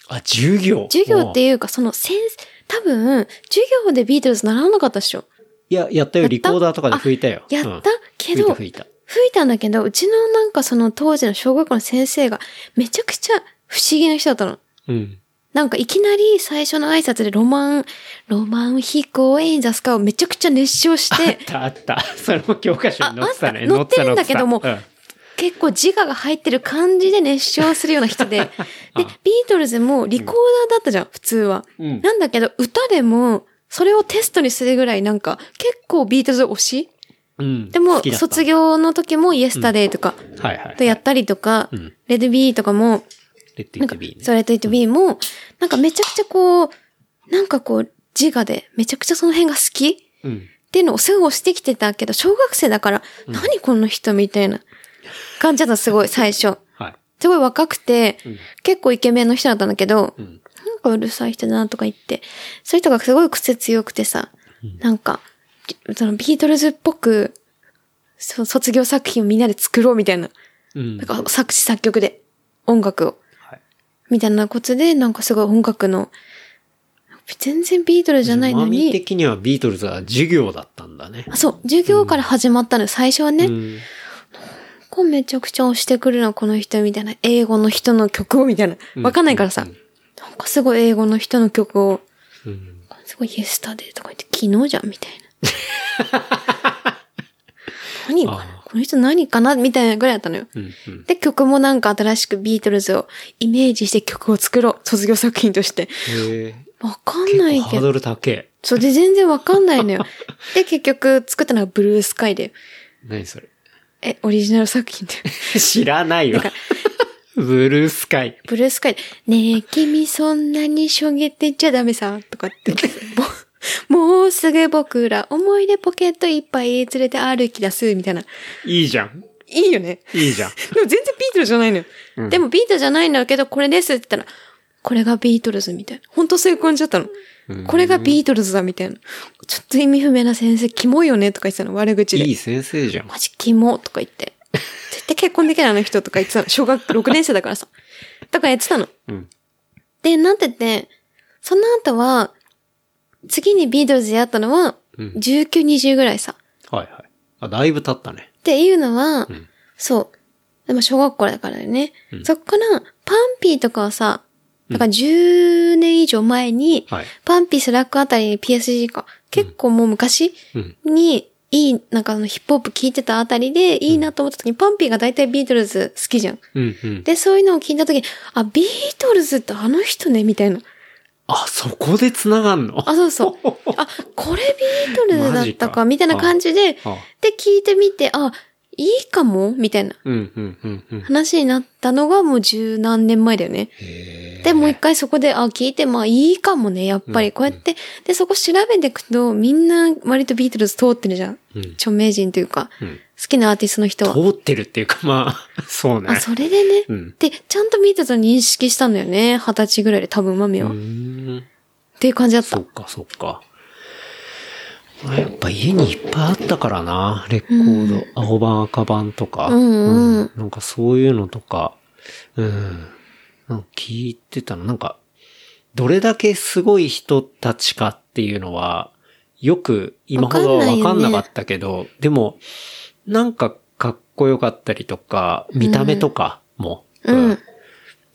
Speaker 2: あ、授業
Speaker 3: 授業っていうか、その先生、多分、授業でビートルズ習わなかったっしょ。
Speaker 2: いや、やった
Speaker 3: や
Speaker 2: よ。
Speaker 3: った
Speaker 2: リコーダーとかで吹いたよ。
Speaker 3: やっ
Speaker 2: うん
Speaker 3: たけど、
Speaker 2: 吹いた吹い
Speaker 3: 吹いたんだけど、うちのなんかその当時の小学校の先生が、めちゃくちゃ不思議な人だったの。
Speaker 2: た。うん。
Speaker 3: なんかいきなり最初の挨拶でロマン、ロマン飛行エインザスカをめちゃくちゃ熱唱し、
Speaker 2: あってたあった。それも教科書に載ってた
Speaker 3: ああ
Speaker 2: ね。
Speaker 3: った載ってるんだけども
Speaker 2: 載ってた
Speaker 3: 結構自我が入ってる感じで熱唱するような人 で、で、ビートルズもリコーダーだったじゃん、普通は。
Speaker 2: うんうん
Speaker 3: なんだけど、歌でも、それをテストにするぐらいなんか、結構ビートルズ推し
Speaker 2: うん。
Speaker 3: でも
Speaker 2: 好き、だった
Speaker 3: 卒。業の時もイエスタデイとか、
Speaker 2: はいはい。
Speaker 3: とやったりとか、
Speaker 2: うん
Speaker 3: レデビーとかも、
Speaker 2: レッド・イッ
Speaker 3: なん
Speaker 2: ト・
Speaker 3: か
Speaker 2: ビー、ね。
Speaker 3: それとイットビーも、なんかめちゃくちゃこう、なんかこう、自我で、めちゃくちゃその辺が好きっ
Speaker 2: うん。
Speaker 3: ていうのをすごい推してきてたけど、小学生だから、何この人みたいな感じだったすごい、最初。
Speaker 2: はい。
Speaker 3: すごい若くて、
Speaker 2: ん
Speaker 3: 結構イケメンの人だったんだけど、
Speaker 2: うん。
Speaker 3: なんかうるさい人だなとか言って、そういう人がすごい癖強くてさ、なんか、そのビートルズっぽく、そう卒業作品をみんなで作ろうみたいな。
Speaker 2: うん。
Speaker 3: なんか作詞作曲で、音楽を。
Speaker 2: はい
Speaker 3: みたいなことで、なんかすごい音楽の、全然ビートルズじゃないの
Speaker 2: マミ
Speaker 3: に、
Speaker 2: 的にはビートルズは授業だったんだね。
Speaker 3: あそう、授業から始まったの、最初はね、
Speaker 2: うん。
Speaker 3: こうめちゃくちゃ押してくるな、この人みたいな。英語の人の曲をみたいな。わかんないからさ。なんかすごい英語の人の曲を、
Speaker 2: うん。
Speaker 3: すごいイエスタデーとか言って、昨日じゃんみたいな。 何かなこの人何かなみたいなぐらいだったのよ。
Speaker 2: うん。うん。
Speaker 3: で、曲もなんか新しくビートルズをイメージして曲を作ろう。卒業作品として。
Speaker 2: へえ。
Speaker 3: わかんない
Speaker 2: ハ
Speaker 3: け
Speaker 2: ー
Speaker 3: ど。
Speaker 2: ドル高え。
Speaker 3: そうで全然わかんな いのよ。で、結局作ったのがブルースカイで。
Speaker 2: 何それ。
Speaker 3: え、オリジナル作品で。
Speaker 2: 知らないよ
Speaker 3: なんか。
Speaker 2: ブルースカイ。
Speaker 3: ブルースカイで、ねえ、君そんなにしょげてちゃダメさ、とかって。もうもうすぐ僕ら思い出ポケットいっぱい連れて歩き出す、みたいな。
Speaker 2: いいじゃん。
Speaker 3: いいよね。
Speaker 2: いいじゃん。
Speaker 3: でも全然ビートルズじゃないのよ。
Speaker 2: ん
Speaker 3: でもビートルズじゃないんだけど、これですって言ったら、これがビートルズみたいな。ほんとそういう感じだったの。これがビートルズだみたいな。ちょっと意味不明な先生、キモいよねとか言ってたの、悪口で。
Speaker 2: いい先生じゃん。
Speaker 3: マジキモとか言って。絶対結婚できないあの人とか言ってたの。小学6年生だからさ。とかやってたの。
Speaker 2: うん。
Speaker 3: で、なってて、その後は、次にビートルズで会ったのは、
Speaker 2: うん
Speaker 3: 19、20ぐらいさ。
Speaker 2: はいはい。あ、だいぶ経ったね。
Speaker 3: っていうのは、
Speaker 2: ん
Speaker 3: そう。でも小学校だからね。そっから、パンピーとかはさ、だから10年以上前に、
Speaker 2: はい
Speaker 3: パンピースラックあたりに PSG か、結構もう昔
Speaker 2: うん
Speaker 3: に、いい、なんかあのヒップホップ聞いてたあたりで、いいなと思った時に、パンピーが大体ビートルズ好きじゃん。
Speaker 2: うんうん。
Speaker 3: で、そういうのを聞いた時に、あ、ビートルズってあの人ね、みたいな。
Speaker 2: あ、そこで繋がんの
Speaker 3: あ、そうそう。あ、これビートルズだっ
Speaker 2: マジ
Speaker 3: た
Speaker 2: か
Speaker 3: か、みたいな感じで、で
Speaker 2: ああ、
Speaker 3: 聞いてみて、あ、いいかもみたいな
Speaker 2: うんうんうんうん。
Speaker 3: 話になったのがもう十何年前だよね。
Speaker 2: へえ。
Speaker 3: で、もう一回そこで、あ、聞いて、まあいいかもね、やっぱり。こうやって、で、そこ調べていくと、みんな割とビートルズ通ってるじゃん。
Speaker 2: うん
Speaker 3: 著名人というか、
Speaker 2: うん
Speaker 3: 好きなアーティストの人は。
Speaker 2: 通ってるっていうか、まあ、そうね。
Speaker 3: あ、それでね、
Speaker 2: うん
Speaker 3: で、ちゃんとビートルズを認識したんだよね。二十歳ぐらいで多分、マミは。
Speaker 2: う
Speaker 3: っ
Speaker 2: ーん。
Speaker 3: ていう感じだった
Speaker 2: そっ。かそっか。まあやっぱ家にいっぱいあったからな。レコード、青版赤版とか。
Speaker 3: うんうん
Speaker 2: なんかそういうのとか、うん。なんか聞いてたの。なんか、どれだけすごい人たちかっていうのは、よく今ほどはわかんなかったけど、でも、なんかかっこよかったりとか、見た目とかも。
Speaker 3: うん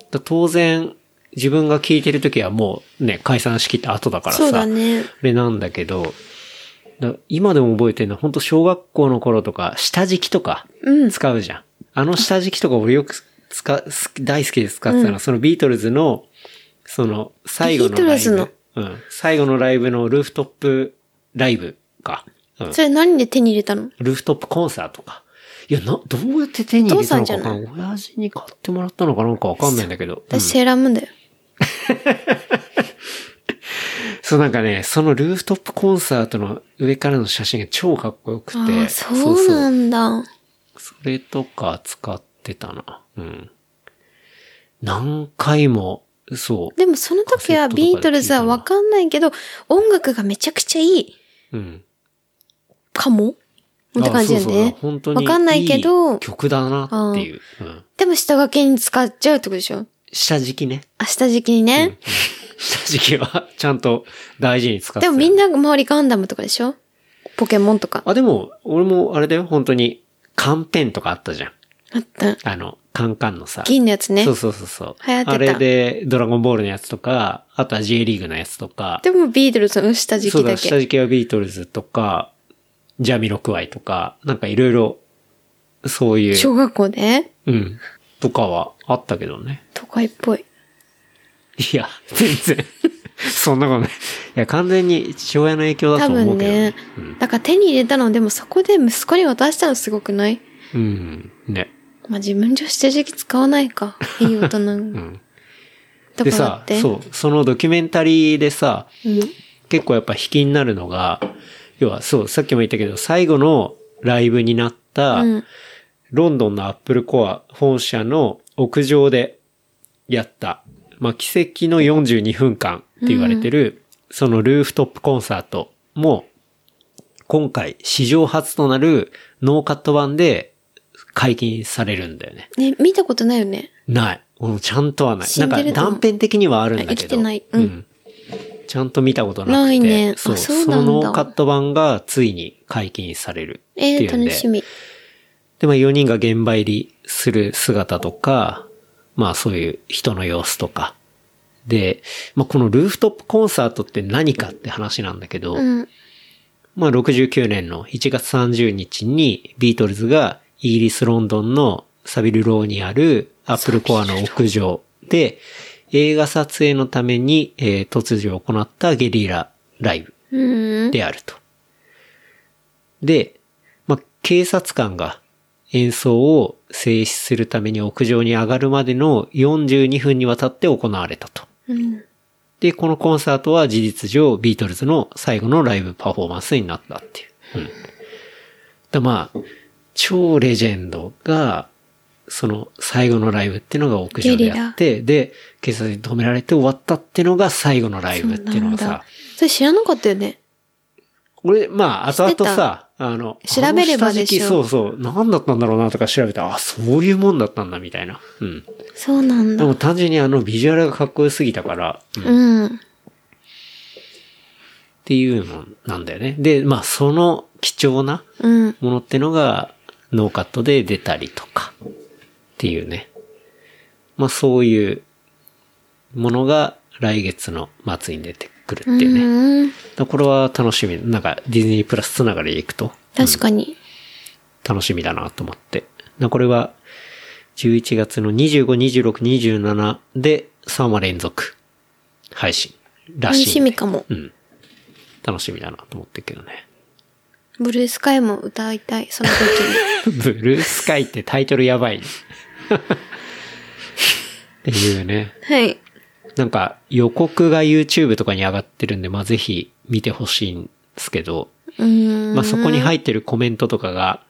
Speaker 2: だ当然、自分が聞いてる時はもうね、解散しきった後だからさ。
Speaker 3: そうだね。
Speaker 2: あれなんだけど、だ今でも覚えてるのは、本当小学校の頃とか、下敷きとか
Speaker 3: うん、
Speaker 2: 使うじゃん。あの下敷きとか俺よく使う、す大好きで使ってたのは、そのビートルズの、その、最後のライブ。
Speaker 3: ビートルズの
Speaker 2: うん。最後のライブのルーフトップライブか。うん。
Speaker 3: それ何で手に入れたの
Speaker 2: ルーフトップコンサートか。いや、な、どうやって手に入れたのか
Speaker 3: お父さ
Speaker 2: なん
Speaker 3: じ
Speaker 2: 親父に買ってもらったのかなんかわかんないんだけど。
Speaker 3: 私、セーラームーンだよ。
Speaker 2: そうなんかね、そのルーフトップコンサートの上からの写真が超かっこよく
Speaker 3: あ
Speaker 2: て。
Speaker 3: あ、そう
Speaker 2: そう
Speaker 3: なんだ。
Speaker 2: それとか使ってたな。うん。何回も、そう。
Speaker 3: でもその時は
Speaker 2: カセットとかで聞いた
Speaker 3: ビ
Speaker 2: な
Speaker 3: ートルズはわかんないけど、音楽がめちゃくちゃいい
Speaker 2: うん。
Speaker 3: かもって感じだ
Speaker 2: あそ
Speaker 3: よ
Speaker 2: うそう
Speaker 3: ね。
Speaker 2: 本当に。
Speaker 3: わかんないけど
Speaker 2: 曲だなっていう。うん。
Speaker 3: でも下書きに使っちゃうってことでしょ
Speaker 2: 下敷きね。
Speaker 3: あ、下敷きにね。
Speaker 2: 下敷きは ちゃんと大事に使って
Speaker 3: で
Speaker 2: た
Speaker 3: もみんな周りガンダムとかでしょポケモンとか。
Speaker 2: あ、でも、俺もあれだよ、本当に。カンペンとかあったじゃん。
Speaker 3: あった。
Speaker 2: あの、カンカンのさ。
Speaker 3: 銀のやつね
Speaker 2: そ。うそうそうそう。
Speaker 3: 流行ってた
Speaker 2: あれで、ドラゴンボールのやつとか、あとは J リーグのやつとか。
Speaker 3: でもビートルズの下敷
Speaker 2: そう
Speaker 3: きだ
Speaker 2: だ、下
Speaker 3: け。
Speaker 2: 敷きはビートルズとか、ジャミロクワイとか、なんかいろいろ、そうい
Speaker 3: 小
Speaker 2: う、
Speaker 3: 学校で
Speaker 2: うん、とかはあったけどね。
Speaker 3: 都会っぽい。
Speaker 2: いや、全然、 そんなことない。いや、完全に父親の影響だ
Speaker 3: 多
Speaker 2: と思
Speaker 3: 分
Speaker 2: うけど
Speaker 3: ね
Speaker 2: ね。。
Speaker 3: だから手に入れたの、でもそこで息子に渡したのすごくない
Speaker 2: うん、うん、ね。
Speaker 3: まあ自分じゃ下敷き使わないか。いい大 人。
Speaker 2: ん
Speaker 3: と
Speaker 2: で
Speaker 3: かだ
Speaker 2: さ
Speaker 3: っ、て。
Speaker 2: そう、そのドキュメンタリーでさ、
Speaker 3: うん。
Speaker 2: 結構やっぱ引きになるのが、要はそう、さっきも言ったけど、最後のライブになった、
Speaker 3: うん。
Speaker 2: ロンドンのアップルコア本社の屋上でやった、まあ、奇跡の42分間って言われてる、そのルーフトップコンサートも、今回史上初となるノーカット版で解禁されるんだよね。
Speaker 3: ね、見たことないよね。
Speaker 2: ない。俺もちゃんとはない。
Speaker 3: 死
Speaker 2: なんんか
Speaker 3: でると思う
Speaker 2: 断片的にはあるんだけど。
Speaker 3: あ生きてないうん
Speaker 2: ちゃんと見たことなくて。
Speaker 3: ないねあ
Speaker 2: そう
Speaker 3: そうなんだ
Speaker 2: そのノーカット版がついに解禁されるってい
Speaker 3: え
Speaker 2: うん
Speaker 3: ー、
Speaker 2: で。
Speaker 3: 楽しみ。
Speaker 2: で、まあ4人が現場入りする姿とか、まあそういう人の様子とか。で、まあこのルーフトップコンサートって何かって話なんだけど、
Speaker 3: うん。
Speaker 2: まあ69年の1月30日にビートルズがイギリス・ロンドンのサビルローにあるアップルコアの屋上で映画撮影のために、えー突如行ったゲリラライブ。
Speaker 3: うん。
Speaker 2: であると。で、まあ、警察官が演奏を制止するために屋上に上がるまでの42分にわたって行われたと。
Speaker 3: うん。
Speaker 2: で、このコンサートは事実上ビートルズの最後のライブパフォーマンスになったっていう。うん。だまあ、超レジェンドが、その最後のライブっていうのが屋上でやって、で、警察に止められて終わったっていうのが最後のライブっていうのが
Speaker 3: そうな
Speaker 2: さ
Speaker 3: ん、だそれ知らなかったよね。
Speaker 2: 俺、まあ、後
Speaker 3: 知って
Speaker 2: 々
Speaker 3: た
Speaker 2: さ、あの、
Speaker 3: 調べれば
Speaker 2: あの下敷き
Speaker 3: でしょ
Speaker 2: そうそう、何だったんだろうなとか調べたら、あ、そういうもんだったんだ、みたいな。うん。
Speaker 3: そうなん
Speaker 2: で
Speaker 3: だ。
Speaker 2: も単純にあのビジュアルがかっこよすぎたから、うんっ
Speaker 3: うん。
Speaker 2: ていうのなんだよね。で、まあ、その貴重な
Speaker 3: うん。
Speaker 2: ものってのが、ノーカットで出たりとか、っていうね。まあ、そういうものが来月の末に出てくるっていうね。だから
Speaker 3: うん。
Speaker 2: これは楽しみ。なんか、ディズニープラスつながりでいくと、
Speaker 3: 確かに。
Speaker 2: 楽しみだなと思って。なこれは、11月の25、26、27で3話連続配信ら
Speaker 3: 楽
Speaker 2: しい
Speaker 3: し
Speaker 2: んで、
Speaker 3: みかも。
Speaker 2: うん。楽しみだなと思ってるけどね。
Speaker 3: ブルースカイも歌いたい、その時 に。
Speaker 2: ブルースカイってタイトルやばい、 ね。っていうね。
Speaker 3: はい。
Speaker 2: なんか予告が YouTube とかに上がってるんで、まあ、ぜひ見てほしいんですけど、
Speaker 3: うーん。
Speaker 2: まあ、そこに入ってるコメントとかが、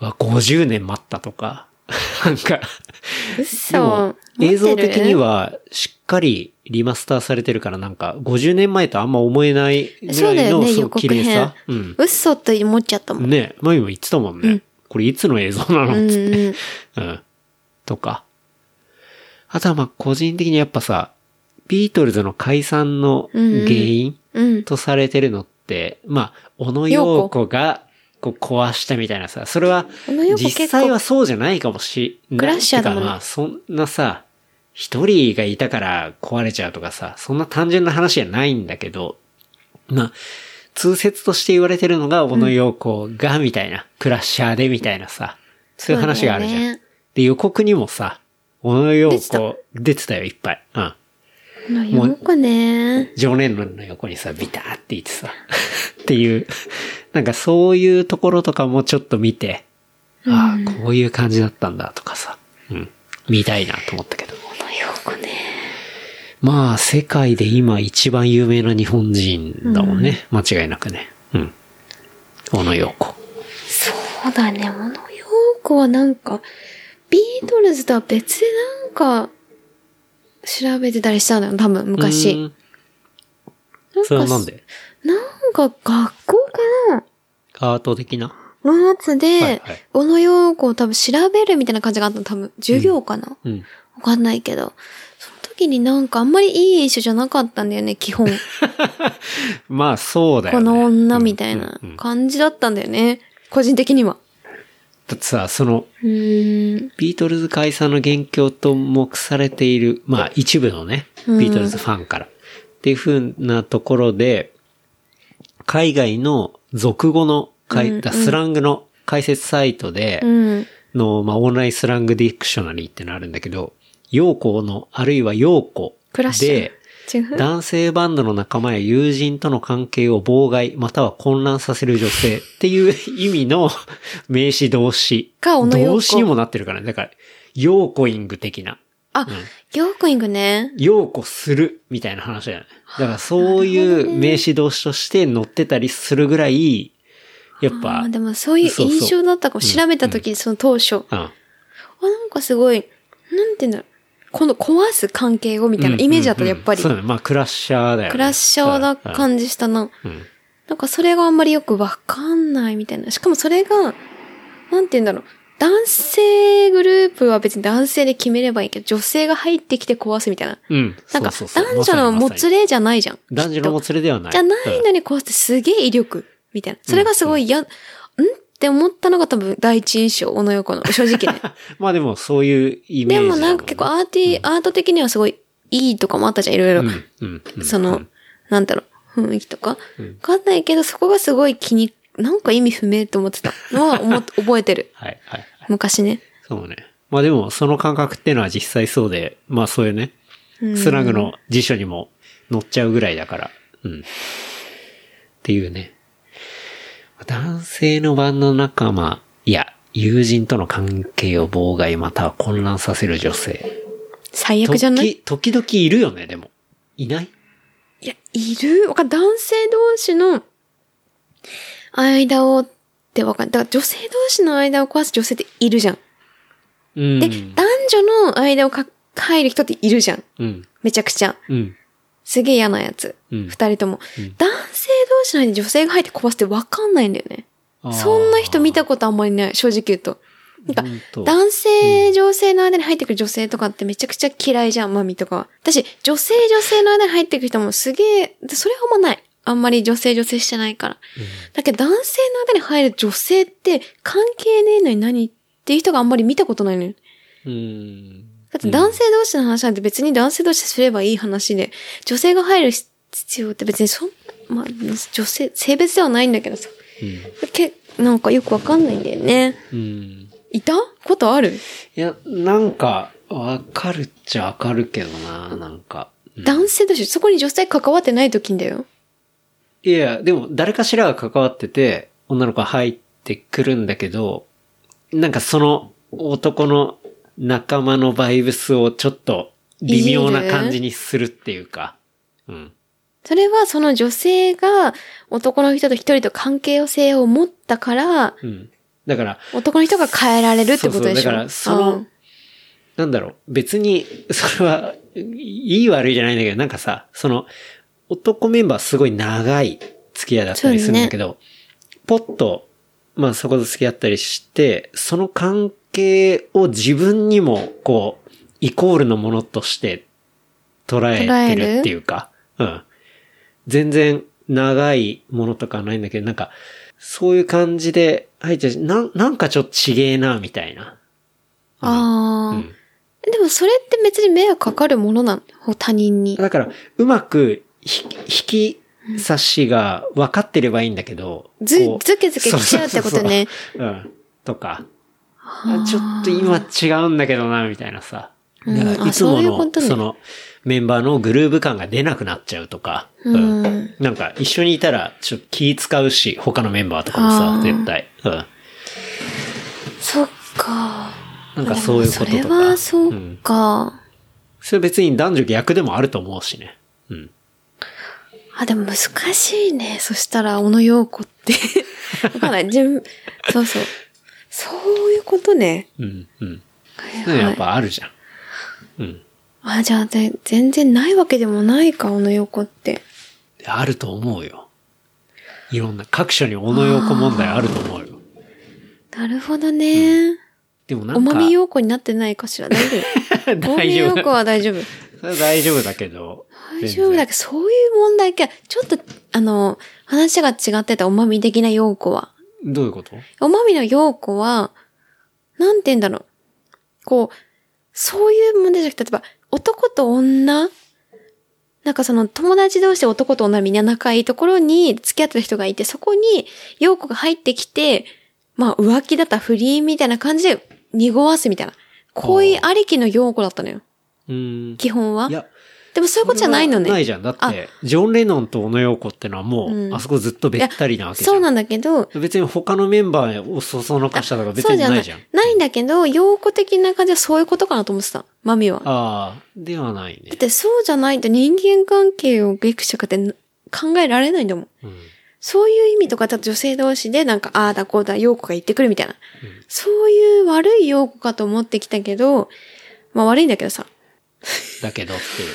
Speaker 2: うわ、50年待ったとか、 なんか、で
Speaker 3: そ
Speaker 2: も
Speaker 3: う。
Speaker 2: 映像的にはしっかりリマスターされてるからなんか50年前とあんま思えないぐらいの
Speaker 3: そうだよね
Speaker 2: そう
Speaker 3: 予告
Speaker 2: 綺
Speaker 3: 編
Speaker 2: 麗さ。うん。
Speaker 3: 嘘って思っちゃったもん。
Speaker 2: ね前も言ってたもんね。これいつの映像なの
Speaker 3: うん
Speaker 2: つって。
Speaker 3: うん。
Speaker 2: うん。とか。あとはまあ個人的にやっぱさ、ビートルズの解散の原因
Speaker 3: うん。
Speaker 2: とされてるのって、って、まあ、小野洋子がこう壊したみたいなさ、それは
Speaker 3: 小野洋子結構
Speaker 2: 実際はそうじゃないかもしれない。
Speaker 3: クラッシャーだもん
Speaker 2: て
Speaker 3: ね
Speaker 2: かまあ、そんなさ、一人がいたから壊れちゃうとかさ、そんな単純な話じゃないんだけど、まあ、通説として言われてるのが、小野洋子が、みたいな、クラッシャーで、みたいなさ、そういう話があるじゃ。
Speaker 3: そうんだよね
Speaker 2: で、予告にもさ、小野洋
Speaker 3: 出てた
Speaker 2: 子出てたよ、いっぱい。うん。
Speaker 3: のよくね。
Speaker 2: 常連の横にさ、ビターっていてさ、 っていう、なんかそういうところとかもちょっと見て、ああ、こういう感じだったんだとかさ、うん、見たいなと思ったけど。
Speaker 3: このよくね。
Speaker 2: まあ、世界で今一番有名な日本人だもんね。間違いなくね。うん。小野洋子。
Speaker 3: そうだね。このよくはなんか、ビートルズとは別でなんか、調べてたりしたんだよ、多分、昔。
Speaker 2: うん。
Speaker 3: なんか
Speaker 2: それはなんで
Speaker 3: なんか学校かな
Speaker 2: アート的な
Speaker 3: のやつで、
Speaker 2: はいはい
Speaker 3: 小野洋子を多分調べるみたいな感じがあったの、多分、授業かな、
Speaker 2: うん。
Speaker 3: わかんないけど。その時になんかあんまりいい印象じゃなかったんだよね、基本。
Speaker 2: まあ、そうだよね。
Speaker 3: この女みたい
Speaker 2: うん
Speaker 3: な
Speaker 2: うんうんだ
Speaker 3: 感じだったんだよね。個人的には。
Speaker 2: ってさ、その、
Speaker 3: うーん。
Speaker 2: ビートルズ解散の元凶と目されている、まあ一部のね、
Speaker 3: うん
Speaker 2: ビートルズファンから。っていう風なところで、海外の俗語の解、
Speaker 3: うんうん
Speaker 2: スラングの解説サイトで
Speaker 3: うん。
Speaker 2: の、まあオンラインスラングディクショナリーってのあるんだけど、陽子の、あるいは陽子
Speaker 3: クラッシャ
Speaker 2: で
Speaker 3: ー、。違う。
Speaker 2: 男性バンドの仲間や友人との関係を妨害、または混乱させる女性っていう意味の名詞動詞。
Speaker 3: か小野洋子
Speaker 2: 動詞にもなってるからね。だから、ヨーコイング的な。
Speaker 3: あ、ヨークイングね。
Speaker 2: ヨーコするみたいな話だよね。だからそういう名詞動詞として載ってたりするぐらい、やっ
Speaker 3: あ
Speaker 2: ぱ、
Speaker 3: ーでもそういう
Speaker 2: そうそう
Speaker 3: 印象だったかも。調べた時、その当初。あ、
Speaker 2: うん。
Speaker 3: なんかすごい、なんて言うんだろう。この壊す関係をみたいなイメージだった、やっぱり
Speaker 2: うん。うんうんそうだね。まあクラッシャーだよね。
Speaker 3: クラッシャーな感じしたな。
Speaker 2: うん。うん
Speaker 3: なんかそれがあんまりよくわかんないみたいな。しかもそれが、なんて言うんだろう。男性グループは別に男性で決めればいいけど、女性が入ってきて壊すみたいな。
Speaker 2: うん。
Speaker 3: なんか
Speaker 2: そうそうそう
Speaker 3: 男女のも
Speaker 2: まさ
Speaker 3: つ
Speaker 2: に
Speaker 3: れじゃないじゃん。
Speaker 2: まさに男女のも
Speaker 3: きっ
Speaker 2: つれではな
Speaker 3: と
Speaker 2: い。
Speaker 3: じゃない
Speaker 2: うん
Speaker 3: のに壊すってすげえ威力みたいな。それがすごい嫌、んって思ったのが多分第一印象、小野横の。正直ね。
Speaker 2: まあでもそういう イメー
Speaker 3: で
Speaker 2: ジだ
Speaker 3: もなんか結構アーティ、アート的にはすごいいいとかもあったじゃん、いろいろ。
Speaker 2: うんうん
Speaker 3: その、なんだろう、雰囲気とか。わ
Speaker 2: うん
Speaker 3: かんないけど、そこがすごい気に、なんか意味不明と思ってたのは 思っ覚えてる。
Speaker 2: はいはい。
Speaker 3: 昔ね。
Speaker 2: そうね。まあでも、その感覚ってのは実際そうで、まあそういうね、
Speaker 3: うん
Speaker 2: スラングの辞書にも載っちゃうぐらいだから、うん。っていうね。男性のバンド仲間、いや、友人との関係を妨害または混乱させる女性。
Speaker 3: 最悪じゃない
Speaker 2: 時時々いるよね、でも。いない
Speaker 3: いや、いるわかん男性同士の間をってわかんない。だから女性同士の間を壊す女性っているじゃん。
Speaker 2: うん。
Speaker 3: で、男女の間をか入る人っているじゃん。
Speaker 2: うん。
Speaker 3: めちゃくちゃ。
Speaker 2: うん。
Speaker 3: すげえ嫌なやつ。
Speaker 2: うん
Speaker 3: 二人とも。男性同士の間に女性が入って壊すってわかんないんだよね。
Speaker 2: あー
Speaker 3: そんな人見たことあんまりない、正直言うと。な
Speaker 2: ほ
Speaker 3: ん
Speaker 2: ん
Speaker 3: か、
Speaker 2: と
Speaker 3: 男性、女性の間に入ってくる女性とかってめちゃくちゃ嫌いじゃん、マミとかは。私、女性、女性の間に入ってくる人もすげえ、でそれはあんまない。あんまり女性、女性してないから。だけど男性の間に入る女性って関係ねえのに何っていう人があんまり見たことないのよ。
Speaker 2: うん。
Speaker 3: だって男性同士の話なんて別に男性同士すればいい話で、女性が入る必要って別にそんな、まあ、女性、性別ではないんだけどさ。
Speaker 2: うん。
Speaker 3: け、なんかよくわかんないんだよね。
Speaker 2: うん。
Speaker 3: いたことある、
Speaker 2: いや、なんか、わかるっちゃわかるけどな、なんか。うん
Speaker 3: 男性としてそこに女性関わってない時んだよ。
Speaker 2: いや、でも、誰かしらが関わってて、女の子が入ってくるんだけど、なんかその男の仲間のバイブスをちょっと微妙ない
Speaker 3: じる
Speaker 2: 感じにするっていうか。うん。
Speaker 3: それはその女性が男の人と一人と関係性を持ったから、
Speaker 2: うん。だから、
Speaker 3: 男の人が変えられるってことでし
Speaker 2: そうそ
Speaker 3: ょ
Speaker 2: うだからその
Speaker 3: うん
Speaker 2: なんだろう、別に、 それは、いい悪いじゃないんだけど、なんかさ、その、男メンバーすごい長い付き合いだったりするんだけど、ポッと、まあそこで付き合ったりして、その関係を自分にも、こう、イコールのものとして捉えてるっていうか、うん。全然、長いものとかはないんだけど、なんか、そういう感じで入っちゃうし、なん、なんかちょっとちげえな、みたいな。
Speaker 3: ああ、
Speaker 2: うん
Speaker 3: でもそれって別に迷惑かかるものなの他人に。
Speaker 2: だから、うまくひ、引き差しが分かってればいいんだけど、
Speaker 3: ず
Speaker 2: こう
Speaker 3: ずけずけ来ちゃうってことね。
Speaker 2: そうそうそううん。とか、あちょっと今違うんだけどな、みたいなさ。
Speaker 3: うん
Speaker 2: だから
Speaker 3: あ
Speaker 2: いつもの、
Speaker 3: そういうこ
Speaker 2: そ
Speaker 3: とね
Speaker 2: の、メンバーのグルーヴ感が出なくなっちゃうとか、
Speaker 3: うん
Speaker 2: なんか、一緒にいたら、ちょっと気使うし、他のメンバーとかも
Speaker 3: あ
Speaker 2: さ、
Speaker 3: ー
Speaker 2: 絶対。うん。
Speaker 3: そっか。
Speaker 2: なんかそういうこととか
Speaker 3: でもそれはそうんか。
Speaker 2: それ別に男女逆でもあると思うしね。うん。
Speaker 3: あ、でも難しいね。そしたら、小野洋子って。わかんない。自分、そうそう。そういうことね。
Speaker 2: うん。うん。
Speaker 3: はい
Speaker 2: そういうの
Speaker 3: は
Speaker 2: やっ
Speaker 3: い。
Speaker 2: ぱあるじゃん。うん。
Speaker 3: あ、じゃあ、ぜ全然ないわけでもないか、小野洋子って。
Speaker 2: あると思うよ。いろんな、各所に小野洋子問題あると思うよ。
Speaker 3: なるほどね。
Speaker 2: でもなんか。
Speaker 3: おまみ洋子になってないかしら。大丈夫。おまみ
Speaker 2: 大
Speaker 3: 洋
Speaker 2: 丈夫。
Speaker 3: 子は大丈夫。
Speaker 2: それは大丈夫だけど。
Speaker 3: 大丈夫だけど、そういう問題か。ちょっと、あの、話が違ってたおまみ的な洋子は。
Speaker 2: 全然どういうこと
Speaker 3: おまみの陽子は、なんて言うんだろう。こう、そういう問題じゃなくて、例えば、男と女なんかその友達同士で男と女みんな仲いいところに付き合ってる人がいて、そこに陽子が入ってきて、まあ浮気だった不倫みたいな感じで濁わすみたいな。恋ありきの陽子だったのよ。
Speaker 2: うーん。
Speaker 3: 基本は。
Speaker 2: いや、
Speaker 3: でもそういうことじゃないのね。
Speaker 2: ないじゃん。だっ
Speaker 3: あ
Speaker 2: て、ジョン・レノンと小野洋子ってのはも
Speaker 3: う
Speaker 2: う、
Speaker 3: ん
Speaker 2: あそこずっとべったりなわけじゃん。
Speaker 3: そうなんだけど、
Speaker 2: 別に他のメンバーをそそのかしたとか別
Speaker 3: そう
Speaker 2: に
Speaker 3: じゃ
Speaker 2: な
Speaker 3: ないい
Speaker 2: じゃん。。
Speaker 3: ないんだけど、陽子的な感じはそういうことかなと思ってた。マミは。
Speaker 2: ああ、ではないね
Speaker 3: だっ。てそうじゃないと人間関係をギクシャクって考えられないんだもん。
Speaker 2: うん
Speaker 3: そういう意味とか、だと女性同士でなんか、ああだこうだ、陽子が言ってくるみたいな。そういう悪い陽子かと思ってきたけど、まあ悪いんだけどさ。
Speaker 2: だけどっていうね。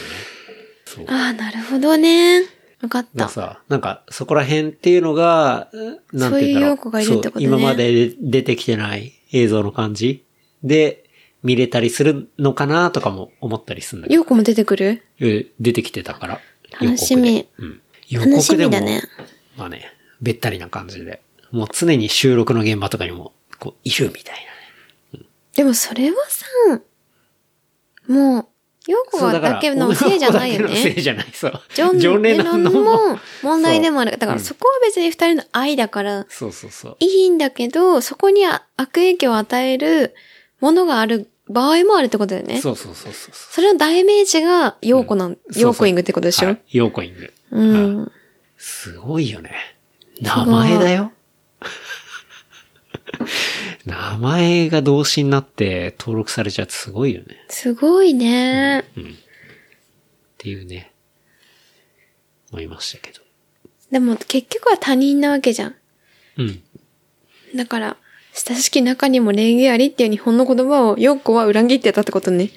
Speaker 2: そう。
Speaker 3: ああ、なるほどね。わかっ
Speaker 2: だ
Speaker 3: た。
Speaker 2: さ、なんか、そこら辺っていうのが、うなんて言うんだろう。
Speaker 3: そういう用語がいるってことね
Speaker 2: そう今まで出てきてない映像の感じで、見れたりするのかなとかも思ったりするんだけど
Speaker 3: 陽子も出てくる
Speaker 2: え出てきてたから。
Speaker 3: 楽しみ
Speaker 2: 予告でうん。予
Speaker 3: 楽し
Speaker 2: 告で
Speaker 3: み
Speaker 2: も、
Speaker 3: だね。
Speaker 2: まあね、べったりな感じで。もう常に収録の現場とかにも、こう、いるみたいなね。
Speaker 3: でもそれはさ、もう、陽子
Speaker 2: そう
Speaker 3: がだけのせいじゃないよ
Speaker 2: だけのせ
Speaker 3: ね
Speaker 2: い。じゃない、 そう。
Speaker 3: ジョン・レノン
Speaker 2: の
Speaker 3: も問題でもあ
Speaker 2: そ
Speaker 3: る。
Speaker 2: う
Speaker 3: だか
Speaker 2: う
Speaker 3: ら
Speaker 2: ん
Speaker 3: そこは別に二人の愛だから、
Speaker 2: そうそうそう。
Speaker 3: いいんだけど、そこにあ悪影響を与えるものがある場合もあるってことだよね。
Speaker 2: そうそうそうそうそう。
Speaker 3: それの代名詞が、ヨーコなん、
Speaker 2: そうそう
Speaker 3: ヨーコイングってことでしょ、
Speaker 2: はいヨーコイング。
Speaker 3: うん。
Speaker 2: すごいよね。名前だよ。名前が動詞になって登録されちゃうってすごいよね。
Speaker 3: すごいね。
Speaker 2: っていうね。思いましたけど。
Speaker 3: でも結局は他人なわけじゃん。
Speaker 2: うん。
Speaker 3: だから、親しき中にも礼儀ありっていう日本の言葉をヨーコは裏切ってたってことね。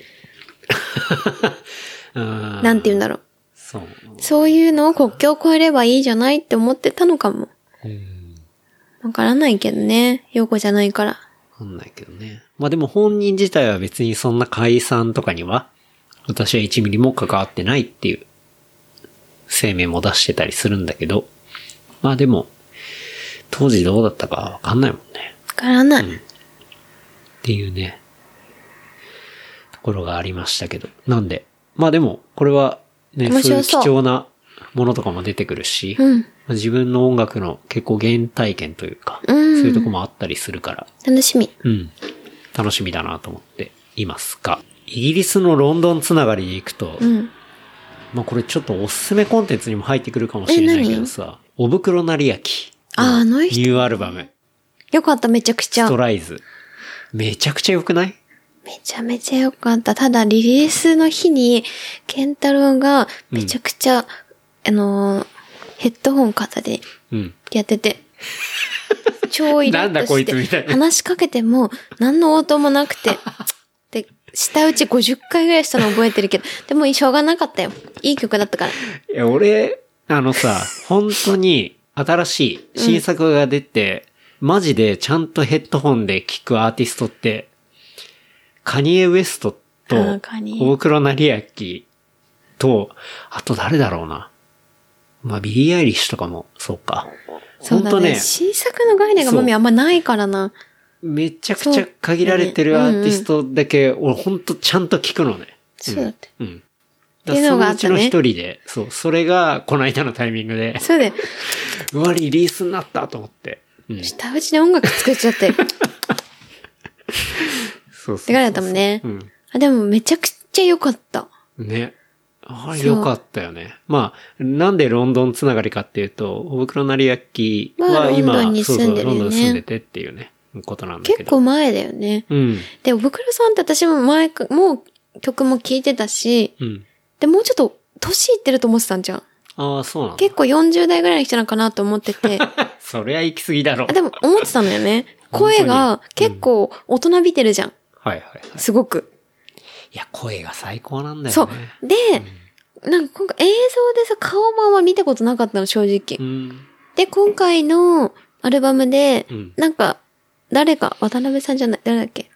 Speaker 2: うん
Speaker 3: なんて言うんだろう。
Speaker 2: そう。
Speaker 3: そういうのを国境を越えればいいじゃないって思ってたのかも。
Speaker 2: うん。
Speaker 3: わからないけどね。ヨーコじゃないから。
Speaker 2: わかんないけどね。まあでも本人自体は別にそんな解散とかには、私は1ミリも関わってないっていう声明も出してたりするんだけど、まあでも、当時どうだったかわかんないもんね。
Speaker 3: わからない。
Speaker 2: っていうね、ところがありましたけど。なんで、まあでも、これはね、
Speaker 3: 面
Speaker 2: そうい
Speaker 3: 白
Speaker 2: う貴
Speaker 3: そう
Speaker 2: 重なものとかも出てくるし、
Speaker 3: うん
Speaker 2: まあ自分の音楽の結構原体験というか、
Speaker 3: うん
Speaker 2: そういうとこもあったりするから、
Speaker 3: 楽しみ。
Speaker 2: うん。楽しみだなと思っていますが、イギリスのロンドンつながりで行くと、
Speaker 3: うん。
Speaker 2: まあこれちょっとおすすめコンテンツにも入ってくるかもしれないけどさ、お袋なりやき。
Speaker 3: ああの
Speaker 2: ニ
Speaker 3: 人
Speaker 2: ューアルバム、
Speaker 3: よかった、めちゃくちゃ
Speaker 2: スト。ライズ。めちゃくちゃ良くない
Speaker 3: めちゃめちゃよかった。ただ、リリースの日に、ケンタロウが、めちゃくちゃ、あのー、ヘッドホン片手に
Speaker 2: うん。
Speaker 3: やってて、超イラ
Speaker 2: なん
Speaker 3: ッ
Speaker 2: だ
Speaker 3: と
Speaker 2: こ
Speaker 3: し
Speaker 2: いつみた
Speaker 3: て
Speaker 2: い、な
Speaker 3: 話しかけても、何の応答もなくて、で、下打ち50回ぐらいしたの覚えてるけど、でも、しょうがなかったよ。いい曲だったから。
Speaker 2: いや、俺、あのさ、本当に新しい新作が出て、マジでちゃんとヘッドホンで聴くアーティストって、カニエ・ウエスト
Speaker 3: あ
Speaker 2: と
Speaker 3: ーカニ、エ
Speaker 2: 大黒成明と、あと誰だろうな。まあ、ビリー・アイリッシュとかも、そうか。
Speaker 3: そうだ
Speaker 2: ほんと
Speaker 3: ね。
Speaker 2: ね、
Speaker 3: 新作の概念がマミあんまないからな。
Speaker 2: めちゃくちゃ限られてるアーティストだけ、俺ほんとちゃんと聞くのね。
Speaker 3: そうだって。
Speaker 2: うん。
Speaker 3: ていうのがあ
Speaker 2: だからそのうちの
Speaker 3: ったね
Speaker 2: 一人で、そう、それが、この間のタイミングで、
Speaker 3: そうで、
Speaker 2: うわ、リリースになったと思って。うん。
Speaker 3: 下打ちで音楽作っち ゃって。
Speaker 2: そうそうそう
Speaker 3: てかだったもんね
Speaker 2: うん。
Speaker 3: あ、でもめちゃくちゃ良かった。
Speaker 2: ね。あ
Speaker 3: そう
Speaker 2: れ良かったよね。まあ、なんでロンドンつながりかっていうと、オブクロナリヤッキ
Speaker 3: まあ
Speaker 2: は今、
Speaker 3: ロンドンに
Speaker 2: そう
Speaker 3: 住
Speaker 2: そ
Speaker 3: んで
Speaker 2: う、
Speaker 3: るよ
Speaker 2: ロンド
Speaker 3: ね
Speaker 2: ンに住んでてっていうね、ことなんだけ
Speaker 3: 結
Speaker 2: ど。
Speaker 3: 構前だよね。
Speaker 2: うん。
Speaker 3: で、おぶくろさんって私も前か、もう曲も聴いてたし、
Speaker 2: うん。
Speaker 3: で、もうちょっと年いってると思ってたんじゃん。
Speaker 2: ああ、そうなんだ。
Speaker 3: 結構40代ぐらいの人なのかなと思っ てて。
Speaker 2: そりゃ行き過ぎだろ
Speaker 3: あ。でも思ってたのよね。
Speaker 2: 本当に
Speaker 3: 声が結構大人びてるじゃん。
Speaker 2: はいはいはい。
Speaker 3: すごく。
Speaker 2: いや、声が最高なんだよね。
Speaker 3: そう。で、なんか今回映像でさ、顔もあんま見たことなかったの、正直。
Speaker 2: うん。
Speaker 3: で、今回のアルバムで
Speaker 2: うん、
Speaker 3: なんか、誰か、渡辺さんじゃない、誰だっけ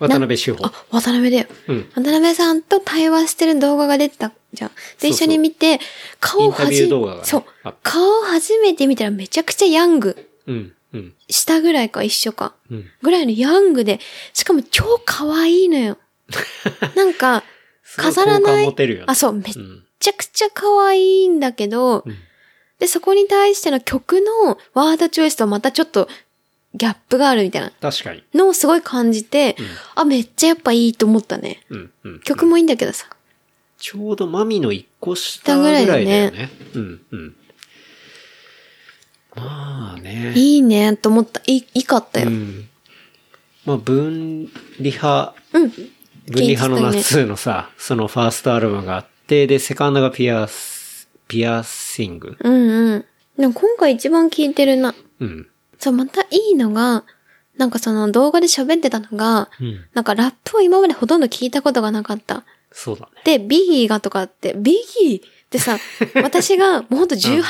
Speaker 2: 渡辺修法
Speaker 3: あ。、渡辺だよ。
Speaker 2: うん。
Speaker 3: 渡辺さんと対話してる動画が出てたじゃん。で、
Speaker 2: そうそう
Speaker 3: 一緒に見て、顔をは
Speaker 2: インタビュ
Speaker 3: じ、
Speaker 2: ー動画がね
Speaker 3: そう
Speaker 2: アップ。
Speaker 3: 顔を初めて見たらめちゃくちゃヤング。
Speaker 2: うん。うん。
Speaker 3: 下ぐらいか一緒か。
Speaker 2: うん。
Speaker 3: ぐらいのヤングで、しかも超可愛い のよ。なんか、飾ら
Speaker 2: すご好
Speaker 3: な
Speaker 2: 感
Speaker 3: い。
Speaker 2: 持てるよね。
Speaker 3: あ、そう、めっ
Speaker 2: うん。
Speaker 3: ちゃくちゃ可愛いんだけど、
Speaker 2: うん
Speaker 3: で、そこに対しての曲のワードチョイスとまたちょっとギャップがあるみたいな
Speaker 2: 確かに。
Speaker 3: のをすごい感じて、あ、めっちゃやっぱいいと思ったね。
Speaker 2: うん。うん。
Speaker 3: 曲もいいんだけどさ。
Speaker 2: ちょうどマミの一個下ぐらいだよ
Speaker 3: 下
Speaker 2: ね。
Speaker 3: ぐ
Speaker 2: うん、うん。まあね。
Speaker 3: いいね、と思った。いい、いいかった
Speaker 2: う
Speaker 3: よ。うん。
Speaker 2: ん。まあ、分離派、分離派の夏のさ、そのファーストアルバムがあって、で、セカンドがピアス、ピアッシング。
Speaker 3: うんうん。でも今回一番聴いてるな。
Speaker 2: うん。
Speaker 3: そう、またいいのが、なんかその動画で喋ってたのが、
Speaker 2: うん。
Speaker 3: なんかラップを今までほとんど聞いたことがなかった。
Speaker 2: そうだね。
Speaker 3: で、ビギーがとかって、ビギーっ てさ、私がもうほんと18、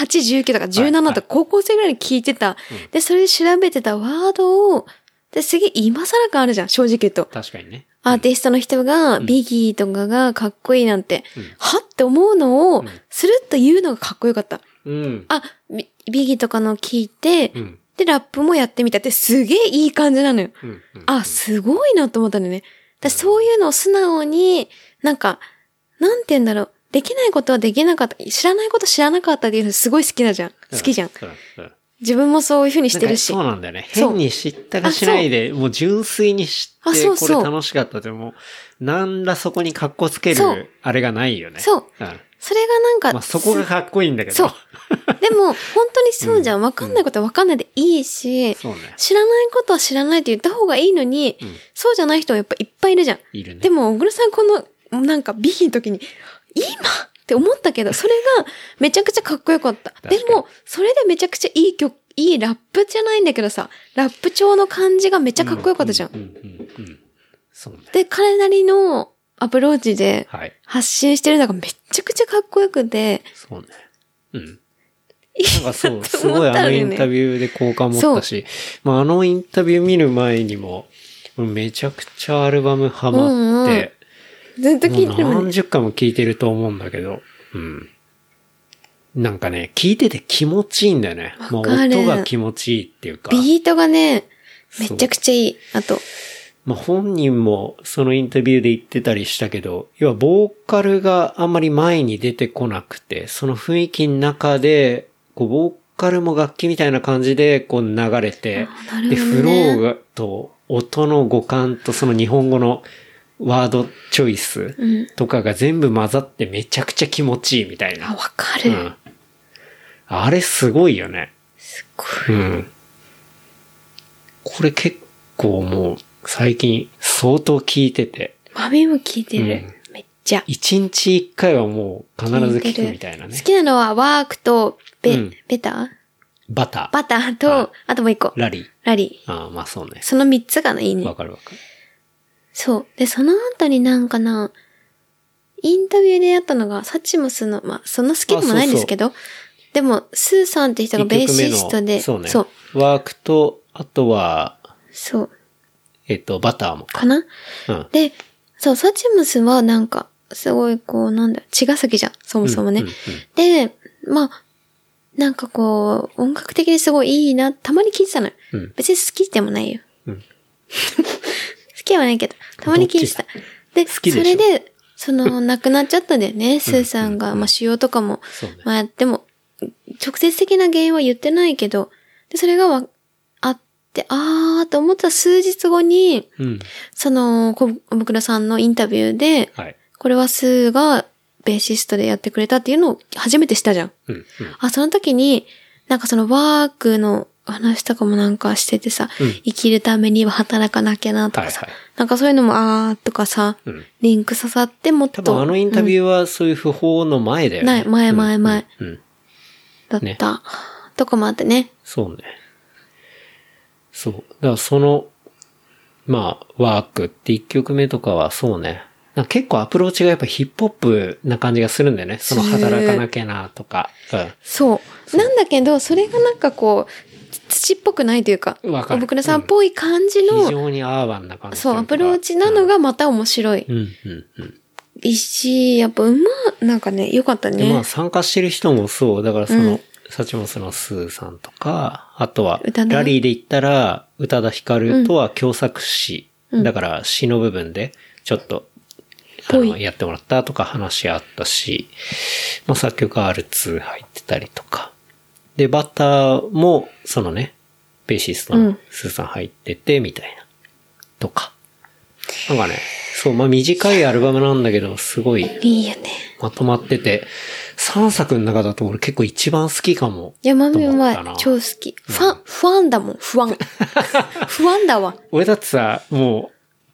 Speaker 3: 19とか
Speaker 2: はいは
Speaker 3: 17
Speaker 2: い
Speaker 3: とか高校生ぐらいに聞いてた。で、それで調べてたワードを、で、すげえ今更感あるじゃん、正直言うと。
Speaker 2: 確かにね。
Speaker 3: アーティストの人が、ビギーとかがかっこいいなんて、はって思うのを、スルッと言うのがかっこよかった。
Speaker 2: うん。
Speaker 3: あ、ビビギーとかの聞いて、
Speaker 2: うん。
Speaker 3: で、ラップもやってみたって、すげえいい感じなのよ。
Speaker 2: うん。うん
Speaker 3: あ、すごいなと思ったんだよね。だそういうのを素直に、なんか、なんて言うんだろう。できないことはできなかった。知らないこと知らなかったっていうのすごい好きだじゃん。好きじゃん。
Speaker 2: うん。うん
Speaker 3: 自分もそういう風にしてるし
Speaker 2: なん。かそうなんだよね。
Speaker 3: そう
Speaker 2: 変に知ったりしないで、もう純粋に知っ
Speaker 3: あ
Speaker 2: て、
Speaker 3: そうそう
Speaker 2: これ楽しかったって、もう、なんらそこに格好つけ
Speaker 3: そう
Speaker 2: る、あれがないよね。
Speaker 3: そう。
Speaker 2: うん。
Speaker 3: それがなんか、
Speaker 2: まあ、そこがかっこいいんだけど。
Speaker 3: そう。でも、本当にそうじゃん。わかんないことはわかんないでいいし、
Speaker 2: そうね。
Speaker 3: 知らないことは知らないって言った方がいいのに、そうじゃない人はやっぱいっぱいいるじゃん。
Speaker 2: いるね。
Speaker 3: でも、小倉さんこの、なんか、ビヒの時に、今って思ったけど、それがめちゃくちゃかっこよか った。
Speaker 2: か
Speaker 3: で
Speaker 2: に
Speaker 3: も、それでめちゃくちゃいい曲、いいラップじゃないんだけどさ、ラップ調の感じがめっちゃかっこよかったじゃん。
Speaker 2: うんうんうん。そうね。
Speaker 3: で、彼なりのアプローチで
Speaker 2: はい。
Speaker 3: 発信してるのがめちゃくちゃかっこよくて、
Speaker 2: そうね。うん。
Speaker 3: いい
Speaker 2: なんかそ
Speaker 3: な
Speaker 2: う、
Speaker 3: と
Speaker 2: す
Speaker 3: 思
Speaker 2: ごい
Speaker 3: った
Speaker 2: あ
Speaker 3: の
Speaker 2: のイ
Speaker 3: よ
Speaker 2: ンタ
Speaker 3: ね。
Speaker 2: ビューで好感持ったし、まああのインタビュー見る前にも、めちゃくちゃアルバムハマって、
Speaker 3: ずっと聞
Speaker 2: もうん
Speaker 3: いてるもね。
Speaker 2: 何十回も聴いてると思うんだけど、うん。なんかね、聴いてて気持ちいいんだよね。も
Speaker 3: わ
Speaker 2: う
Speaker 3: かる
Speaker 2: 音が気持ちいいっていうか。
Speaker 3: ビートがね、
Speaker 2: そう
Speaker 3: めちゃくちゃいい。あと、
Speaker 2: まあ、本人もそのインタビューで言ってたりしたけど、要はボーカルがあんまり前に出てこなくて、その雰囲気の中で、こう、ボーカルも楽器みたいな感じで、こう流れて、
Speaker 3: なる
Speaker 2: で、
Speaker 3: ほ
Speaker 2: フ
Speaker 3: ど
Speaker 2: ロ
Speaker 3: ね
Speaker 2: ーが、と、音の五感とその日本語のワードチョイス
Speaker 3: うん。
Speaker 2: とかが全部混ざってめちゃくちゃ気持ちいいみたい
Speaker 3: あ、
Speaker 2: な。
Speaker 3: わか
Speaker 2: う
Speaker 3: る。
Speaker 2: ん。あれすごいよね。
Speaker 3: すっごい。
Speaker 2: うん。これ結構もう最近相当聞いてて、
Speaker 3: 豆も聞いてる。めっちゃ。
Speaker 2: 1日1回はもう必ず
Speaker 3: 聞いて
Speaker 2: 聞
Speaker 3: る
Speaker 2: くみたいなね
Speaker 3: 好。きなのはワークとベ、
Speaker 2: うん
Speaker 3: ベタ
Speaker 2: バター、
Speaker 3: バター
Speaker 2: は
Speaker 3: と
Speaker 2: い、
Speaker 3: あともう一個。
Speaker 2: ラリー。
Speaker 3: ラリー。
Speaker 2: ああ、まあそうね。
Speaker 3: その三つがねいいね
Speaker 2: わ。かるわかる。
Speaker 3: そう。で、その後になんかな、インタビューでやったのが、サチモスの、まあ、そんな好きでもないんですけど、でも、スーさんって人がベーシストで、
Speaker 2: 一曲目の
Speaker 3: そ
Speaker 2: そう
Speaker 3: う、
Speaker 2: ね。ワークと、あとは、
Speaker 3: そう
Speaker 2: えっと、バターも。
Speaker 3: かな
Speaker 2: うん。
Speaker 3: で、そう、サチモスはなんか、すごいこう、なんだ、茅ヶ崎じゃん、そもそもね。
Speaker 2: うんうんうん
Speaker 3: で、まあ、なんかこう、音楽的にすごいいいな、たまに聞いてたのよ。
Speaker 2: うん
Speaker 3: 別に好きでもないよ。
Speaker 2: うん
Speaker 3: 好きではないけど、たまに聞いてた。で、
Speaker 2: 好きでし
Speaker 3: そ
Speaker 2: ょ
Speaker 3: れで、その、亡くなっちゃったんだよね、スーさんが。まあ、腫瘍とかも。
Speaker 2: そうね
Speaker 3: まあ、でも、直接的な原因は言ってないけど、で、それがわ、あって、あーと思った数日後に、
Speaker 2: うん。
Speaker 3: その、小小倉さんのインタビューで、
Speaker 2: はい。
Speaker 3: これはスーがベーシストでやってくれたっていうのを初めてしたじゃん。
Speaker 2: うん。うん。
Speaker 3: あ、その時に、なんかそのワークの話とかもなんかしててさ、
Speaker 2: うん
Speaker 3: 生きるためには働かなきゃなとかさ、
Speaker 2: はいはい
Speaker 3: なんかそういうのもあーとかさ、
Speaker 2: うん
Speaker 3: リンク刺さってもっ
Speaker 2: 多
Speaker 3: と
Speaker 2: 分あのインタビューはそういう不法の前だよね。
Speaker 3: ない前前前
Speaker 2: うん。うん。うん
Speaker 3: だった、
Speaker 2: ね
Speaker 3: とかもあってね。
Speaker 2: そうね。そう。だからその、まあ、ワークって1曲目とかはそうね。なんか結構アプローチがやっぱヒップホップな感じがするんだよね。その
Speaker 3: する
Speaker 2: 働かなきゃなとか。
Speaker 3: そう。なんだけど、それがなんかこう、土っぽくないというか、
Speaker 2: わかる
Speaker 3: 小倉さんっぽい感じ
Speaker 2: うん。非
Speaker 3: の、
Speaker 2: 常にアーバンな感じとい
Speaker 3: そう、
Speaker 2: か
Speaker 3: アプローチなの。がまた面白い
Speaker 2: うん、うん、うんうん。
Speaker 3: いし、やっぱうま、なんかね、よかった
Speaker 2: で、まあ
Speaker 3: ね。
Speaker 2: 参加してる人もそう。だからそ
Speaker 3: うん
Speaker 2: の、サチモスのスーさんとか、あとは
Speaker 3: 宇多、田
Speaker 2: ラリーで言ったら、宇多田ヒカルとは共作詞。だから詩の部分で、ちょっと、あ
Speaker 3: ぽ
Speaker 2: の、
Speaker 3: い
Speaker 2: やってもらったとか話し合ったし、まあ作曲は R2 入ってたりとか。で、バッターも、そのね、ベーシスト
Speaker 3: う
Speaker 2: の
Speaker 3: ん
Speaker 2: スーさん入ってて、みたいな。とか。なんかね、そう、まあ短いアルバムなんだけど、すごい
Speaker 3: いいよね。
Speaker 2: まとまってて、3作の中だと俺結構一番好きかも。
Speaker 3: 山見う
Speaker 2: と思
Speaker 3: ま
Speaker 2: った
Speaker 3: い。
Speaker 2: な
Speaker 3: 超好き。ファン、不安だもん。不安。不安だわ。
Speaker 2: 俺だってさ、も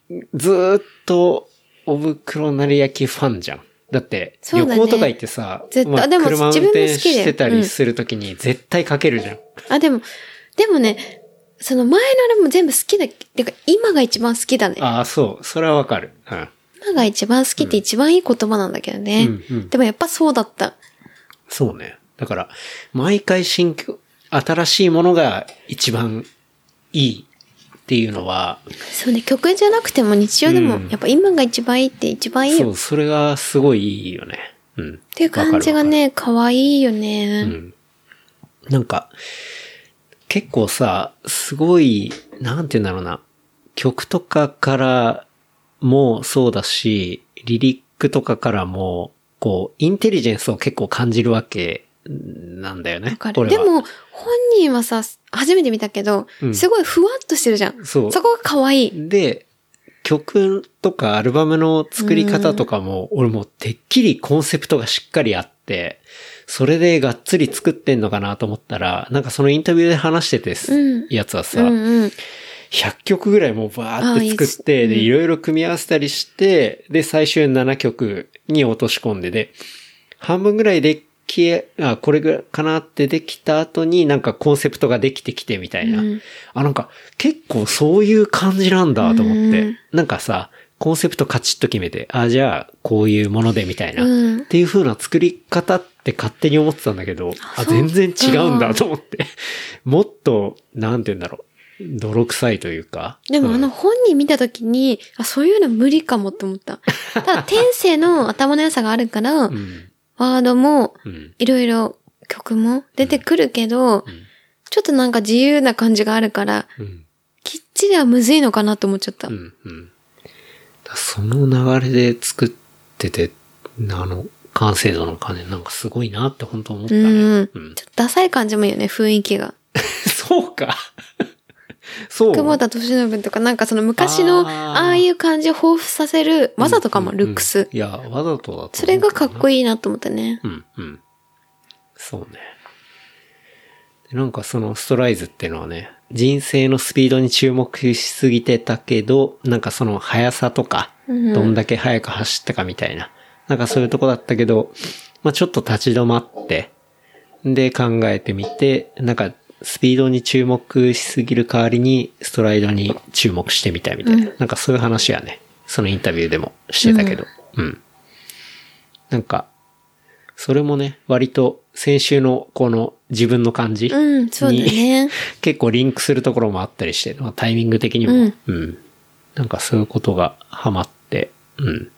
Speaker 2: う、ずーっと、お袋なり焼きファンじゃん。だって、
Speaker 3: そう
Speaker 2: 旅
Speaker 3: だね
Speaker 2: 行とか行ってさ、
Speaker 3: 絶対
Speaker 2: まあ
Speaker 3: でも
Speaker 2: 車運
Speaker 3: 自分も好きだよ
Speaker 2: 転してたりするときに絶対かけるじゃん。
Speaker 3: あ、でも、でもね、その前のあれも全部好きだ、てか今が一番好きだね。
Speaker 2: ああ、そう。それはわかる。うん。
Speaker 3: 今が一番好きって一番いい言葉なんだけどね。
Speaker 2: うんうん
Speaker 3: でもやっぱそうだった。
Speaker 2: そうね。だから、毎回新曲、新しいものが一番いいっていうのは、
Speaker 3: そうね、曲じゃなくても日常でも
Speaker 2: う、ん
Speaker 3: やっぱ今が一番いいって一番いいよ。
Speaker 2: そう、それがすごいいいよね。うん。っ
Speaker 3: っていう感じがね、可愛いよね。
Speaker 2: うんなんか、結構さ、すごい、なんて言うんだろうな。曲とかからもそうだし、リリックとかからも、こう、インテリジェンスを結構感じるわけなんだよね。
Speaker 3: わかる。
Speaker 2: 俺
Speaker 3: で
Speaker 2: は
Speaker 3: も、本人はさ、初めて見たけど、
Speaker 2: うん
Speaker 3: すごいふわっとしてるじゃん。
Speaker 2: そう
Speaker 3: そこが可愛い。
Speaker 2: で、曲とかアルバムの作り方とかも、俺もうてっきりコンセプトがしっかりあって、それでがっつり作ってんのかなと思ったら、なんかそのインタビューで話しててす、
Speaker 3: うん
Speaker 2: やつは
Speaker 3: う
Speaker 2: さ、
Speaker 3: んうん。
Speaker 2: 100曲ぐらいもうバーっ
Speaker 3: あいい
Speaker 2: て作
Speaker 3: です
Speaker 2: って、
Speaker 3: うん
Speaker 2: で、いろいろ組み合わせたりして、で、最終7曲に落とし込んでで、半分ぐらいで消え、あ、これぐらいかなってできた後になんかコンセプトができてきてみたいな。
Speaker 3: うん
Speaker 2: あ、なんか結構そういう感じなんだと思って。
Speaker 3: うん
Speaker 2: なんかさ、コンセプトカチッと決めて、あ、じゃあこういうものでみたいな。
Speaker 3: うん
Speaker 2: っていう風な作り方って勝手に思ってたんだけど、あ、全然違うんだと思って。 もっと、なんて言うんだろう。泥臭いというか。
Speaker 3: でもあ
Speaker 2: う
Speaker 3: の
Speaker 2: ん、
Speaker 3: 本人見た時に、あ、そういうの無理かもって思った。ただ、天性の頭の良さがあるから、
Speaker 2: うん。
Speaker 3: ワードも、
Speaker 2: うん。
Speaker 3: いろいろ曲も出てくるけど、
Speaker 2: ん
Speaker 3: ちょっとなんか自由な感じがあるから、
Speaker 2: うん。
Speaker 3: きっちりはむずいのかなと思っちゃった。
Speaker 2: うん。うん。だその流れで作ってて、あの、完成度の感じ、なんかすごいなって本当思ったね。
Speaker 3: うん
Speaker 2: うん
Speaker 3: ちょっとダサい感じもいいよね、雰囲気が。
Speaker 2: そうか。 そう。
Speaker 3: 久保田敏信とかなんかその昔の
Speaker 2: あー
Speaker 3: ああいう感じを彷彿させる、わざとかも、
Speaker 2: うん
Speaker 3: ルックス。
Speaker 2: いや、わざとだと。
Speaker 3: それがかっこ
Speaker 2: いい。
Speaker 3: いいなと思ったね。
Speaker 2: うん、うん。そうね。でなんかそのストライズっていうのはね、人生のスピードに注目しすぎてたけど、なんかその速さとか、
Speaker 3: うん
Speaker 2: どんだけ速く走ったかみたいな、なんかそういうとこだったけど、まあちょっと立ち止まって、で考えてみて、なんかスピードに注目しすぎる代わりにストライドに注目してみたみたいな、なんかそういう話はね、そのインタビューでもしてたけど、うん。なんか、それもね、割と先週のこの自分の感じ、
Speaker 3: うん、そうだね。
Speaker 2: 結構リンクするところもあったりして、まあ、タイミング的にも、
Speaker 3: う
Speaker 2: うんん、なんかそういうことがハマって、うん。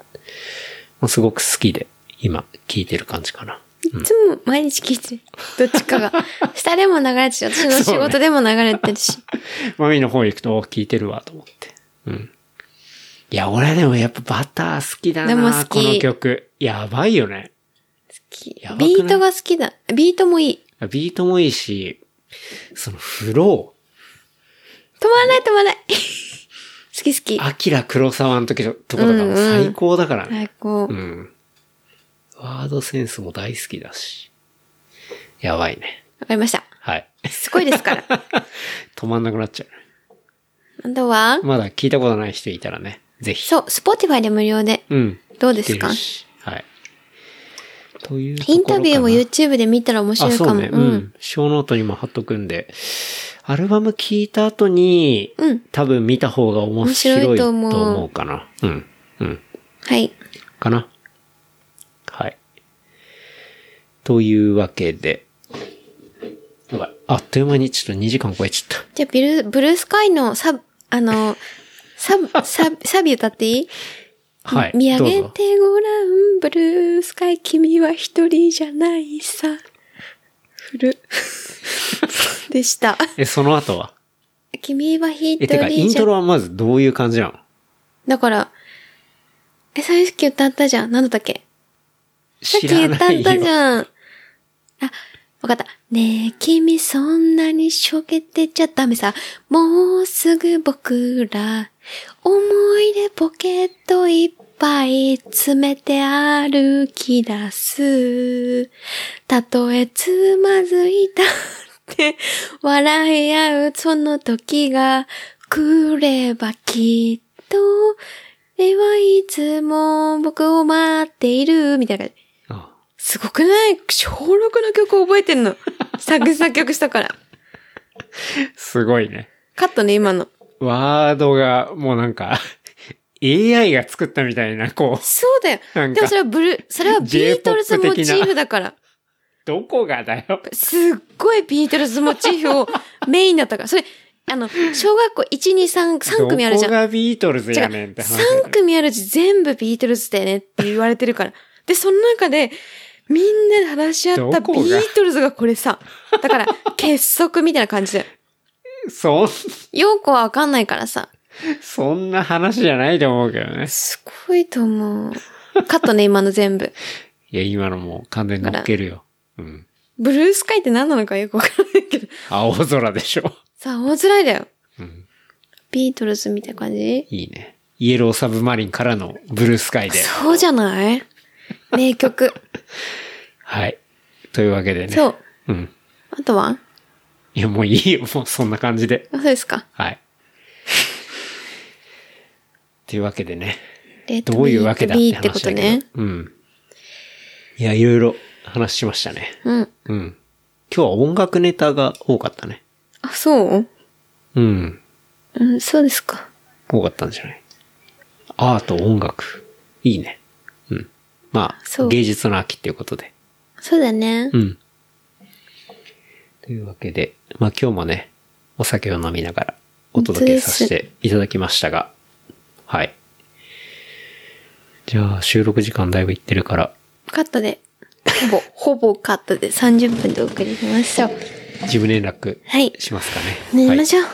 Speaker 2: まあ、すごく好きで、今、聞いてる感じかな。
Speaker 3: いつも毎日聞いてる。どっち かが。下でも流れてるし、私の仕事でも流れてるし。
Speaker 2: マミの方行くと、お聞いてるわ、と思って。うん。いや、俺はでもやっぱバター好きだな
Speaker 3: でも好き
Speaker 2: この曲。やばいよね。
Speaker 3: き
Speaker 2: やばくない
Speaker 3: ビートが好きだ。ビートもいい。
Speaker 2: ビートもいいし、そのフロ
Speaker 3: 止まらない止まらない。 好き好き
Speaker 2: ー、。アキラ黒沢の時のとことか
Speaker 3: うんう
Speaker 2: も
Speaker 3: ん
Speaker 2: 最高だからね。
Speaker 3: 最高
Speaker 2: う。ん。ワードセンスも大好きだし。やばいね。
Speaker 3: わかりました。
Speaker 2: はい。
Speaker 3: すごいですから。
Speaker 2: 止まんなくなっちゃ
Speaker 3: あとは
Speaker 2: う。、まだ聞いたことない人いたらね、ぜひ。
Speaker 3: そう、Spotify で無料で。
Speaker 2: うん。
Speaker 3: どうですか
Speaker 2: 聞けるしはい。というとこ
Speaker 3: イ
Speaker 2: ろ
Speaker 3: ン
Speaker 2: かな
Speaker 3: タビューも YouTube で見たら面白いか
Speaker 2: あ、
Speaker 3: も。
Speaker 2: そうね。うん。小ノートにも貼っとくんで。アルバム聞いた後に、
Speaker 3: うん
Speaker 2: 多分見た方が面白
Speaker 3: 面白
Speaker 2: い
Speaker 3: い
Speaker 2: と
Speaker 3: と思う
Speaker 2: 思うかな。うん。うん。
Speaker 3: はい。
Speaker 2: かな。はい。というわけで。やばいあっという間にちょっと2時間超えちゃっ
Speaker 3: じゃあビル、ブルースカイのサブ、あの、サブ、サブ、サビ歌っていい
Speaker 2: た。はい。
Speaker 3: 見上
Speaker 2: どう
Speaker 3: げ
Speaker 2: ぞ。
Speaker 3: てごらん、ブルースカイ、君は一人じゃないさ。フル。 でした。
Speaker 2: え、その後は
Speaker 3: 君は一
Speaker 2: え、てか、イ
Speaker 3: 人
Speaker 2: ン
Speaker 3: じゃ
Speaker 2: トロ、はまずどういう感じなの
Speaker 3: だから、え、最初歌ったじゃん。なんだったっけさっ
Speaker 2: 知
Speaker 3: き
Speaker 2: ら
Speaker 3: 言った
Speaker 2: ない
Speaker 3: ん
Speaker 2: よ。
Speaker 3: だじゃん。あ、わかった。ねえ、君そんなにしょげてちゃダメさ。もうすぐ僕ら、思い出ポケットいっぱい詰めて歩き出す。たとえつまずいたって笑い合うその時が来ればきっと、俺はいつも僕を待っている、みたいな感じ。
Speaker 2: あ
Speaker 3: すごくない小6の曲覚えてんの。作詞作曲したから。
Speaker 2: すごいね。
Speaker 3: カットね、今の。
Speaker 2: ワードが、もうなんか、AI が作ったみたいな、こう、
Speaker 3: そうだよ。
Speaker 2: なん
Speaker 3: でも
Speaker 2: か
Speaker 3: そ、れはブル、それはビートルズモチーフだから。
Speaker 2: どこがだよ。
Speaker 3: すっごいビートルズモチーフをメインだったから。それ、あの、小学校1、2、3、3組あるじゃん
Speaker 2: ど。こがビートルズやねんって話だよ
Speaker 3: 3組あるうち全部ビートルズだよねって言われてるから。で、その中で、みんなで話し合った
Speaker 2: どこ
Speaker 3: ビ
Speaker 2: が
Speaker 3: ートルズがこれさ。だから、結束みたいな感 じだよ。
Speaker 2: そん、
Speaker 3: ようこはわかんないからさ。
Speaker 2: そんな話じゃないと思うけどね。
Speaker 3: すごいと思う。カットね、今の全部。
Speaker 2: いや、今のもう完全に乗っけるよ。うん。
Speaker 3: ブルースカイって何なのかよくわからないけど。
Speaker 2: 青空でしょ。
Speaker 3: さあ、大辛いだよ。
Speaker 2: うん。
Speaker 3: ビートルズみたいな感じ
Speaker 2: いいね。イエローサブマリンからのブルースカイで。
Speaker 3: そうじゃない名曲。
Speaker 2: はい。というわけでね。
Speaker 3: そう。
Speaker 2: うん。
Speaker 3: あとはい
Speaker 2: や、もういいよ。もうそんな感じで。
Speaker 3: あそうですか。
Speaker 2: はい。 というわけでね。
Speaker 3: レッド
Speaker 2: どういうわけだって
Speaker 3: ビーってこ
Speaker 2: 話
Speaker 3: と
Speaker 2: だけど。
Speaker 3: ね。
Speaker 2: うん。いや、いろいろ話しましたね。
Speaker 3: うん。
Speaker 2: うん。今日は音楽ネタが多かったね。
Speaker 3: あ、そう
Speaker 2: うん。
Speaker 3: うん、そうですか。
Speaker 2: 多かったんじゃないアート、音楽。いいね。うん。ま
Speaker 3: そ
Speaker 2: あ、
Speaker 3: う
Speaker 2: 芸術の秋っていうことで。
Speaker 3: そうだね。
Speaker 2: うん。というわけで、まあ今日もね、お酒を飲みながらお届けさせていただきましたが、はい。じゃあ収録時間だいぶいってるから、
Speaker 3: カットで。ほぼ、ほぼカットで30分でお送りしましょう。
Speaker 2: 事務連絡
Speaker 3: はい。
Speaker 2: しますかね。
Speaker 3: 寝
Speaker 2: はい
Speaker 3: ましょう。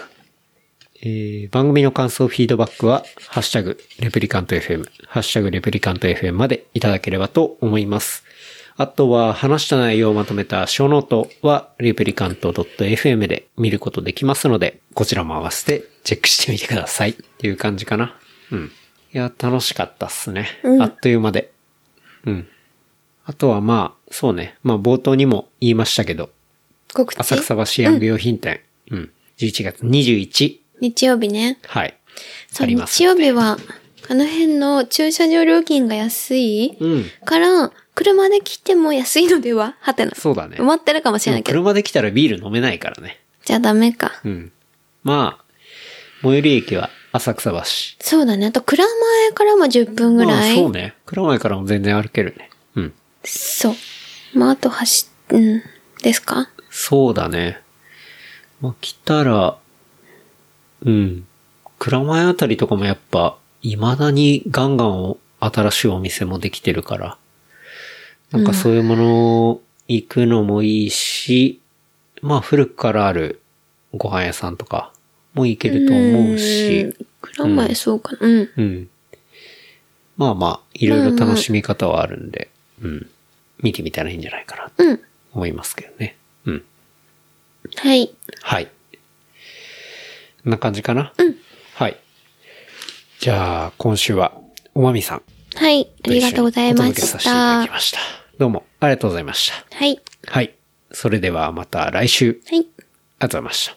Speaker 2: えー番組の感想、フィードバックは、ハッシュタグ、レプリカント FM、ハッシュタグ、レプリカント FM までいただければと思います。あとは、話した内容をまとめた小ノートは、レプリカント .fm で見ることできますので、こちらも合わせてチェックしてみてください。っていう感じかな。うん。いや、楽しかったっすね。
Speaker 3: うん
Speaker 2: あっという間で。うん。あとは、まあ、そうね。まあ、冒頭にも言いましたけど、
Speaker 3: 告知。
Speaker 2: 浅草橋ヤング用品店。うん。11月21。
Speaker 3: 日曜日ね。
Speaker 2: はい。
Speaker 3: そ
Speaker 2: あ
Speaker 3: う、
Speaker 2: ります
Speaker 3: 日曜日は、あの辺の駐車場料金が安い
Speaker 2: うん。
Speaker 3: から、車で来ても安いのでははてな。
Speaker 2: そうだね
Speaker 3: 埋。まってるかもしれないけど。
Speaker 2: 車で来たらビール飲めないからね。
Speaker 3: じゃあダメか。
Speaker 2: うん。まあ、最寄り駅は浅草橋。
Speaker 3: そうだね。あと、蔵前からも10分ぐ
Speaker 2: ま
Speaker 3: ら
Speaker 2: あ
Speaker 3: い。
Speaker 2: そうね。蔵前からも全然歩けるね。うん。
Speaker 3: そう。まあ、あと走っ、うん。ですか
Speaker 2: そうだね。まあ来たら、うん。蔵前あたりとかもやっぱ、未だにガンガンお新しいお店もできてるから、なんかそういうもの行くのもいいし、まあ古くからあるご飯屋さんとかも行けると思うし、
Speaker 3: いくら前そうかな。うん。
Speaker 2: うん。まあまあ、いろいろ楽しみ方はあるんで、うん。見てみたらいいんじゃないかなと
Speaker 3: うん。
Speaker 2: 思いますけどね。うん。
Speaker 3: はい。
Speaker 2: はい。こんな感じかなはい。じゃあ、今週は、おまみさん
Speaker 3: はい。あ
Speaker 2: と一緒
Speaker 3: り
Speaker 2: に
Speaker 3: がとうござい
Speaker 2: お
Speaker 3: ま
Speaker 2: 届けさ
Speaker 3: し
Speaker 2: せていた
Speaker 3: た。
Speaker 2: だき
Speaker 3: は
Speaker 2: ました。どうも、ありがとうございました。
Speaker 3: い。
Speaker 2: はい。それではまた来週、
Speaker 3: は
Speaker 2: あ
Speaker 3: い。
Speaker 2: りがとうございました。